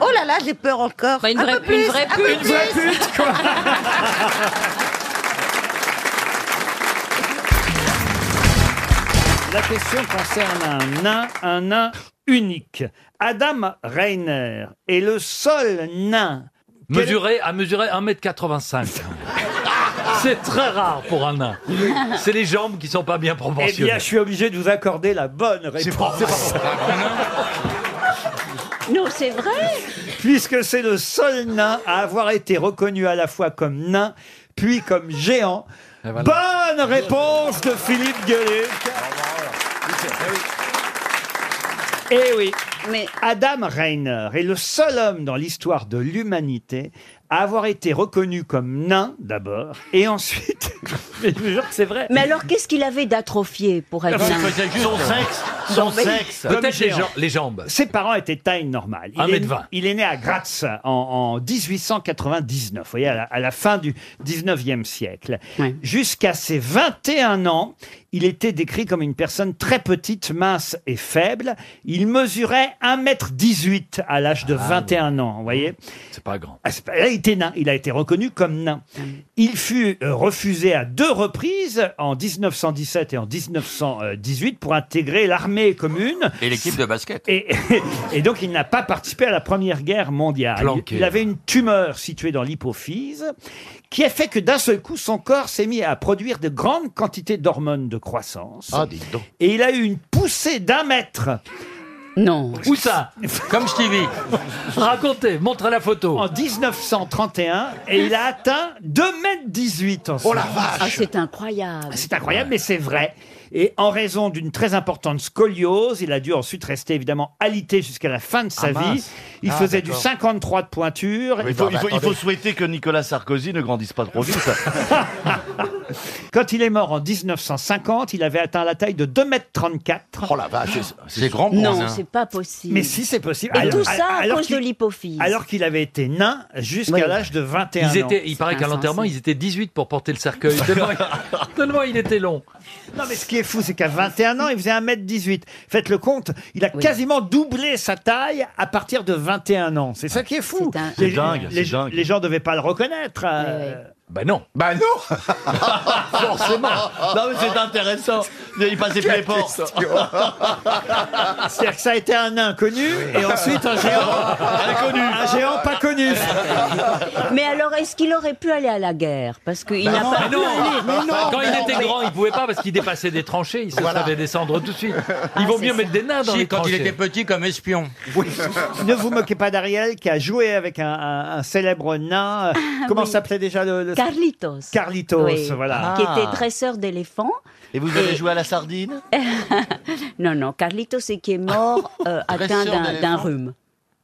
S12: Oh là là, j'ai peur encore.
S6: une
S12: un
S6: vraie-
S12: peu plus,
S6: une vraie
S12: un peu
S6: pute. Une vraie
S12: plus.
S6: pute,
S1: La question concerne un nain, un nain unique. Adam Reiner est le seul nain. Eh
S4: Mesuré à mesurer 1m85. C'est très rare pour un nain. C'est les jambes qui sont pas bien
S1: Eh
S4: proportionnées.
S1: bien, je suis obligé de vous accorder la bonne réponse.
S3: Non, c'est vrai.
S1: puisque c'est le seul nain à avoir été reconnu à la fois comme nain puis comme géant. Bonne réponse de Philippe Gueluc. Eh oui. Mais Adam Reiner est le seul homme dans l'histoire de l'humanité à avoir été reconnu comme nain d'abord et ensuite. Mais je vous jure que c'est vrai.
S3: Mais alors, qu'est-ce qu'il avait d'atrophié pour
S1: Ah,
S3: être nain
S4: Son sexe,
S1: Non,
S4: son
S1: mais-
S4: sexe.
S1: Comme
S4: Peut-être les,
S1: géant.
S4: jam- les jambes.
S1: Ses parents étaient de taille normale. Il,
S4: 1m20.
S1: est, il est né à Graz en, en 1899, vous voyez, à la, à la fin du 19e siècle. Jusqu'à ses 21 ans, il était décrit comme une personne très petite, mince et faible. Il mesurait 1m18 à l'âge de 21 ans, vous voyez.
S4: Ah, C'est pas grand.
S1: Ah, c'est pas- Il a été nain, il a été reconnu comme nain. Il fut euh, refusé à deux reprises, en 1917 et en 1918, pour intégrer l'armée commune.
S5: Et l'équipe de basket.
S1: Et, et donc, il n'a pas participé à la Première Guerre mondiale.
S5: Planqué.
S1: Il avait une tumeur située dans l'hypophyse qui a fait que d'un seul coup, son corps s'est mis à produire de grandes quantités d'hormones de croissance.
S5: Ah, dis donc.
S1: Et il a eu une poussée d'un mètre.
S3: Non.
S4: Où ça Comme je t'y vis. Racontez, montrez la photo.
S1: En 1931, et il a atteint 2,18 m en
S3: Oh
S1: ce
S3: la
S1: moment.
S3: vache Ah, c'est incroyable.
S1: Ah, C'est incroyable, mais c'est vrai. Et en raison d'une très importante scoliose, il a dû ensuite rester évidemment alité jusqu'à la fin de sa
S10: Ah, mince.
S1: vie. Il
S10: Ah,
S1: faisait du
S10: d'accord.
S1: 53 de pointure.
S10: Il faut, il faut- il faut souhaiter que Nicolas Sarkozy ne grandisse pas trop vite.
S1: Quand il est mort en 1950, il avait atteint la taille de 2m34. Oh la vache,
S10: c'est grand hein.
S3: pour un Non, nain. c'est hein. pas possible.
S1: Mais si, c'est possible.
S3: Et tout ça à cause
S1: qu'il-
S3: de l'hypophyse.
S1: Alors qu'il avait été nain jusqu'à
S3: Oui.
S1: l'âge de 21
S4: Ils
S1: ans.
S4: étaient, il paraît qu'à l'enterrement, ils étaient 18 pour porter le cercueil. Tellement, tellement il était long.
S1: Non, mais ce qui est fou, c'est qu'à 21 ans, il faisait 1m18. Faites le compte, il a quasiment doublé sa taille à partir de 21 ans. C'est ça qui est fou.
S10: C'est dingue,
S1: les,
S10: c'est dingue.
S1: les gens devaient pas le reconnaître. euh.
S4: Bah non.
S10: Bah non
S1: Forcément.
S10: Non mais c'est intéressant. Il passait plus les portes.
S1: C'est-à-dire que ça a été un inconnu et ensuite un géant.
S10: Inconnu.
S1: Un géant pas connu.
S3: Mais alors, est-ce qu'il aurait pu aller à la guerre Parce qu'il
S4: Bah
S3: n'a
S4: non,
S3: pas
S4: mais
S3: pu
S4: non. Bah
S3: aller.
S4: Quand il
S3: Non,
S4: était
S3: mais-
S4: grand, il pouvait pas parce qu'il dépassait des tranchées, il se savait descendre tout de suite. Ils vont mieux mettre des nains dans
S5: Si,
S4: les
S5: quand il
S4: tranchées.
S5: était petit comme espion.
S1: ne vous moquez pas d'Ariel qui a joué avec un, un- un célèbre nain. Euh, Comment s'appelait déjà le, le-
S3: Ah Carlitos.
S1: Carlitos,
S3: Oui. Ah.
S1: voilà.
S3: Qui était dresseur d'éléphants.
S10: Et vous avez joué à la sardine
S3: Non, non, Carlitos, c'est qui est mort euh, atteint
S10: Dresseur
S3: d'un- d'un
S10: d'éléphants.
S3: rhume.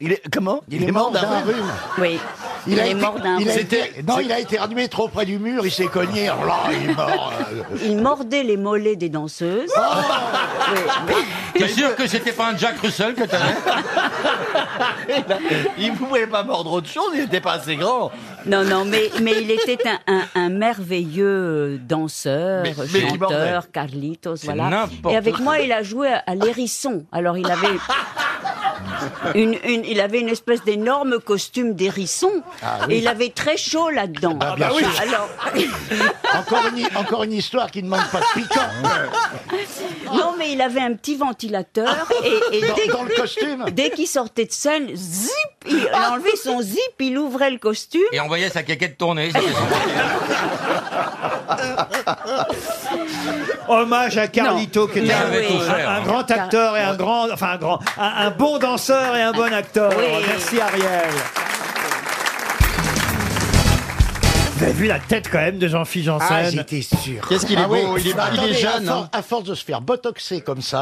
S10: Il est comment
S3: Il est mort d'un rhume. Oui. Il,
S10: a
S3: est
S10: été-
S3: mort d'un
S10: il a
S3: rhume.
S10: été- non, il a été
S3: ramené trop près du mur, il s'est
S10: cogné, oh là, il est mort,
S3: il mordait les mollets des danseuses.
S5: T'es sûr que c'était pas un Jack Russell que
S23: hein.
S5: t'avais
S10: Il pouvait pas mordre autre chose, il n'était pas assez grand.
S3: Non, non, mais, mais il était un, un- un merveilleux euh, danseur,
S10: Mais- mais il mordait.
S3: chanteur, Carlitos,
S10: C'est
S3: voilà.
S10: n'importe
S3: Et avec
S10: quoi.
S3: moi, il a joué à, à l'hérisson. Alors, il avait une, une- il avait une espèce d'énorme costume d'hérisson.
S10: Ah oui.
S3: Et il avait très chaud là-dedans.
S10: Ah, bien sûr.
S3: Alors,
S10: Encore une, encore une histoire qui ne manque pas de piquant.
S3: non, mais il avait un petit ventilateur. Et, et
S10: Dans-
S3: dès,
S10: dans le costume
S3: Dès qu'il sortait de scène, zip,
S13: il a enlevé son zip, il ouvrait le costume.
S23: Et on voyait sa quéquette tourner. c'était son-
S1: Hommage à Carlito, qui était
S23: Il
S3: Ah
S1: un,
S23: avait tout
S1: un-
S23: fait,
S1: un
S23: hein.
S1: grand acteur et un grand, enfin un grand, un, un bon danseur et un bon acteur. Merci Ariel. Vous avez vu la tête quand même de Jean-Philippe Janssen
S18: Ah, j'étais sûr.
S30: Qu'est-ce qu'il est
S18: Ah oui.
S30: beau, il est-
S18: Attendez,
S30: il est jeune,
S18: À,
S30: hein.
S18: for- à force de se faire botoxer comme ça,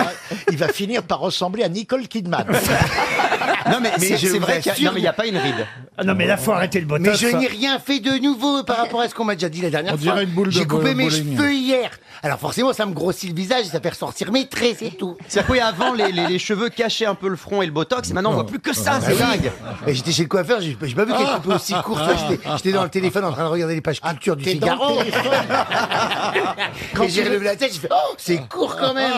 S18: il va finir par ressembler à Nicole Kidman.
S15: Non, mais c'est-
S18: je
S15: c'est
S18: vous
S15: vrai qu'il y a-
S18: assure-
S15: non, mais il y a pas une ride.
S1: Ah non, mais là, faut arrêter le botox.
S18: Mais je n'ai rien fait de nouveau par rapport à ce qu'on m'a déjà dit la dernière
S30: On
S18: fois.
S30: dirait une boule de
S18: J'ai coupé
S30: bo-
S18: mes
S30: bowling.
S18: cheveux hier. Alors forcément, ça me grossit le visage, ça fait ressortir mes traits, c'est tout.
S15: C'est-à-dire qu'avant, les, les, les cheveux cachaient un peu le front et le botox, et maintenant on voit plus que ça, c'est
S18: Ah oui.
S15: dingue.
S18: Et j'étais chez le coiffeur, j'ai j'ai pas vu quelque chose aussi court. tu vois, j'étais- J'étais dans le téléphone en train de regarder les pages culture du Ah. dans le Figaro. Quand Quand j'ai tu- relevé la tête, j'ai fait Oh, c'est court quand même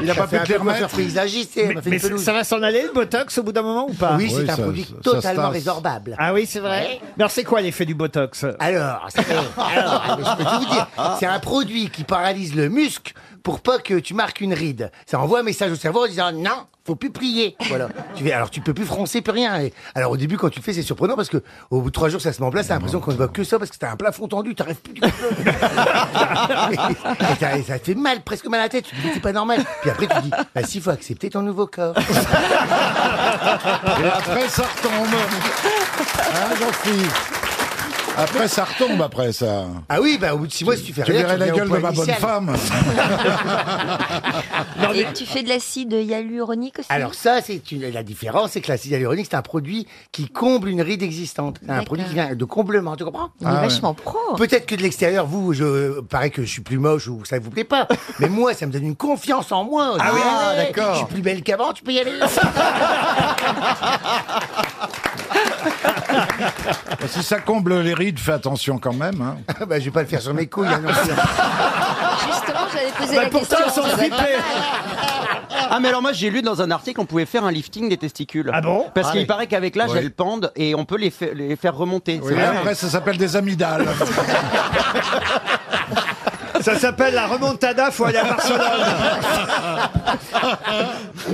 S18: Il a Ça pas fait pu un te peu le remettre. coiffeur paysagiste, elle
S1: Mais,
S18: m'a fait
S1: mais
S18: une
S1: ça-
S18: pelouse.
S1: ça va s'en aller le botox au bout d'un moment ou pas
S18: Oui, c'est Oui, un ça- produit ça- ça totalement se tasse. résorbable.
S1: Ah oui, c'est vrai.
S18: Ouais.
S1: Mais alors, c'est quoi l'effet du botox
S18: Alors, c'est- alors, Ah, mais je peux tout vous dire, c'est un produit qui paralyse le muscle pour pas que tu marques une ride. Ça envoie un message au cerveau en disant non, faut plus prier. Voilà. Tu fais- alors tu peux plus froncer, plus rien. Et- alors au début quand tu le fais c'est surprenant parce que au bout de trois jours ça se met en place, t'as l'impression qu'on ne voit que ça parce que t'as un plafond tendu, t'arrives plus. du tout. et, t'as- et ça te fait mal, presque mal à la tête. Tu te dis c'est pas normal. Puis après tu dis bah si faut accepter ton nouveau corps.
S2: Et après, ça retombe. Hein, Jean-Philippe Après, ça retombe, après ça.
S18: Ah oui, bah au bout de six mois, si tu fais
S2: Tu
S18: rien,
S2: verrais la
S18: reviens
S2: gueule
S18: au
S2: de
S18: point
S2: ma bonne
S18: initial.
S2: femme.
S1: Ah,
S16: Et tu fais de l'acide hyaluronique aussi
S18: Alors ça, c'est une- la différence, c'est que l'acide hyaluronique, c'est un produit qui comble une ride existante. C'est un
S16: D'accord.
S18: produit qui vient de comblement, tu comprends
S16: Il est Ah ouais. vachement pro.
S18: Peut-être que de l'extérieur, vous, je paraît que je suis plus moche ou que ça vous plaît pas. Mais moi, ça me donne une confiance en moi. Ah Je dis, oui, ah, ouais, d'accord. Je suis plus belle qu'avant, tu peux y aller.
S2: si ça comble les rides, fais attention quand même. Hein.
S18: bah, je vais pas le faire sur mes couilles.
S16: Justement, j'allais poser
S15: Bah,
S16: la
S15: pourtant,
S16: question.
S15: elles sont
S16: ça doit être
S15: flippées.
S16: pas mal.
S15: Ah, mais alors moi, j'ai lu dans un article qu'on pouvait faire un lifting des testicules. Ah
S1: bon
S15: Parce
S2: Ah
S15: qu'il
S2: oui.
S15: paraît qu'avec l'âge,
S2: Ouais.
S15: elles pendent et on peut les, fa- les faire remonter.
S2: Oui, après, ça s'appelle des amygdales.
S1: Ça s'appelle la remontada, faut aller à
S30: Ah.
S1: Barcelone.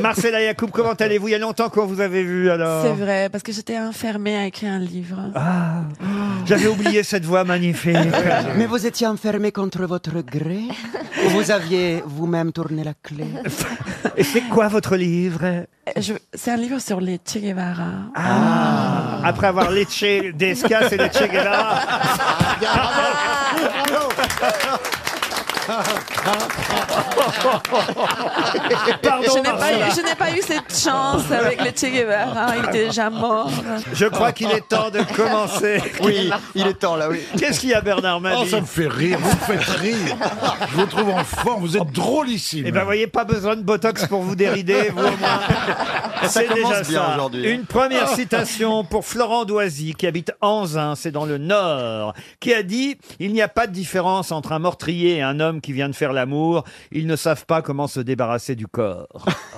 S1: Marcella Yacoub, comment allez-vous Il y a longtemps qu'on vous avait vu alors.
S24: C'est vrai, parce que j'étais enfermée à écrire un livre.
S1: Ah, j'avais oublié cette voix magnifique.
S15: Mais vous étiez enfermé contre votre gré ou vous aviez vous-même tourné la clé
S1: Et c'est quoi votre livre
S24: Euh, Je- C'est un livre sur les Che Guevara.
S1: Ah, Après avoir léché des escasses et des Che Guevara.
S24: je
S1: Pardon,
S24: n'ai
S1: Marcella.
S24: pas, je n'ai pas eu cette chance avec les Che Guevara, il était déjà mort.
S1: Je crois qu'il est temps de commencer.
S15: Oui, il est temps là, oui.
S1: Qu'est-ce qu'il y a, Bernard Mabille
S2: Oh, ça me fait rire, vous me faites rire. Je vous trouve en forme, vous êtes drôlissime.
S1: Eh ben, voyez, pas besoin de Botox pour vous dérider, vous au moins.
S15: Ça
S1: C'est
S15: commence
S1: déjà
S15: bien
S1: ça.
S15: aujourd'hui.
S1: Une première citation pour Florent Doisy, qui habite Anzin, c'est dans le Nord, qui a dit « Il n'y a pas de différence entre un meurtrier et un homme qui vient de faire l'amour. Ils ne savent pas comment se débarrasser du corps. »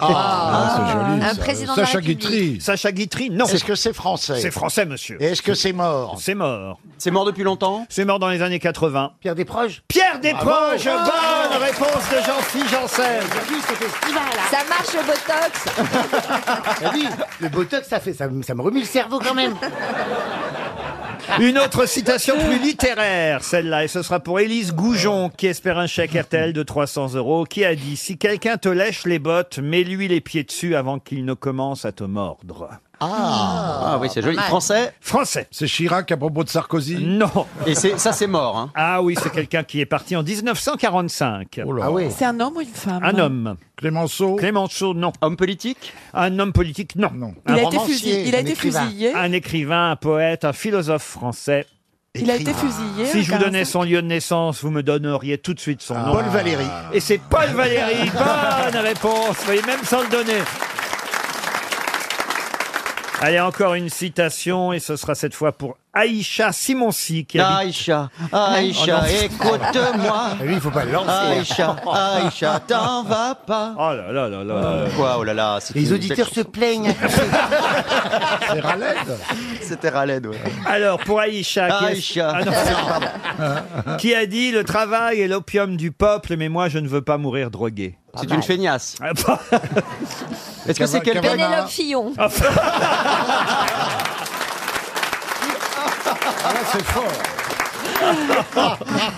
S18: Ah,
S30: c'est joli, Un ça. président de la Sacha République. Guitry.
S1: Sacha Guitry, non.
S30: Est-ce que c'est français
S1: C'est français, monsieur.
S30: Et Est-ce que c'est mort
S1: C'est mort.
S15: C'est mort depuis longtemps
S1: C'est mort dans les années 80.
S18: Pierre Desproges
S1: Pierre
S7: Ah
S1: Desproges,
S18: Bravo.
S1: bonne réponse de Jean-Philippe Janssen.
S7: Ah
S16: Ça marche au botox.
S18: Ah oui, le botox, ça, fait, ça, me- ça me remue le cerveau
S7: Ah
S18: quand même.
S1: Une autre citation plus littéraire, celle-là, et ce sera pour Élise Goujon, qui espère un chèque RTL de 300 euros, qui a dit « Si quelqu'un te lèche les bottes, mets-lui les pieds dessus avant qu'il ne commence à te mordre.
S15: Ah, oui, c'est joli.
S1: mal.
S15: Français »
S1: Français
S2: C'est Chirac à propos de Sarkozy
S1: Non
S15: Et c'est- ça, c'est mort. hein.
S1: Ah oui, c'est quelqu'un qui est parti en 1945.
S30: Oh
S2: Ah oui.
S24: C'est un homme ou une femme
S1: Un homme.
S2: Clémenceau
S1: Clémenceau, non.
S15: Homme politique
S1: Un homme politique, non.
S24: Il
S1: Un
S24: a été
S1: romancier,
S24: fusi- il a
S1: un
S24: été
S1: écrivain.
S24: fusillé.
S1: Un écrivain, un poète, un philosophe français.
S24: Il a été fusillé en
S1: Si je vous donnais
S24: 45.
S1: son lieu de naissance, vous me donneriez tout de suite son nom.
S30: Paul Valéry.
S1: Ah. Et c'est Paul Valéry. Bonne réponse. Vous voyez, même sans le donner. Allez, encore une citation, et ce sera cette fois pour Aïcha Simonsi. Qui habite-
S15: Aïcha, Aïcha,
S1: Oh non. Ah
S15: écoute-moi.
S17: Ah
S18: Lui, il faut pas le lancer.
S15: Aïcha, Aïcha, t'en vas pas.
S1: Oh là là là là.
S15: Quoi, oh là là. c'est
S18: Les
S15: une
S18: auditeurs
S15: belle-
S18: se plaignent.
S2: C'est Raled
S15: C'était Raled, ouais.
S1: Alors, pour Aïcha. qui a- Ah
S15: Aïcha.
S1: non, qui a dit le travail est
S15: Ah,
S1: l'opium du peuple, mais moi je ne veux pas mourir drogué.
S15: C'est une feignasse. bah. Est-ce que c'est quelqu'un-
S16: Pénélope Fillon.
S2: Ah là, c'est fort.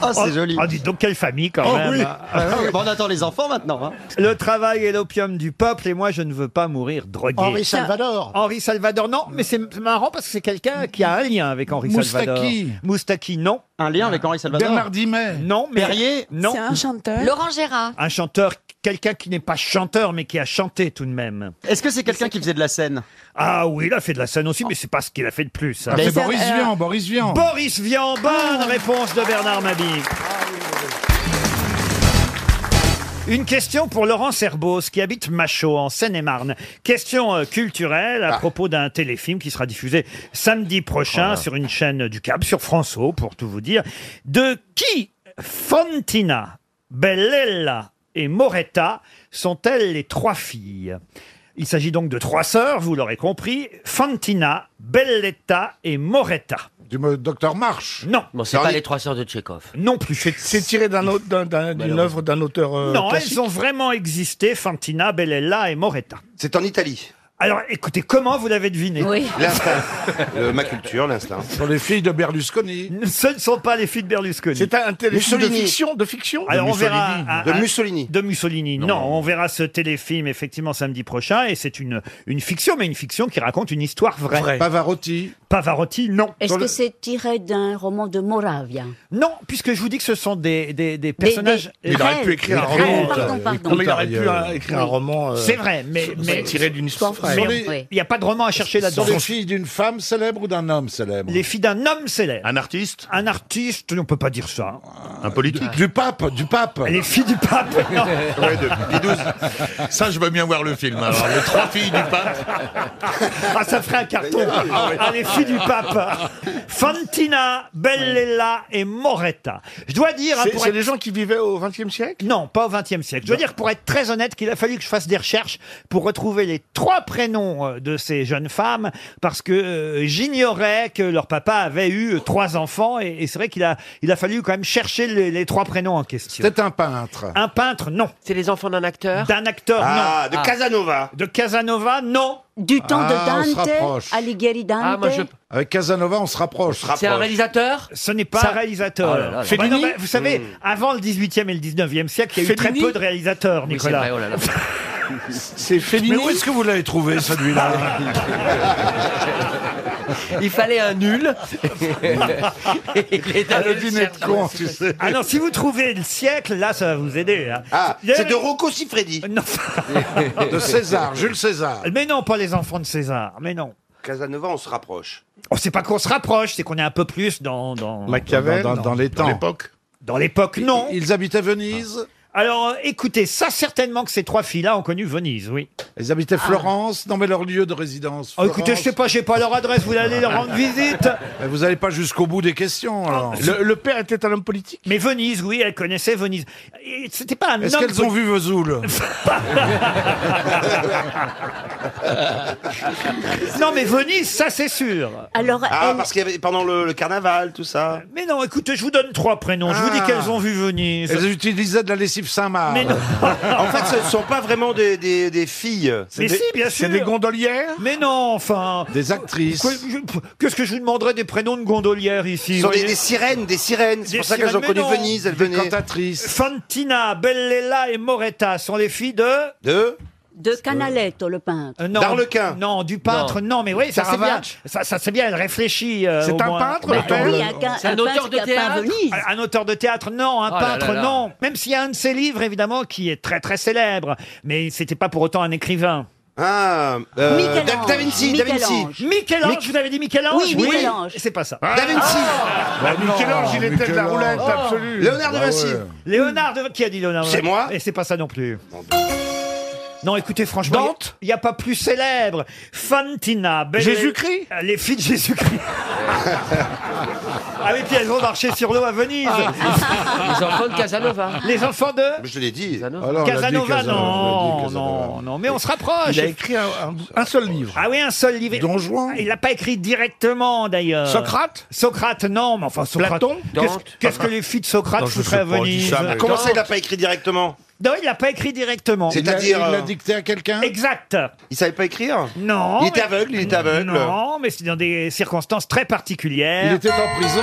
S1: Ah, c'est joli. Ah, dites donc, quelle famille quand
S15: Oh
S1: même.
S15: oui.
S1: Ah,
S15: Ah
S1: ah,
S15: oui.
S1: oui.
S15: Bon, on attend les enfants maintenant. hein.
S1: Le travail est l'opium du peuple et moi je ne veux pas mourir drogué.
S15: Henri Salvador.
S1: Henri Salvador, non, mais c'est marrant parce que c'est quelqu'un qui a un lien avec Henri
S15: Moustaki.
S1: Salvador. Moustaki, non. Un lien avec Henri
S15: Salvador. Bernard
S1: Dimet. Non, mais.
S15: Perrier.
S1: Non.
S24: C'est un chanteur.
S16: Laurent Gérard.
S1: Un chanteur, quelqu'un qui n'est pas chanteur mais qui a chanté tout de même.
S15: Est-ce que c'est quelqu'un qui faisait de la scène
S1: Ah oui, il a fait de la scène aussi, mais c'est pas ce qu'il a fait de plus. hein.
S2: Ah, c'est
S15: Ben,
S2: Boris
S15: euh,
S2: Vian, Boris Vian.
S1: Boris Vian, bonne réponse de Bernard Mabille. Une question pour Laurence Herbos qui habite Machaut en Seine-et-Marne. Question euh, culturelle à propos d'un téléfilm qui sera diffusé samedi prochain sur une chaîne du câble, sur François pour tout vous dire. De qui Fontina, Bellella et Moretta sont-elles les trois filles Il s'agit donc de trois sœurs, vous l'aurez compris, Fontina, Belletta et Moretta. Du docteur March Non.
S3: C'est
S7: Ah
S3: pas les trois sœurs de Tchékov.
S1: Non plus.
S3: C'est tiré d'un autre, d'une œuvre d'un auteur. euh,
S1: non, elles ont vraiment existé, Fantina, Bellella et Moretta. C'est en Italie. Alors, écoutez, comment vous l'avez deviné
S3: Oui.
S5: Euh,
S17: ma culture, l'instinct.
S1: sont les filles de Berlusconi. Ce ne sont pas les filles de Berlusconi. C'est un
S3: téléfilm de fiction, de fiction.
S1: Alors
S3: De
S1: on verra
S3: Mussolini.
S1: un-
S3: De
S1: un-
S3: Mussolini.
S1: De Mussolini. Non. on verra ce téléfilm effectivement samedi prochain et c'est une une fiction, mais une fiction qui raconte une histoire vraie.
S3: Vrai.
S1: Pavarotti. Pavarotti, non.
S13: Est-ce
S1: Dans
S13: que
S1: le-
S13: c'est tiré d'un roman de Moravia
S1: Non, puisque je vous dis que ce sont des, des, des personnages.
S3: des- Il aurait pu écrire un roman,
S13: Pardon,
S3: euh,
S13: pardon.
S3: Non, mais il aurait pu euh, écrire un
S1: Oui.
S3: roman. euh,
S1: C'est vrai, mais-
S3: sur-
S1: mais-
S3: tiré d'une histoire vraie.
S1: Mais on- il n'y a pas de roman à chercher là-dedans.
S2: Sont les filles d'une femme célèbre ou d'un homme célèbre
S1: Les filles d'un homme célèbre.
S2: Un artiste
S1: Un artiste, on peut pas dire ça.
S2: Un politique Du pape, du pape.
S1: Les filles du pape. non.
S2: ouais, de Pie XII. Ça, je veux bien voir le film. Alors, les trois filles du pape.
S1: Ah, ça ferait un carton.
S2: Ah oui.
S1: Ah, les filles du pape. Fantina, Bellella et Moretta. Je dois dire.
S3: C'est- c'est des
S1: gens qui vivaient au XXe siècle Non, pas au XXe siècle. Je dois dire, pour être très honnête, qu'il a fallu que je fasse des recherches pour retrouver les trois prénoms euh, de ces jeunes femmes, parce que euh, j'ignorais que leur papa avait eu euh, trois enfants, et, et c'est vrai qu'il a, il a fallu quand même chercher les, les trois prénoms en question.
S2: C'est un peintre.
S1: Un peintre, non. C'est les enfants d'un acteur D'un acteur,
S17: Ah,
S1: non.
S17: de Casanova.
S1: De Casanova, non.
S13: Du temps
S2: Ah, on
S13: de
S2: se
S13: Dante,
S2: rapproche.
S13: Alighieri Dante.
S1: Ah,
S3: Ah,
S2: Avec Casanova, on se rapproche.
S3: réalisateur
S1: Ce n'est pas
S3: Ça-
S1: un réalisateur.
S3: Oh là là.
S1: Bah non,
S3: Fellini
S1: bah, vous savez,
S3: Mm.
S1: avant le 18e et le 19e siècle, il y a eu très
S3: Fellini
S1: peu de réalisateurs,
S3: Oui, c'est
S1: Nicolas.
S3: vrai, oh là là.
S2: C'est Fellini. Mais où est-ce que vous l'avez trouvé, celui-là
S3: Il fallait un nul.
S2: Le dîner de con, tu sais.
S1: Ah non, si vous trouvez le siècle, là, ça va vous aider. hein.
S17: Ah,
S1: Il y a-
S17: c'est de Rocco Siffredi.
S1: Non.
S2: De César, Jules César.
S1: Mais non, pas les enfants de César, mais non.
S17: Casanova, on se rapproche.
S1: Oh, c'est pas qu'on se rapproche, c'est qu'on est un peu plus dans... dans
S2: Machiavel, dans- dans les temps.
S1: l'époque Dans l'époque, non. Ils habitaient Venise Alors, euh, écoutez, ça, certainement que ces trois filles-là ont connu Venise, oui.
S2: Ils habitaient Florence, non mais leur lieu de résidence.
S1: Oh, écoutez, je sais pas, j'ai pas leur adresse, vous allez leur rendre visite Ah,
S2: Mais Vous n'allez pas jusqu'au bout des questions, alors.
S1: père était un homme politique Mais Venise, oui, elle connaissait Venise. Et C'était pas un
S2: Est-ce
S1: homme
S2: qu'elles ont
S1: poli-
S2: vu Vesoul
S1: Non, mais Venise, ça c'est sûr.
S13: Alors,
S17: Ah,
S13: elle-
S17: parce qu'il y avait pendant le, le carnaval, tout ça.
S1: Mais non, écoutez, je vous donne trois prénoms. Je vous dis
S17: Ah.
S1: qu'elles ont vu Venise.
S2: Elles utilisaient de la lessive Saint-Marc.
S1: Mais non.
S17: en fait, ce ne sont pas vraiment des, des, des filles.
S1: Mais si, bien sûr.
S2: gondolières
S1: Mais non, enfin.
S2: Des actrices.
S1: Quoi- je- Qu'est-ce que je vous demanderais des prénoms de gondolières ici
S17: Ce sont
S1: vous
S17: des,
S1: voyez
S17: des sirènes, des sirènes. C'est
S1: Des
S17: pour ça qu'elles ont
S1: sirènes,
S17: connu
S1: mais non.
S17: Venise, elles venaient.
S1: Fantina, Bellella et Moretta sont les filles de.
S17: De
S13: de Canaletto, le peintre.
S1: Euh, non, Non, du peintre, non, mais oui, ça c'est bien.
S13: Caravage.
S1: Ça, ça c'est bien, elle réfléchit. euh,
S3: C'est
S1: au
S3: un
S1: moins.
S3: peintre, le Bah, peintre oui, un ca- C'est un un auteur peintre de qui a peint théâtre Venise.
S1: Un- Un auteur de théâtre, non. Un
S3: Oh là
S1: peintre,
S3: là là.
S1: non. Même s'il y a un de ses livres, évidemment, qui est très très célèbre, mais c'était pas pour autant un écrivain.
S17: Ah, euh,
S1: Michel-Ange.
S17: Da, Da Vinci, Da Vinci.
S1: Michel-Ange. Michel-Ange, vous avez dit Michel-Ange
S13: Oui, Michel-Ange.
S1: C'est pas ça. Ah.
S17: Da Vinci. Ah,
S2: Bah non, Michel-Ange.
S17: Léonard de
S2: Bah
S17: Vinci.
S2: ouais.
S1: Léonard de Qui a dit Léonard de
S17: C'est moi.
S1: Et c'est pas ça non plus. Non, écoutez, franchement, il n'y a, pas plus célèbre. Fantina. Belle- Euh,
S3: Jésus-Christ
S1: Les filles de Jésus-Christ. ah oui, puis elles ont marché sur l'eau à Venise.
S3: Ah. Les enfants de Casanova.
S1: Les enfants de
S17: Je l'ai dit.
S1: Casanova, non, non, non, mais on se rapproche.
S3: Il a écrit un, un- un seul livre.
S1: Ah oui, un seul livre. Don Juan. Il l'a pas écrit directement d'ailleurs.
S3: Socrate
S1: Socrate, non, mais enfin Socrate.
S3: Platon
S1: Qu'est-ce-
S3: Dante
S1: Qu'est-ce que les filles de Socrate
S3: Non, je
S1: foutraient à
S3: sais pas, je dis
S1: Venise
S3: ça, mais-
S17: Comment ça, il l'a pas écrit directement
S1: Non, il l'a pas écrit directement.
S2: C'est-à-dire, Il l'a- il l'a euh,
S1: dicté à quelqu'un Exact.
S17: Il savait pas écrire
S1: Non.
S17: Il était
S1: mais-
S17: aveugle, il était aveugle.
S1: Non, mais c'est dans des circonstances très particulières.
S2: Il était en prison.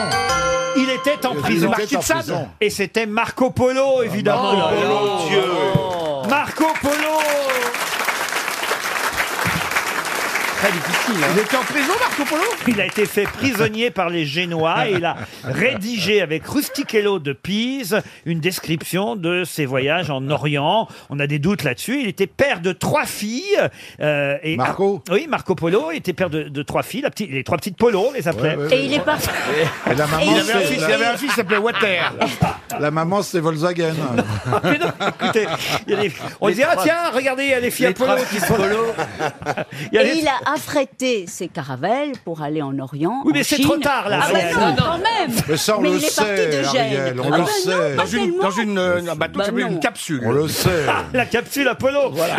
S1: Il était en
S2: Il
S1: prison.
S2: était Marquis de en Sade. prison. Ah,
S1: Et c'était Marco Polo, évidemment.
S2: Marco Polo,
S1: Oh, Dieu. Marco Polo Très difficile. hein. Il était en prison, Marco Polo Il a été fait prisonnier par les Génois et il a rédigé avec Rustichello de Pise une description de ses voyages en Orient. On a des doutes là-dessus. Il était père de trois filles. euh, et Marco Oui, Marco Polo était père de, de trois filles. La petite, les trois petites Polo, on les appelait.
S2: Ouais, ouais, Et ouais. il est
S13: parti.
S2: Et la maman,
S1: Et il avait un
S2: c'est-
S1: fils,
S2: la-
S1: il avait un fils qui s'appelait Water.
S2: La maman, c'est Volkswagen.
S1: écoutez, il y a des- on
S2: Les
S1: dirait, ah
S2: trois-
S1: tiens, regardez, il y a les filles
S2: les
S1: à Polo
S2: trois
S1: qui
S2: filles
S1: sont
S2: Polo.
S1: Il y a
S13: Et
S1: les-
S13: il a affrété ses caravelles pour aller en Orient.
S1: Oui, mais
S13: en
S1: c'est
S13: Chine.
S1: trop tard, là,
S13: Ah bah
S1: Ariel.
S13: non,
S1: Non, non.
S13: quand même.
S2: Mais ça, on
S13: Mais
S2: le
S13: il est parti
S2: sait,
S13: de Gênes.
S2: Ariel, on
S13: Ah
S2: le
S13: bah
S2: sait.
S13: non, pas
S2: Dans une-
S13: tellement. Bah
S2: dans une, euh, un bateau qui s'appelait une
S14: capsule.
S2: On le sait.
S1: La capsule Apollo.
S14: Voilà.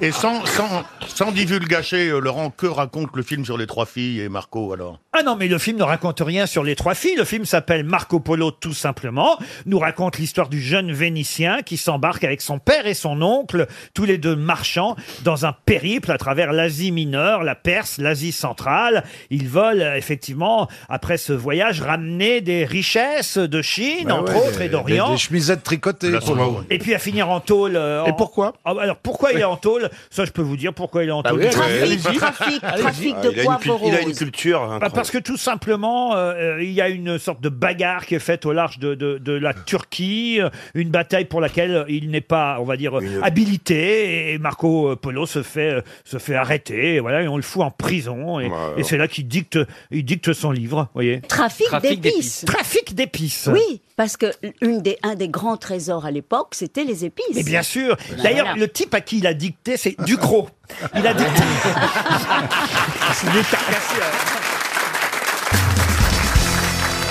S14: et sans, sans, sans divulgacher, euh, Laurent, que raconte le film sur les trois filles et Marco alors
S1: Ah non, mais le film ne raconte rien sur les trois filles. Le film s'appelle Marco Polo tout simplement. Nous raconte l'histoire du jeune Vénitien qui s'embarque avec son père et son oncle, tous les deux marchands, dans un périple à travers l'Asie mineure, la Perse, l'Asie centrale. Ils veulent euh, effectivement, après ce voyage, ramener des richesses de Chine,
S2: Bah
S1: entre
S2: ouais,
S1: autres,
S2: des-
S1: et d'Orient.
S2: Des, des chemisettes tricotées.
S14: Là,
S2: pour
S14: c'est
S2: le-
S14: vrai.
S1: Et puis à finir en tôle. et pourquoi Alors pourquoi il est en tôle Ça, je peux vous dire pourquoi il est en tôle.
S17: Bah oui, Trafic, allez-y. trafic, Allez-y. trafic Ah, de il a une poivre cul- il a une rose. culture incroyable.
S1: Bah, parce que tout simplement, euh, euh, il y a une sorte de bagarre qui est faite au large de, de- de la Turquie, euh, une bataille pour laquelle il n'est pas, on va dire, euh, habilité. Et Marco euh, Polo se fait euh, se fait arrêter. Et voilà, et on le fout en prison. Et, et c'est là qu'il dicte il dicte son livre. Voyez.
S13: Trafic, d'épices.
S1: Trafic d'épices.
S13: Oui, parce que une des, un des grands trésors à l'époque, c'était les épices.
S1: Mais bien sûr. D'ailleurs,
S13: Voilà.
S1: le type à qui il a dicté, c'est Ducrot. Il a dicté. Il est tabassé, hein.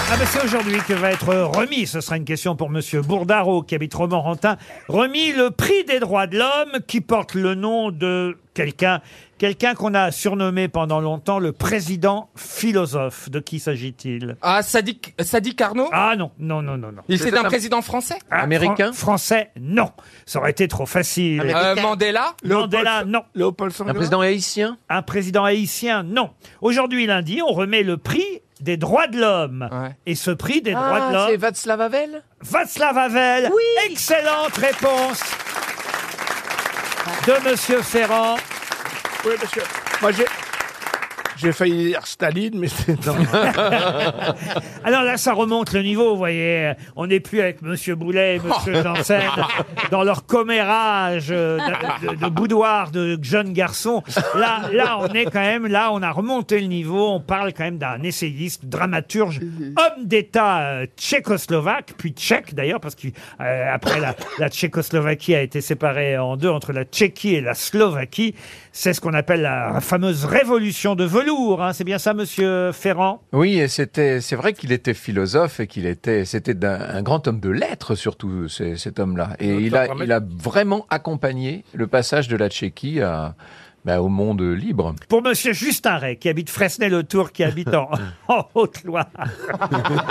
S1: Ah ben c'est aujourd'hui que va être remis, ce sera une question pour Monsieur Bourdaro qui habite Romorantin, remis le prix des droits de l'homme qui porte le nom de quelqu'un, quelqu'un qu'on a surnommé pendant longtemps le président philosophe. De qui s'agit-il
S10: Ah, Sadiq, Sadiq Arnaud
S1: Ah non, non, non, non, non.
S10: Il était un président français
S1: Ah, Fran- Français, non. Ça aurait été trop facile.
S10: Euh, Mandela
S1: Mandela, non.
S10: Un président
S1: haïtien Un président haïtien, non. Aujourd'hui, lundi, on remet le prix des droits de l'homme. Et ce prix des droits de
S10: Ah, c'est
S1: l'homme...
S10: Václav Havel
S1: Václav Havel Excellente réponse de Monsieur Ferrand.
S14: Oui, parce que moi j'ai. J'ai failli dire Staline, mais c'est.
S1: Alors là, ça remonte le niveau, vous voyez. On n'est plus avec Monsieur Boulet et Monsieur Janssen dans leur commérage euh, de, de- de boudoir de jeunes garçons. Là, là, on est quand même, là, on a remonté le niveau. On parle quand même d'un essayiste, dramaturge, homme d'État euh, tchécoslovaque, puis tchèque d'ailleurs, parce qu'après la, la Tchécoslovaquie a été séparée en deux entre la Tchéquie et la Slovaquie. C'est ce qu'on appelle la fameuse révolution de velours. hein. C'est bien ça, Monsieur Ferrand
S27: Oui, et c'était, c'est vrai qu'il était philosophe et qu'il était, c'était d'un- un, grand homme de lettres surtout, c'est- cet homme-là. Et il a, il a vraiment accompagné le passage de la Tchéquie à, bah, au monde libre.
S1: Pour Monsieur Justin Ray, qui habite Fresnay-le-Tour, qui habite en, en Haute-Loire.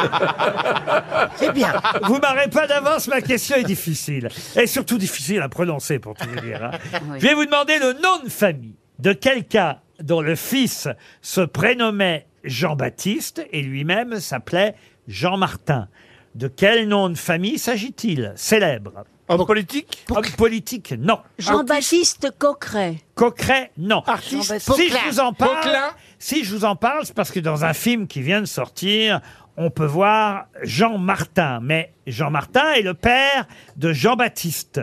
S1: C'est Eh bien. Vous m'arrêtez pas d'avance, ma question est difficile. Et surtout difficile à prononcer, pour tout vous dire. hein.
S5: Oui.
S1: Je vais vous demander le nom de famille de quelqu'un dont le fils se prénommait Jean-Baptiste et lui-même s'appelait Jean-Martin. De quel nom de famille s'agit-il Célèbre. Homme politique Homme politique, non.
S13: Jean-Baptiste Coqueret.
S1: Coqueret, non. Si
S13: Poquelin.
S1: je vous en parle,
S13: Poquelin.
S1: Hein, si je vous en parle, c'est parce que dans un film qui vient de sortir, on peut voir Jean Martin. Mais Jean Martin est le père de Jean Baptiste.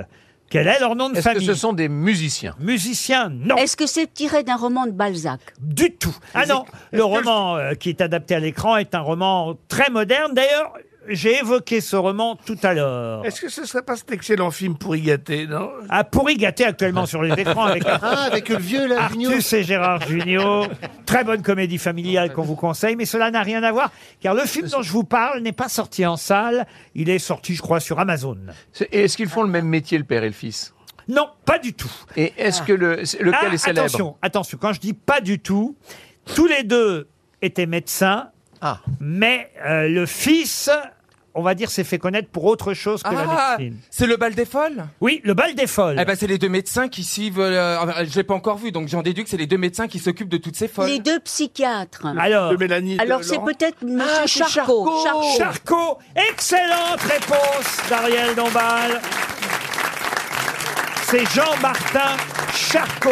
S1: Quel est leur nom de
S27: Est-ce que
S1: famille
S27: ce sont des musiciens
S1: Musicien, non.
S13: Est-ce que c'est tiré d'un roman de Balzac
S1: Du tout. Ah non, le roman euh, qui est adapté à l'écran est un roman très moderne. D'ailleurs, j'ai évoqué ce roman tout à l'heure.
S14: Est-ce que ce serait pas cet excellent film pour y gâter, non
S1: Ah, pourri gâté actuellement sur les écrans avec,
S14: Ah, avec le vieux, là,
S1: Artus
S14: Jugnot.
S1: et Gérard Junior. Très bonne comédie familiale qu'on vous conseille, mais cela n'a rien à voir, car le film dont je vous parle n'est pas sorti en salle. Il est sorti, je crois, sur Amazon.
S27: C'est- et Est-ce qu'ils font le même métier, le père et le fils
S1: Non, pas du tout.
S27: Et est-ce que le, lequel
S1: Ah,
S27: est célèbre
S1: Attention, attention, quand je dis pas du tout,
S27: Ah.
S1: tous les deux étaient médecins, mais euh, le fils on va dire, s'est fait connaître pour autre chose que la
S10: Ah,
S1: médecine.
S10: c'est le bal des folles
S1: Oui, le bal des folles.
S10: Eh ben, c'est les deux médecins qui suivent. euh, enfin, je l'ai pas encore vu, donc j'en déduis que c'est les deux médecins qui s'occupent de toutes ces folles.
S3: Les deux psychiatres.
S10: Alors De Mélanie et de
S3: Alors c'est
S10: Laurent.
S3: peut-être Monsieur
S10: Ah, c'est
S3: Charcot.
S10: Charcot.
S1: Charcot, excellente réponse d'Ariel Dombal. C'est Jean-Martin Charcot.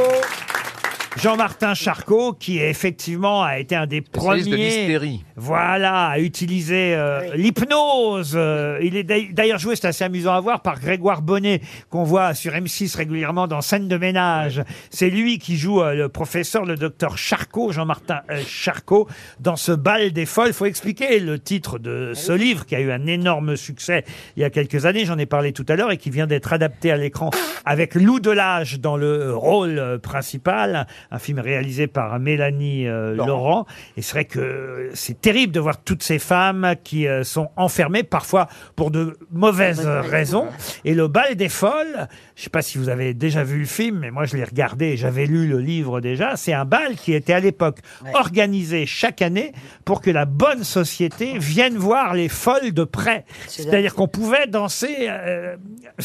S1: Jean-Martin Charcot, qui effectivement a été un des
S27: Spécialiste de
S1: premiers,
S27: l'hystérie.
S1: voilà, à utiliser euh, l'hypnose. Euh, il est d'ail- d'ailleurs joué, c'est assez amusant à voir, par Grégoire Bonnet, qu'on voit sur M6 régulièrement dans Scène de ménage. C'est lui qui joue euh, le professeur, le docteur Charcot, Jean-Martin euh, Charcot, dans ce bal des folles. faut expliquer le titre de ce livre, qui a eu un énorme succès il y a quelques années, j'en ai parlé tout à l'heure, et qui vient d'être adapté à l'écran avec Lou Delage dans le rôle euh, principal, un film réalisé par Mélanie euh, Laurent. Et c'est vrai que c'est terrible de voir toutes ces femmes qui euh, sont enfermées, parfois pour de mauvaises euh, raisons. Et le bal des folles, je sais pas si vous avez déjà vu le film, mais moi je l'ai regardé et j'avais lu le livre déjà, c'est un bal qui était à l'époque organisé chaque année pour que la bonne société vienne voir les folles de près. C'est-à-dire qu'on pouvait danser, euh,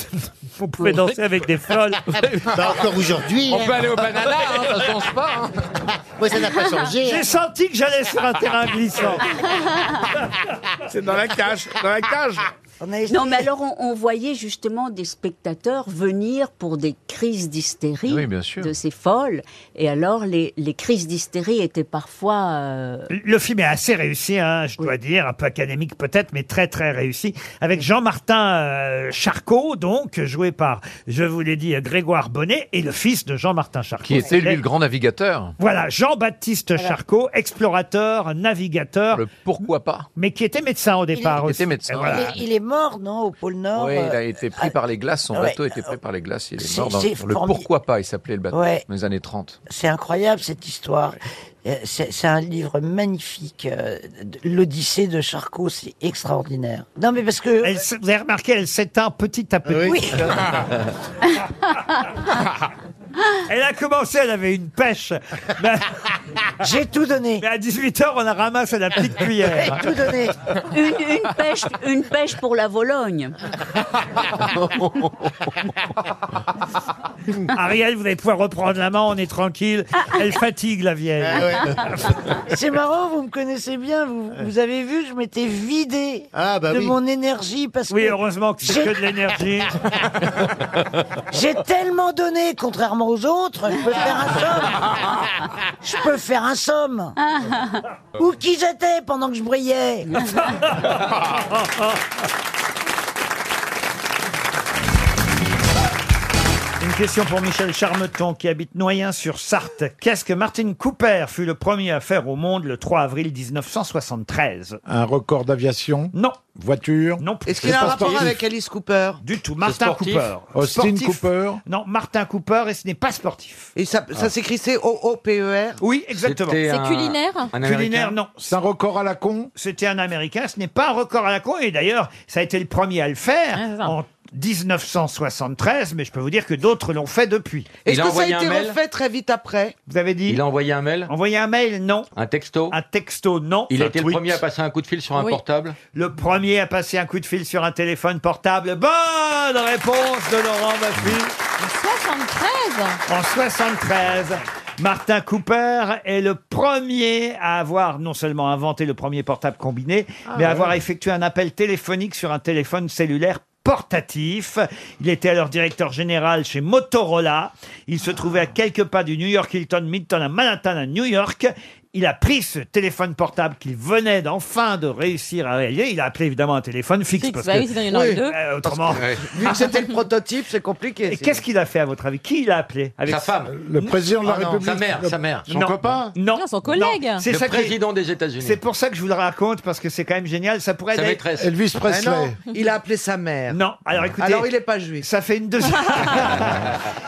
S1: on pouvait danser avec des folles.
S10: Bah, encore aujourd'hui, On hein. peut aller au banana, hein, ça change
S1: pas.
S34: Moi, ça n'a pas changé, hein.
S1: J'ai senti que j'allais sur un terrain glissant.
S34: C'est dans la cage, dans la cage.
S3: Non, mais alors on, on voyait justement des spectateurs venir pour des crises d'hystérie
S27: Oui, bien sûr.
S3: de ces folles. Et alors les, les crises d'hystérie étaient parfois. euh,
S1: Le film est assez réussi, hein, je dois dire, un peu académique peut-être, mais très très réussi. Avec Jean-Martin euh, Charcot, donc, joué par, je vous l'ai dit, Grégoire Bonnet, et le fils de Jean-Martin Charcot.
S27: Qui était lui
S1: C'était-
S27: le grand navigateur
S1: Voilà, Jean-Baptiste
S27: Voilà.
S1: Charcot, explorateur, navigateur.
S27: pourquoi pas
S1: Mais qui était médecin au départ
S27: Il
S1: aussi.
S27: était médecin.
S1: Et voilà.
S27: Il est-
S7: mort, non, au pôle Nord
S27: Oui, il a
S7: euh,
S27: été pris par les glaces, son
S7: ah, ouais.
S27: bateau était pris par les glaces, il est
S7: C'est-
S27: mort dans
S7: c'est
S27: le
S7: formid-
S27: pourquoi pas, il s'appelait le bateau,
S7: Ouais.
S27: dans les années 30.
S7: C'est incroyable cette histoire. Euh, C'est c'est un livre magnifique. euh, de- L'Odyssée de Charcot, c'est extraordinaire. Non, mais parce que.
S1: vous avez remarqué, elle s'éteint petit à petit.
S7: Oui.
S1: Elle a commencé, elle avait une pêche.
S7: J'ai tout donné.
S1: Mais à 18h, on a ramassé la petite cuillère.
S7: J'ai tout donné.
S3: Une, une pêche, une pêche pour la Vologne.
S1: Ariel, vous allez pouvoir reprendre la main, on est tranquille.
S7: Ah.
S1: Elle fatigue, la vieille.
S7: C'est marrant, vous me connaissez bien. Vous, vous avez vu, je m'étais vidé
S1: bah
S7: de
S1: oui.
S7: mon énergie parce
S1: Oui,
S7: que.
S1: heureusement que c'est
S7: j'ai-
S1: que de l'énergie.
S7: J'ai tellement donné, contrairement aux autres, je peux faire un somme. Je peux faire un somme. Où qui j'étais pendant que je brillais
S1: Une question pour Michel Charmeton qui habite Noyen-sur-Sarthe. Qu'est-ce que Martin Cooper fut le premier à faire au monde le 3 avril 1973
S2: Un record d'aviation
S1: Non.
S2: Voiture
S1: Non.
S2: plus.
S5: Est-ce qu'il a un
S2: Sport
S5: rapport
S2: sportif
S5: avec Alice Cooper
S1: Du tout. Martin Cooper.
S2: Austin Cooper.
S1: Non, Martin Cooper et ce n'est pas sportif.
S5: Et ça, ça
S1: Ah.
S5: s'écrit c'est
S8: E
S5: O-O-P-E-R
S1: Oui, exactement.
S5: C'était
S27: C'est un- culinaire
S4: Ah.
S27: un Américain
S1: Culinaire, non.
S2: C'est un record à la con
S1: C'était un Américain, ce n'est pas un record à la con. Et d'ailleurs, ça a été le premier à le
S5: Ah,
S1: faire en 1973, mais je peux vous dire que d'autres l'ont fait depuis.
S5: Est-ce que ça a été refait très vite après
S1: Vous avez dit
S4: Il a envoyé un mail
S1: Envoyé un mail, non.
S4: Un texto
S1: Un texto, non.
S4: Il a
S1: Un
S4: été le
S1: tweet.
S4: premier à passer un coup de fil sur un
S1: Oui.
S4: portable
S1: Le premier à passer un coup de fil sur un téléphone portable. Bonne réponse de Laurent Baffy.
S15: 73
S1: En 73, Martin Cooper est le premier à avoir non seulement inventé le premier portable combiné, mais à
S4: ouais.
S1: avoir effectué un appel téléphonique sur un téléphone cellulaire portatif. Il était alors directeur général chez Motorola. Il se trouvait à quelques pas du New York Hilton, Midtown à Manhattan à New York. Il a pris ce téléphone portable qu'il venait d'enfin de réussir à réaliser. Il a appelé évidemment un téléphone fixe.
S5: Fixe,
S1: parce
S5: bah
S1: que-
S5: oui, sinon il y en aurait deux.
S1: Euh, autrement.
S5: Vu que c'était le prototype, c'est compliqué.
S1: Et qu'est-ce qu'il a fait à votre avis Qui il a appelé Avec
S4: Sa femme.
S1: Le
S4: président de la Ah non, République. sa mère, sa mère. Son copain
S1: Non.
S4: Non, son collègue.
S1: Non. C'est
S4: Le
S1: ça qui-
S4: président des États-Unis.
S1: C'est pour ça que je vous le raconte parce que c'est quand même génial. Ça pourrait
S4: Sa
S1: être-
S4: maîtresse. Elvis
S1: Ah
S4: Presley.
S1: non.
S5: Il a appelé sa mère.
S1: Non. Alors écoutez.
S5: Alors il n'est pas juif.
S1: Ça fait une deuxième.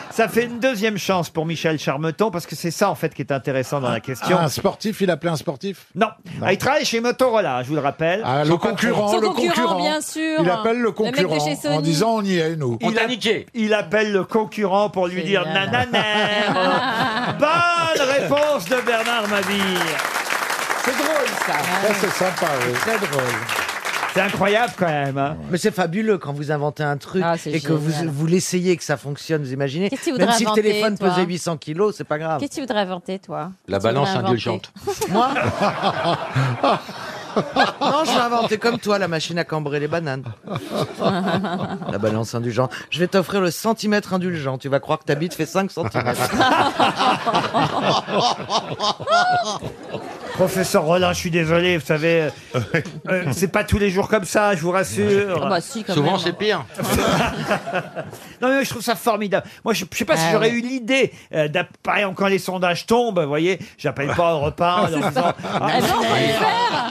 S1: ça fait une deuxième chance pour Michel Charmeton parce que c'est ça en fait qui est intéressant dans la question.
S2: Ah, Un sportif, il appelait un sportif
S1: Non. Ah, il travaille chez Motorola, je vous le rappelle.
S2: Ah, le concurrent,
S15: Son
S2: le
S15: concurrent,
S2: concurrent,
S15: bien sûr.
S2: Il appelle le
S15: Le mec de
S2: concurrent
S15: chez Sony.
S2: en disant on y est, nous.
S1: Il, a- il appelle le concurrent pour lui dire nananère. Bonne réponse de Bernard Mabille.
S5: C'est drôle ça.
S2: Ça, c'est sympa, oui.
S5: Très drôle.
S1: C'est incroyable quand même. hein.
S7: Mais c'est fabuleux quand vous inventez un truc
S1: Ah,
S7: et
S1: c'est
S7: que vous,
S1: génial.
S7: vous l'essayez et que ça fonctionne, vous imaginez
S6: Qu'est-ce que tu
S7: Même
S6: voudrais
S7: si le
S6: inventer,
S7: téléphone
S6: toi
S7: pesait 800 kilos, c'est pas grave.
S6: Qu'est-ce que tu voudrais inventer, toi Qu'est-ce que
S7: La
S6: tu
S7: balance
S6: voudrais inventer
S7: indulgente. Moi Non, je l'ai inventé comme toi, la machine à cambrer les bananes. La balance indulgente. Je vais t'offrir le centimètre indulgent. Tu vas croire que ta bite fait 5 centimètres.
S1: Professeur Rollin, je suis désolé, vous savez, euh, euh, c'est pas tous les jours comme ça, je vous rassure.
S23: Ah bah si, quand Souvent, même. c'est
S1: pire. non mais je trouve ça formidable. Moi je, je sais pas si
S23: Ah
S1: j'aurais
S23: ouais.
S1: eu l'idée euh, d'app- par exemple, quand les sondages tombent, vous voyez, j'appelle pas au repas en leur disant.
S23: Eh ben, on va le
S1: Ah,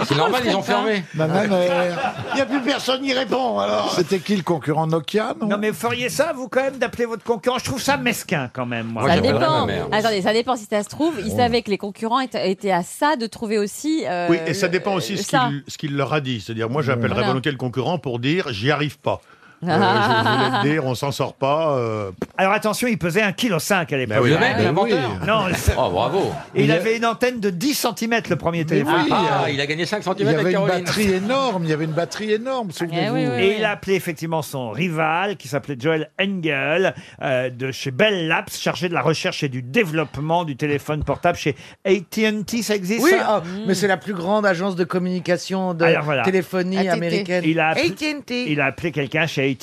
S5: Ah,
S2: C'est normal, ils ont fermé. Ma mère, euh,
S1: Il n'y a plus personne qui répond alors.
S2: C'était qui le concurrent Nokia non,
S1: mais vous feriez ça vous quand même d'appeler votre concurrent Je trouve ça mesquin quand même. Moi.
S6: ça dépend. Attendez, ça dépend si ça se trouve. Ils
S7: Oh.
S1: Ouais.
S6: savaient que les concurrents étaient étaient à ça de trouver aussi. euh,
S14: Oui, et ça
S6: le-
S14: dépend aussi ce
S6: ça.
S14: qu'il, ce qu'il leur a dit. C'est-à-dire, moi, j'appellerais
S6: Voilà.
S14: volontiers le concurrent pour dire j'y arrive pas. Euh,
S6: Ah.
S14: je voulais te dire, on s'en sort pas. euh.
S1: Alors attention, il pesait 1,5 kg à l'époque.
S14: Bah oui, Le mec, bah l'inventeur. oui.
S1: Non,
S23: Oh, bravo.
S1: Et il
S23: Mais-
S1: avait une antenne de 10 cm le premier téléphone.
S23: Ah, il a gagné 5 cm
S2: Il y avait
S23: avec
S2: une
S23: Caroline.
S2: batterie énorme, il y avait une batterie
S1: Eh
S2: énorme, souvenez-vous.
S1: Et il a appelé effectivement son rival, qui s'appelait Joel Engel, euh, de chez Bell Labs, chargé de la recherche et du développement du téléphone portable chez AT&T. Ça existe
S7: Oui,
S1: ça
S7: ah, mais c'est la plus grande agence de communication de
S1: Alors voilà.
S7: téléphonie américaine.
S1: Il a appelé,
S7: AT&T.
S1: il a appelé quelqu'un chez AT&T et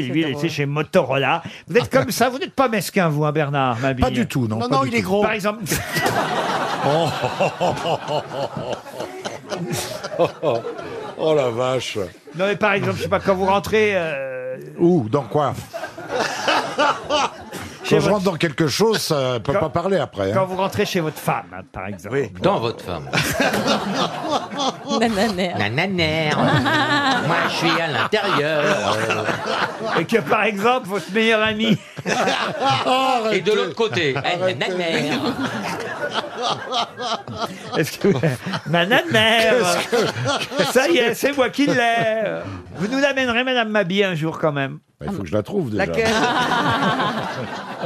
S1: lui, il
S7: drôle.
S1: était chez Motorola. Vous êtes comme ça, vous n'êtes pas mesquin, vous, hein, Bernard Mabille
S2: Pas du tout, non, Non, pas non, du il tout. est gros.
S1: Par exemple...
S2: Oh la vache.
S1: Non, mais par exemple, je sais pas, quand vous rentrez... euh,
S2: Où Dans quoi
S1: Chez
S2: Quand je
S1: votre-
S2: rentre dans quelque chose, ça ne peut
S1: Quand-
S2: pas parler après.
S1: Quand
S2: hein.
S1: vous rentrez chez votre femme, hein, par exemple.
S23: Dans votre femme.
S6: Nananère.
S23: Nananère. Moi, je suis à l'intérieur.
S1: Et que par exemple, votre meilleur ami.
S23: Et de l'autre côté. Nananère.
S1: Est-ce que. Ma nanère Ça y est, c'est moi qui l'ai Vous nous l'amènerez, Madame Mabie, un jour quand même.
S2: Bah, Il faut que je la trouve déjà.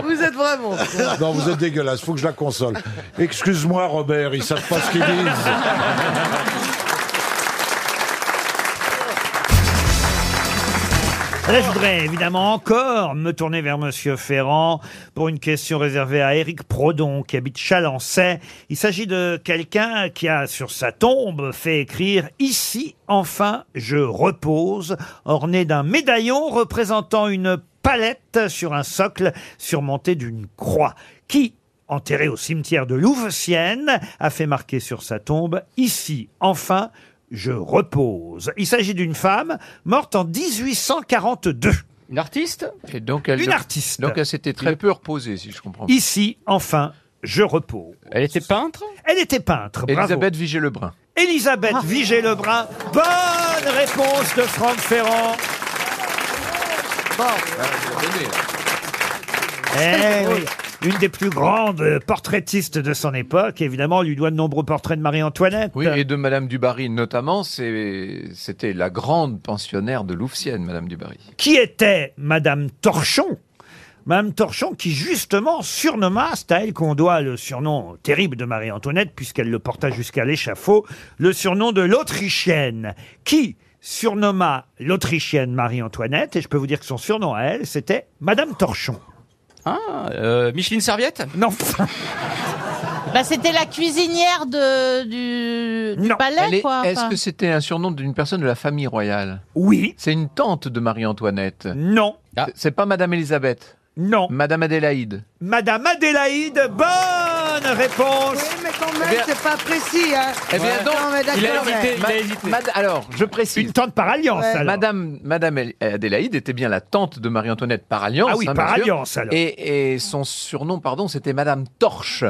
S7: Vous êtes vraiment.
S2: Non, vous êtes dégueulasse, faut que je la console. Excuse-moi, Robert, ils savent pas ce qu'ils disent.
S1: Là, je voudrais évidemment encore me tourner vers Monsieur Ferrand pour une question réservée à Éric Prodon, qui habite Chalençay. Il s'agit de quelqu'un qui a sur sa tombe fait écrire « Ici, enfin, je repose », orné d'un médaillon représentant une palette sur un socle surmonté d'une croix. Qui enterré au cimetière de Louveciennes, a fait marquer sur sa tombe Ici, enfin, je repose. Il s'agit d'une femme morte en 1842.
S27: Une artiste Et donc elle,
S1: Une artiste.
S27: Donc elle s'était très peu reposée, si je comprends. bien.
S1: Ici, enfin, je repose.
S27: Elle était peintre
S1: Elle était peintre. bravo.
S27: Elisabeth Vigée-Lebrun.
S1: Elisabeth Vigée-Lebrun. Bonne réponse de Franck Ferrand. Eh oui. Une des plus grandes euh, portraitistes de son époque, évidemment, on lui doit de nombreux portraits de Marie-Antoinette.
S27: Oui, et de Madame Dubarry notamment, c'est- c'était la grande pensionnaire de Louvciennes, Madame Dubarry.
S1: qui était Madame Torchon. Madame Torchon, qui justement surnomma, c'est à elle qu'on doit le surnom terrible de Marie-Antoinette, puisqu'elle le porta jusqu'à l'échafaud, le surnom de l'Autrichienne, qui surnomma l'Autrichienne Marie-Antoinette, et je peux vous dire que son surnom à elle, c'était Madame Torchon.
S23: Ah, euh, Micheline Serviette
S1: Non.
S22: Bah, c'était la cuisinière de, du, du palais,
S27: Elle est-
S22: quoi.
S27: Est-ce
S22: enfin.
S27: que c'était un surnom d'une personne de la famille royale
S1: Oui.
S27: C'est une tante de Marie-Antoinette
S1: Non.
S27: C'est pas Madame Élisabeth
S1: Non.
S27: Madame Adélaïde
S1: Madame Adélaïde, bonne réponse
S7: Mais quand même, c'est pas précis. Hein.
S27: Eh bien donc,
S7: Non, mais
S27: il a
S7: d'accord,
S27: hésité,
S7: mais-
S27: il a hésité. Mad- alors, je précise.
S1: Une tante par alliance, alors.
S27: Madame, Madame El- Adélaïde était bien la tante de Marie-Antoinette par alliance. hein,
S1: Ah oui, par
S27: bien sûr.
S1: alliance, alors.
S27: Et, et son surnom, pardon, c'était Madame Torche.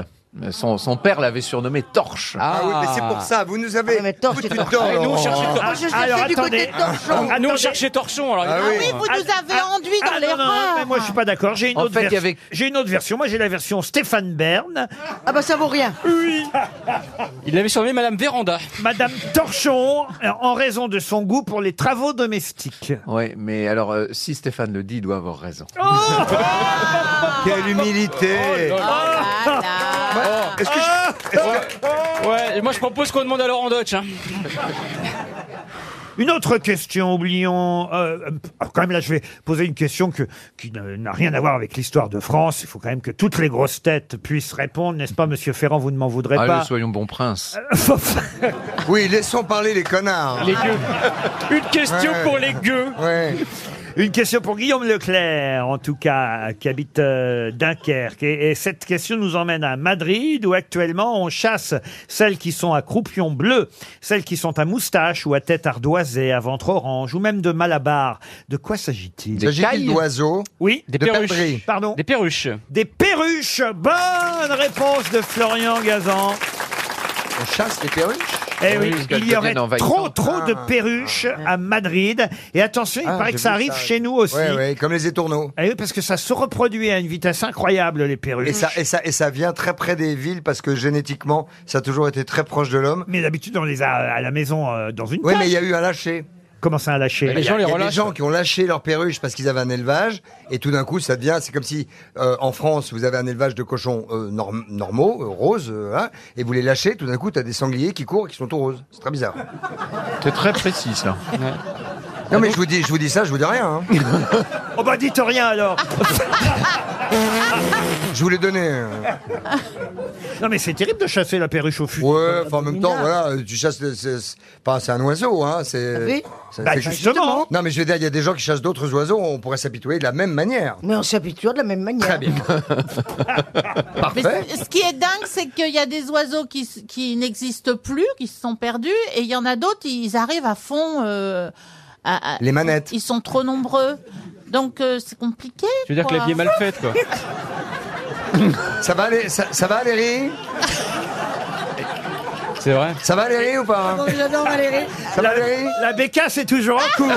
S27: Euh, Son, son père l'avait surnommée Torche.
S8: Ah oui, mais c'est pour ça, vous nous avez foutu dedans.
S27: Ah, Torche.
S8: Nous, on cherchait
S27: Ah,
S8: Torchon.
S27: je cherchais du côté de Torchon.
S8: Ah, nous, on
S27: Attendez.
S8: cherchait Torchon, alors.
S27: Ah oui.
S8: évidemment.
S1: Ah,
S22: avez enduit dans
S1: non, non, non, mais moi je suis pas d'accord. J'ai une,
S27: En
S1: autre
S27: fait, il y
S1: version.
S27: avait-
S1: J'ai une autre version. Moi j'ai la version Stéphane Bern.
S7: Ah bah ça vaut rien.
S1: Oui.
S23: Il l'avait surnommée Madame Véranda.
S1: Madame Torchon, en raison de son goût pour les travaux domestiques.
S27: Oui, mais alors, euh, si Stéphane le dit, il doit avoir raison.
S1: Oh
S8: Quelle humilité
S27: Ah,
S8: Est-ce que je- est-ce que- Ouais, et moi je propose qu'on demande à Laurent Deutsch. hein.
S1: Une autre question, oublions. euh, euh, quand même, là, je vais poser une question que, qui ne- n'a rien à voir avec l'histoire de France. Il faut quand même que toutes les grosses têtes puissent répondre, n'est-ce pas, Monsieur Ferrand Vous ne m'en voudrez
S27: Allez,
S1: pas.
S27: soyons bons princes.
S17: Oui, laissons parler les connards.
S1: Les gueux. Une question pour les gueux. Une question pour Guillaume Leclerc, en tout cas, qui habite euh, Dunkerque. Et, et cette question nous emmène à Madrid, où actuellement on chasse celles qui sont à croupion bleu, celles qui sont à moustache ou à tête ardoisée, à ventre orange, ou même de malabar. De quoi s'agit-il
S17: Des S'agit-il cailles d'oiseaux
S1: Oui.
S17: Des De perruches. perdrix
S1: Pardon Des perruches. Des perruches Bonne réponse de Florian Gazan.
S17: On chasse les perruches
S1: Eh oui, il y aurait trop trop de perruches à Madrid. Et attention, il
S17: Ah,
S1: paraît
S17: j'ai
S1: que ça
S17: vu
S1: arrive
S17: ça.
S1: chez nous aussi.
S17: Ouais, ouais, comme les étourneaux.
S1: Eh oui, parce que ça se reproduit à une vitesse incroyable, les perruches.
S17: Et ça, et, ça, et ça vient très près des villes parce que génétiquement, ça a toujours été très proche de l'homme.
S1: Mais d'habitude, on les a à la maison euh, dans une
S17: Oui,
S1: cage.
S17: mais il y a eu un lâcher.
S1: Comment ça, un lâcher
S17: Il y a- il y a des gens qui ont lâché leurs perruches parce qu'ils avaient un élevage, et tout d'un coup, ça devient. C'est comme si euh, en France, vous avez un élevage de cochons euh, norm- normaux, euh, roses, euh, hein, et vous les lâchez, tout d'un coup, tu as des sangliers qui courent et qui sont tout roses. C'est très bizarre.
S27: C'est très précis, ça.
S17: Non, mais je vous dis, je vous dis ça, je vous dis rien. hein.
S1: Oh bah dites rien alors
S17: Je vous l'ai donné. euh.
S1: Non, mais c'est terrible de chasser la perruche au fût.
S17: Ouais, enfin, en même temps, voilà, euh, tu chasses. le- c'est- c'est- Enfin, c'est un oiseau, hein. C'est.
S4: oui
S17: ça-
S1: Bah,
S17: c'est-
S1: justement.
S17: Non, mais je veux dire, il y a des gens qui chassent d'autres oiseaux, on pourrait s'habituer de la même manière.
S4: Mais on s'habitue de la même manière.
S17: Très bien.
S15: Mais
S17: Parfait.
S15: ce qui est dingue, c'est qu'il y a des oiseaux qui, s- qui n'existent plus, qui se sont perdus, et il y en a d'autres, ils arrivent à fond. euh, à- à-
S17: Les manettes.
S15: Ils sont trop nombreux. Donc euh, c'est compliqué.
S17: Tu veux dire que la vie est mal faite, quoi. Ça va, aller, ça, ça va, Valérie
S1: C'est vrai.
S17: Ça va, Valérie, ou pas hein
S4: Ah J'adore Valérie.
S17: Ça va, Valérie
S1: La bécasse est toujours en cours.